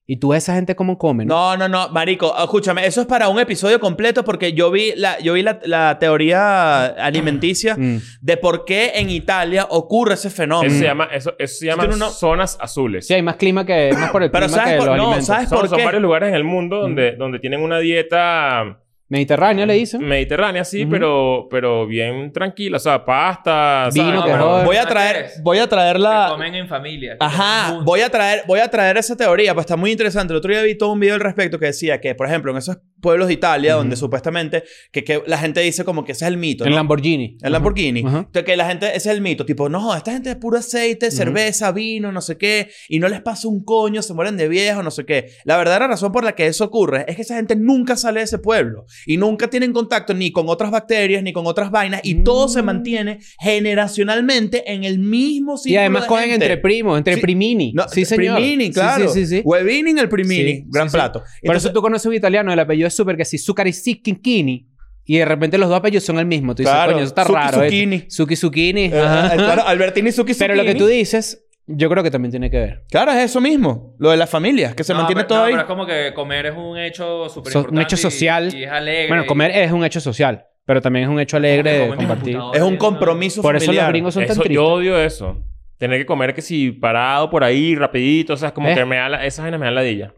[SPEAKER 2] Y tú ves esa gente cómo comen.
[SPEAKER 3] No, no, no, marico, escúchame, eso es para un episodio completo porque yo vi la, yo vi la, la teoría alimenticia
[SPEAKER 2] Mm.
[SPEAKER 3] de por qué en Italia ocurre ese fenómeno.
[SPEAKER 1] Eso se llama, eso, eso se llama
[SPEAKER 3] tiene uno-
[SPEAKER 1] zonas azules.
[SPEAKER 2] Sí, hay más clima que... Más por el
[SPEAKER 3] Pero
[SPEAKER 2] clima
[SPEAKER 3] ¿sabes
[SPEAKER 2] que
[SPEAKER 3] por,
[SPEAKER 2] los
[SPEAKER 3] no,
[SPEAKER 2] alimentos.
[SPEAKER 3] ¿sabes
[SPEAKER 1] Son,
[SPEAKER 3] por
[SPEAKER 1] son
[SPEAKER 3] qué?
[SPEAKER 1] varios lugares en el mundo
[SPEAKER 2] Mm.
[SPEAKER 1] donde, donde tienen una dieta
[SPEAKER 2] Mediterráneo le dicen.
[SPEAKER 1] mediterránea, sí,
[SPEAKER 2] Ujú.
[SPEAKER 1] pero, pero bien tranquila. O sea, pasta, ¿sabes?
[SPEAKER 2] Vino,
[SPEAKER 1] No,
[SPEAKER 2] que
[SPEAKER 1] pero-
[SPEAKER 2] joda.
[SPEAKER 3] Voy a traer, voy a traer
[SPEAKER 4] Que
[SPEAKER 3] la...
[SPEAKER 4] comen en familia. que comen
[SPEAKER 3] Ajá,
[SPEAKER 4] juntos.
[SPEAKER 3] voy a traer, voy a traer esa teoría, pues está muy interesante. El otro día vi todo un video al respecto que decía que, por ejemplo, en esos pueblos de Italia
[SPEAKER 2] Ujú.
[SPEAKER 3] donde supuestamente que, que la gente dice como que ese es el mito.
[SPEAKER 2] El
[SPEAKER 3] ¿no?
[SPEAKER 2] Lamborghini.
[SPEAKER 3] El Lamborghini.
[SPEAKER 2] Ajá.
[SPEAKER 3] Entonces, que la gente, ese es el mito. Tipo, no, esta gente es puro aceite,
[SPEAKER 2] Ujú.
[SPEAKER 3] cerveza, vino, no sé qué. Y no les pasa un coño, se mueren de viejo, no sé qué. La verdadera razón por la que eso ocurre es que esa gente nunca sale de ese pueblo. Y nunca tienen contacto ni con otras bacterias, ni con otras vainas. Y todo se mantiene generacionalmente en el mismo sitio.
[SPEAKER 2] Mm. y además cogen entre primos, entre
[SPEAKER 3] Sí.
[SPEAKER 2] primini.
[SPEAKER 3] No,
[SPEAKER 2] sí, señor.
[SPEAKER 3] Primini,
[SPEAKER 2] Sí,
[SPEAKER 3] claro.
[SPEAKER 2] Sí, sí, sí.
[SPEAKER 3] Huevining, el primini.
[SPEAKER 2] Sí,
[SPEAKER 3] gran
[SPEAKER 2] sí, sí.
[SPEAKER 3] plato.
[SPEAKER 2] Por
[SPEAKER 3] Entonces-
[SPEAKER 2] eso tú conoces un italiano, el apellido es súper que sí, Zucari Kinkini. Y de repente los dos apellidos son el mismo. Tú dices,
[SPEAKER 3] Claro,
[SPEAKER 2] coño, eso está
[SPEAKER 3] Zucchi
[SPEAKER 2] raro. esto.
[SPEAKER 3] Zucchini. Eh,
[SPEAKER 2] Zucchi Zucchini.
[SPEAKER 3] Ajá,
[SPEAKER 2] ajá.
[SPEAKER 3] claro, Albertini Suki
[SPEAKER 2] Pero lo que tú dices, yo creo que también tiene que ver.
[SPEAKER 3] Claro, es eso mismo. Lo de las familias, que se
[SPEAKER 4] No,
[SPEAKER 3] mantiene
[SPEAKER 4] pero-
[SPEAKER 3] todo
[SPEAKER 4] no,
[SPEAKER 3] ahí.
[SPEAKER 4] Pero es como que comer es un hecho súper
[SPEAKER 2] So-
[SPEAKER 4] importante.
[SPEAKER 2] un hecho social.
[SPEAKER 4] Y, y es alegre.
[SPEAKER 2] Bueno, comer es un hecho social, pero también es un hecho alegre
[SPEAKER 4] Como
[SPEAKER 2] de
[SPEAKER 4] que comen en
[SPEAKER 2] compartir.
[SPEAKER 4] computador.
[SPEAKER 3] Es un compromiso
[SPEAKER 2] Eh, Por eso
[SPEAKER 3] familiar.
[SPEAKER 2] los gringos son tan
[SPEAKER 1] Eso,
[SPEAKER 2] tristes.
[SPEAKER 1] yo odio eso. Tener que comer que si parado por ahí, rapidito. O sea, es como
[SPEAKER 2] ¿Eh?
[SPEAKER 1] que me da la, esas vainas me dan ladilla.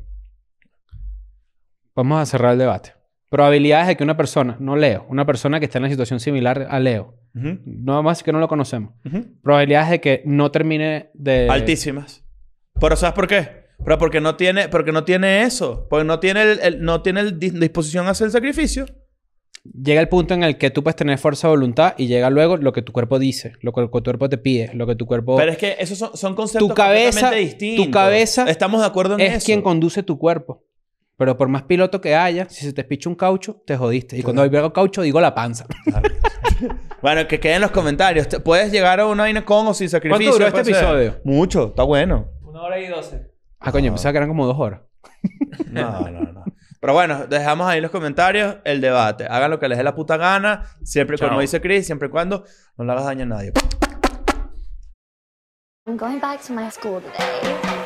[SPEAKER 2] Vamos a cerrar el debate. Probabilidades de que una persona, no Leo, una persona que está en una situación similar a Leo,
[SPEAKER 3] Ujú,
[SPEAKER 2] no más que no lo conocemos,
[SPEAKER 3] ujú.
[SPEAKER 2] probabilidades de que no termine de...
[SPEAKER 3] Altísimas. Pero ¿sabes por qué? Pero porque no tiene, porque no tiene eso. Porque no tiene, el, el- no tiene el dis- disposición a hacer el sacrificio.
[SPEAKER 2] Llega el punto en el que tú puedes tener fuerza de voluntad y llega luego lo que tu cuerpo dice, lo que tu cuerpo te pide, lo que tu cuerpo...
[SPEAKER 3] Pero es que esos son, son conceptos
[SPEAKER 2] Tu cabeza-
[SPEAKER 3] completamente distintos.
[SPEAKER 2] tu cabeza
[SPEAKER 3] Estamos de acuerdo en
[SPEAKER 2] es
[SPEAKER 3] eso.
[SPEAKER 2] quien conduce tu cuerpo. Pero por más piloto que haya, si se te picha un caucho, te jodiste. Y cuando digo caucho, digo la panza.
[SPEAKER 3] Bueno, que queden en los comentarios. Te- Puedes llegar a una vaina con o sin sacrificio.
[SPEAKER 2] duró este
[SPEAKER 3] puede ser.
[SPEAKER 2] episodio?
[SPEAKER 3] Mucho. Está bueno.
[SPEAKER 4] Una hora y doce.
[SPEAKER 2] Ah, coño, pensaba que eran como dos horas.
[SPEAKER 3] No, no, no. Pero bueno, dejamos ahí en los comentarios el debate. Hagan lo que les dé la puta gana. Siempre,
[SPEAKER 1] Chao.
[SPEAKER 3] como dice Chris, siempre y cuando no le hagas daño a nadie.
[SPEAKER 5] I'm going back to my school today.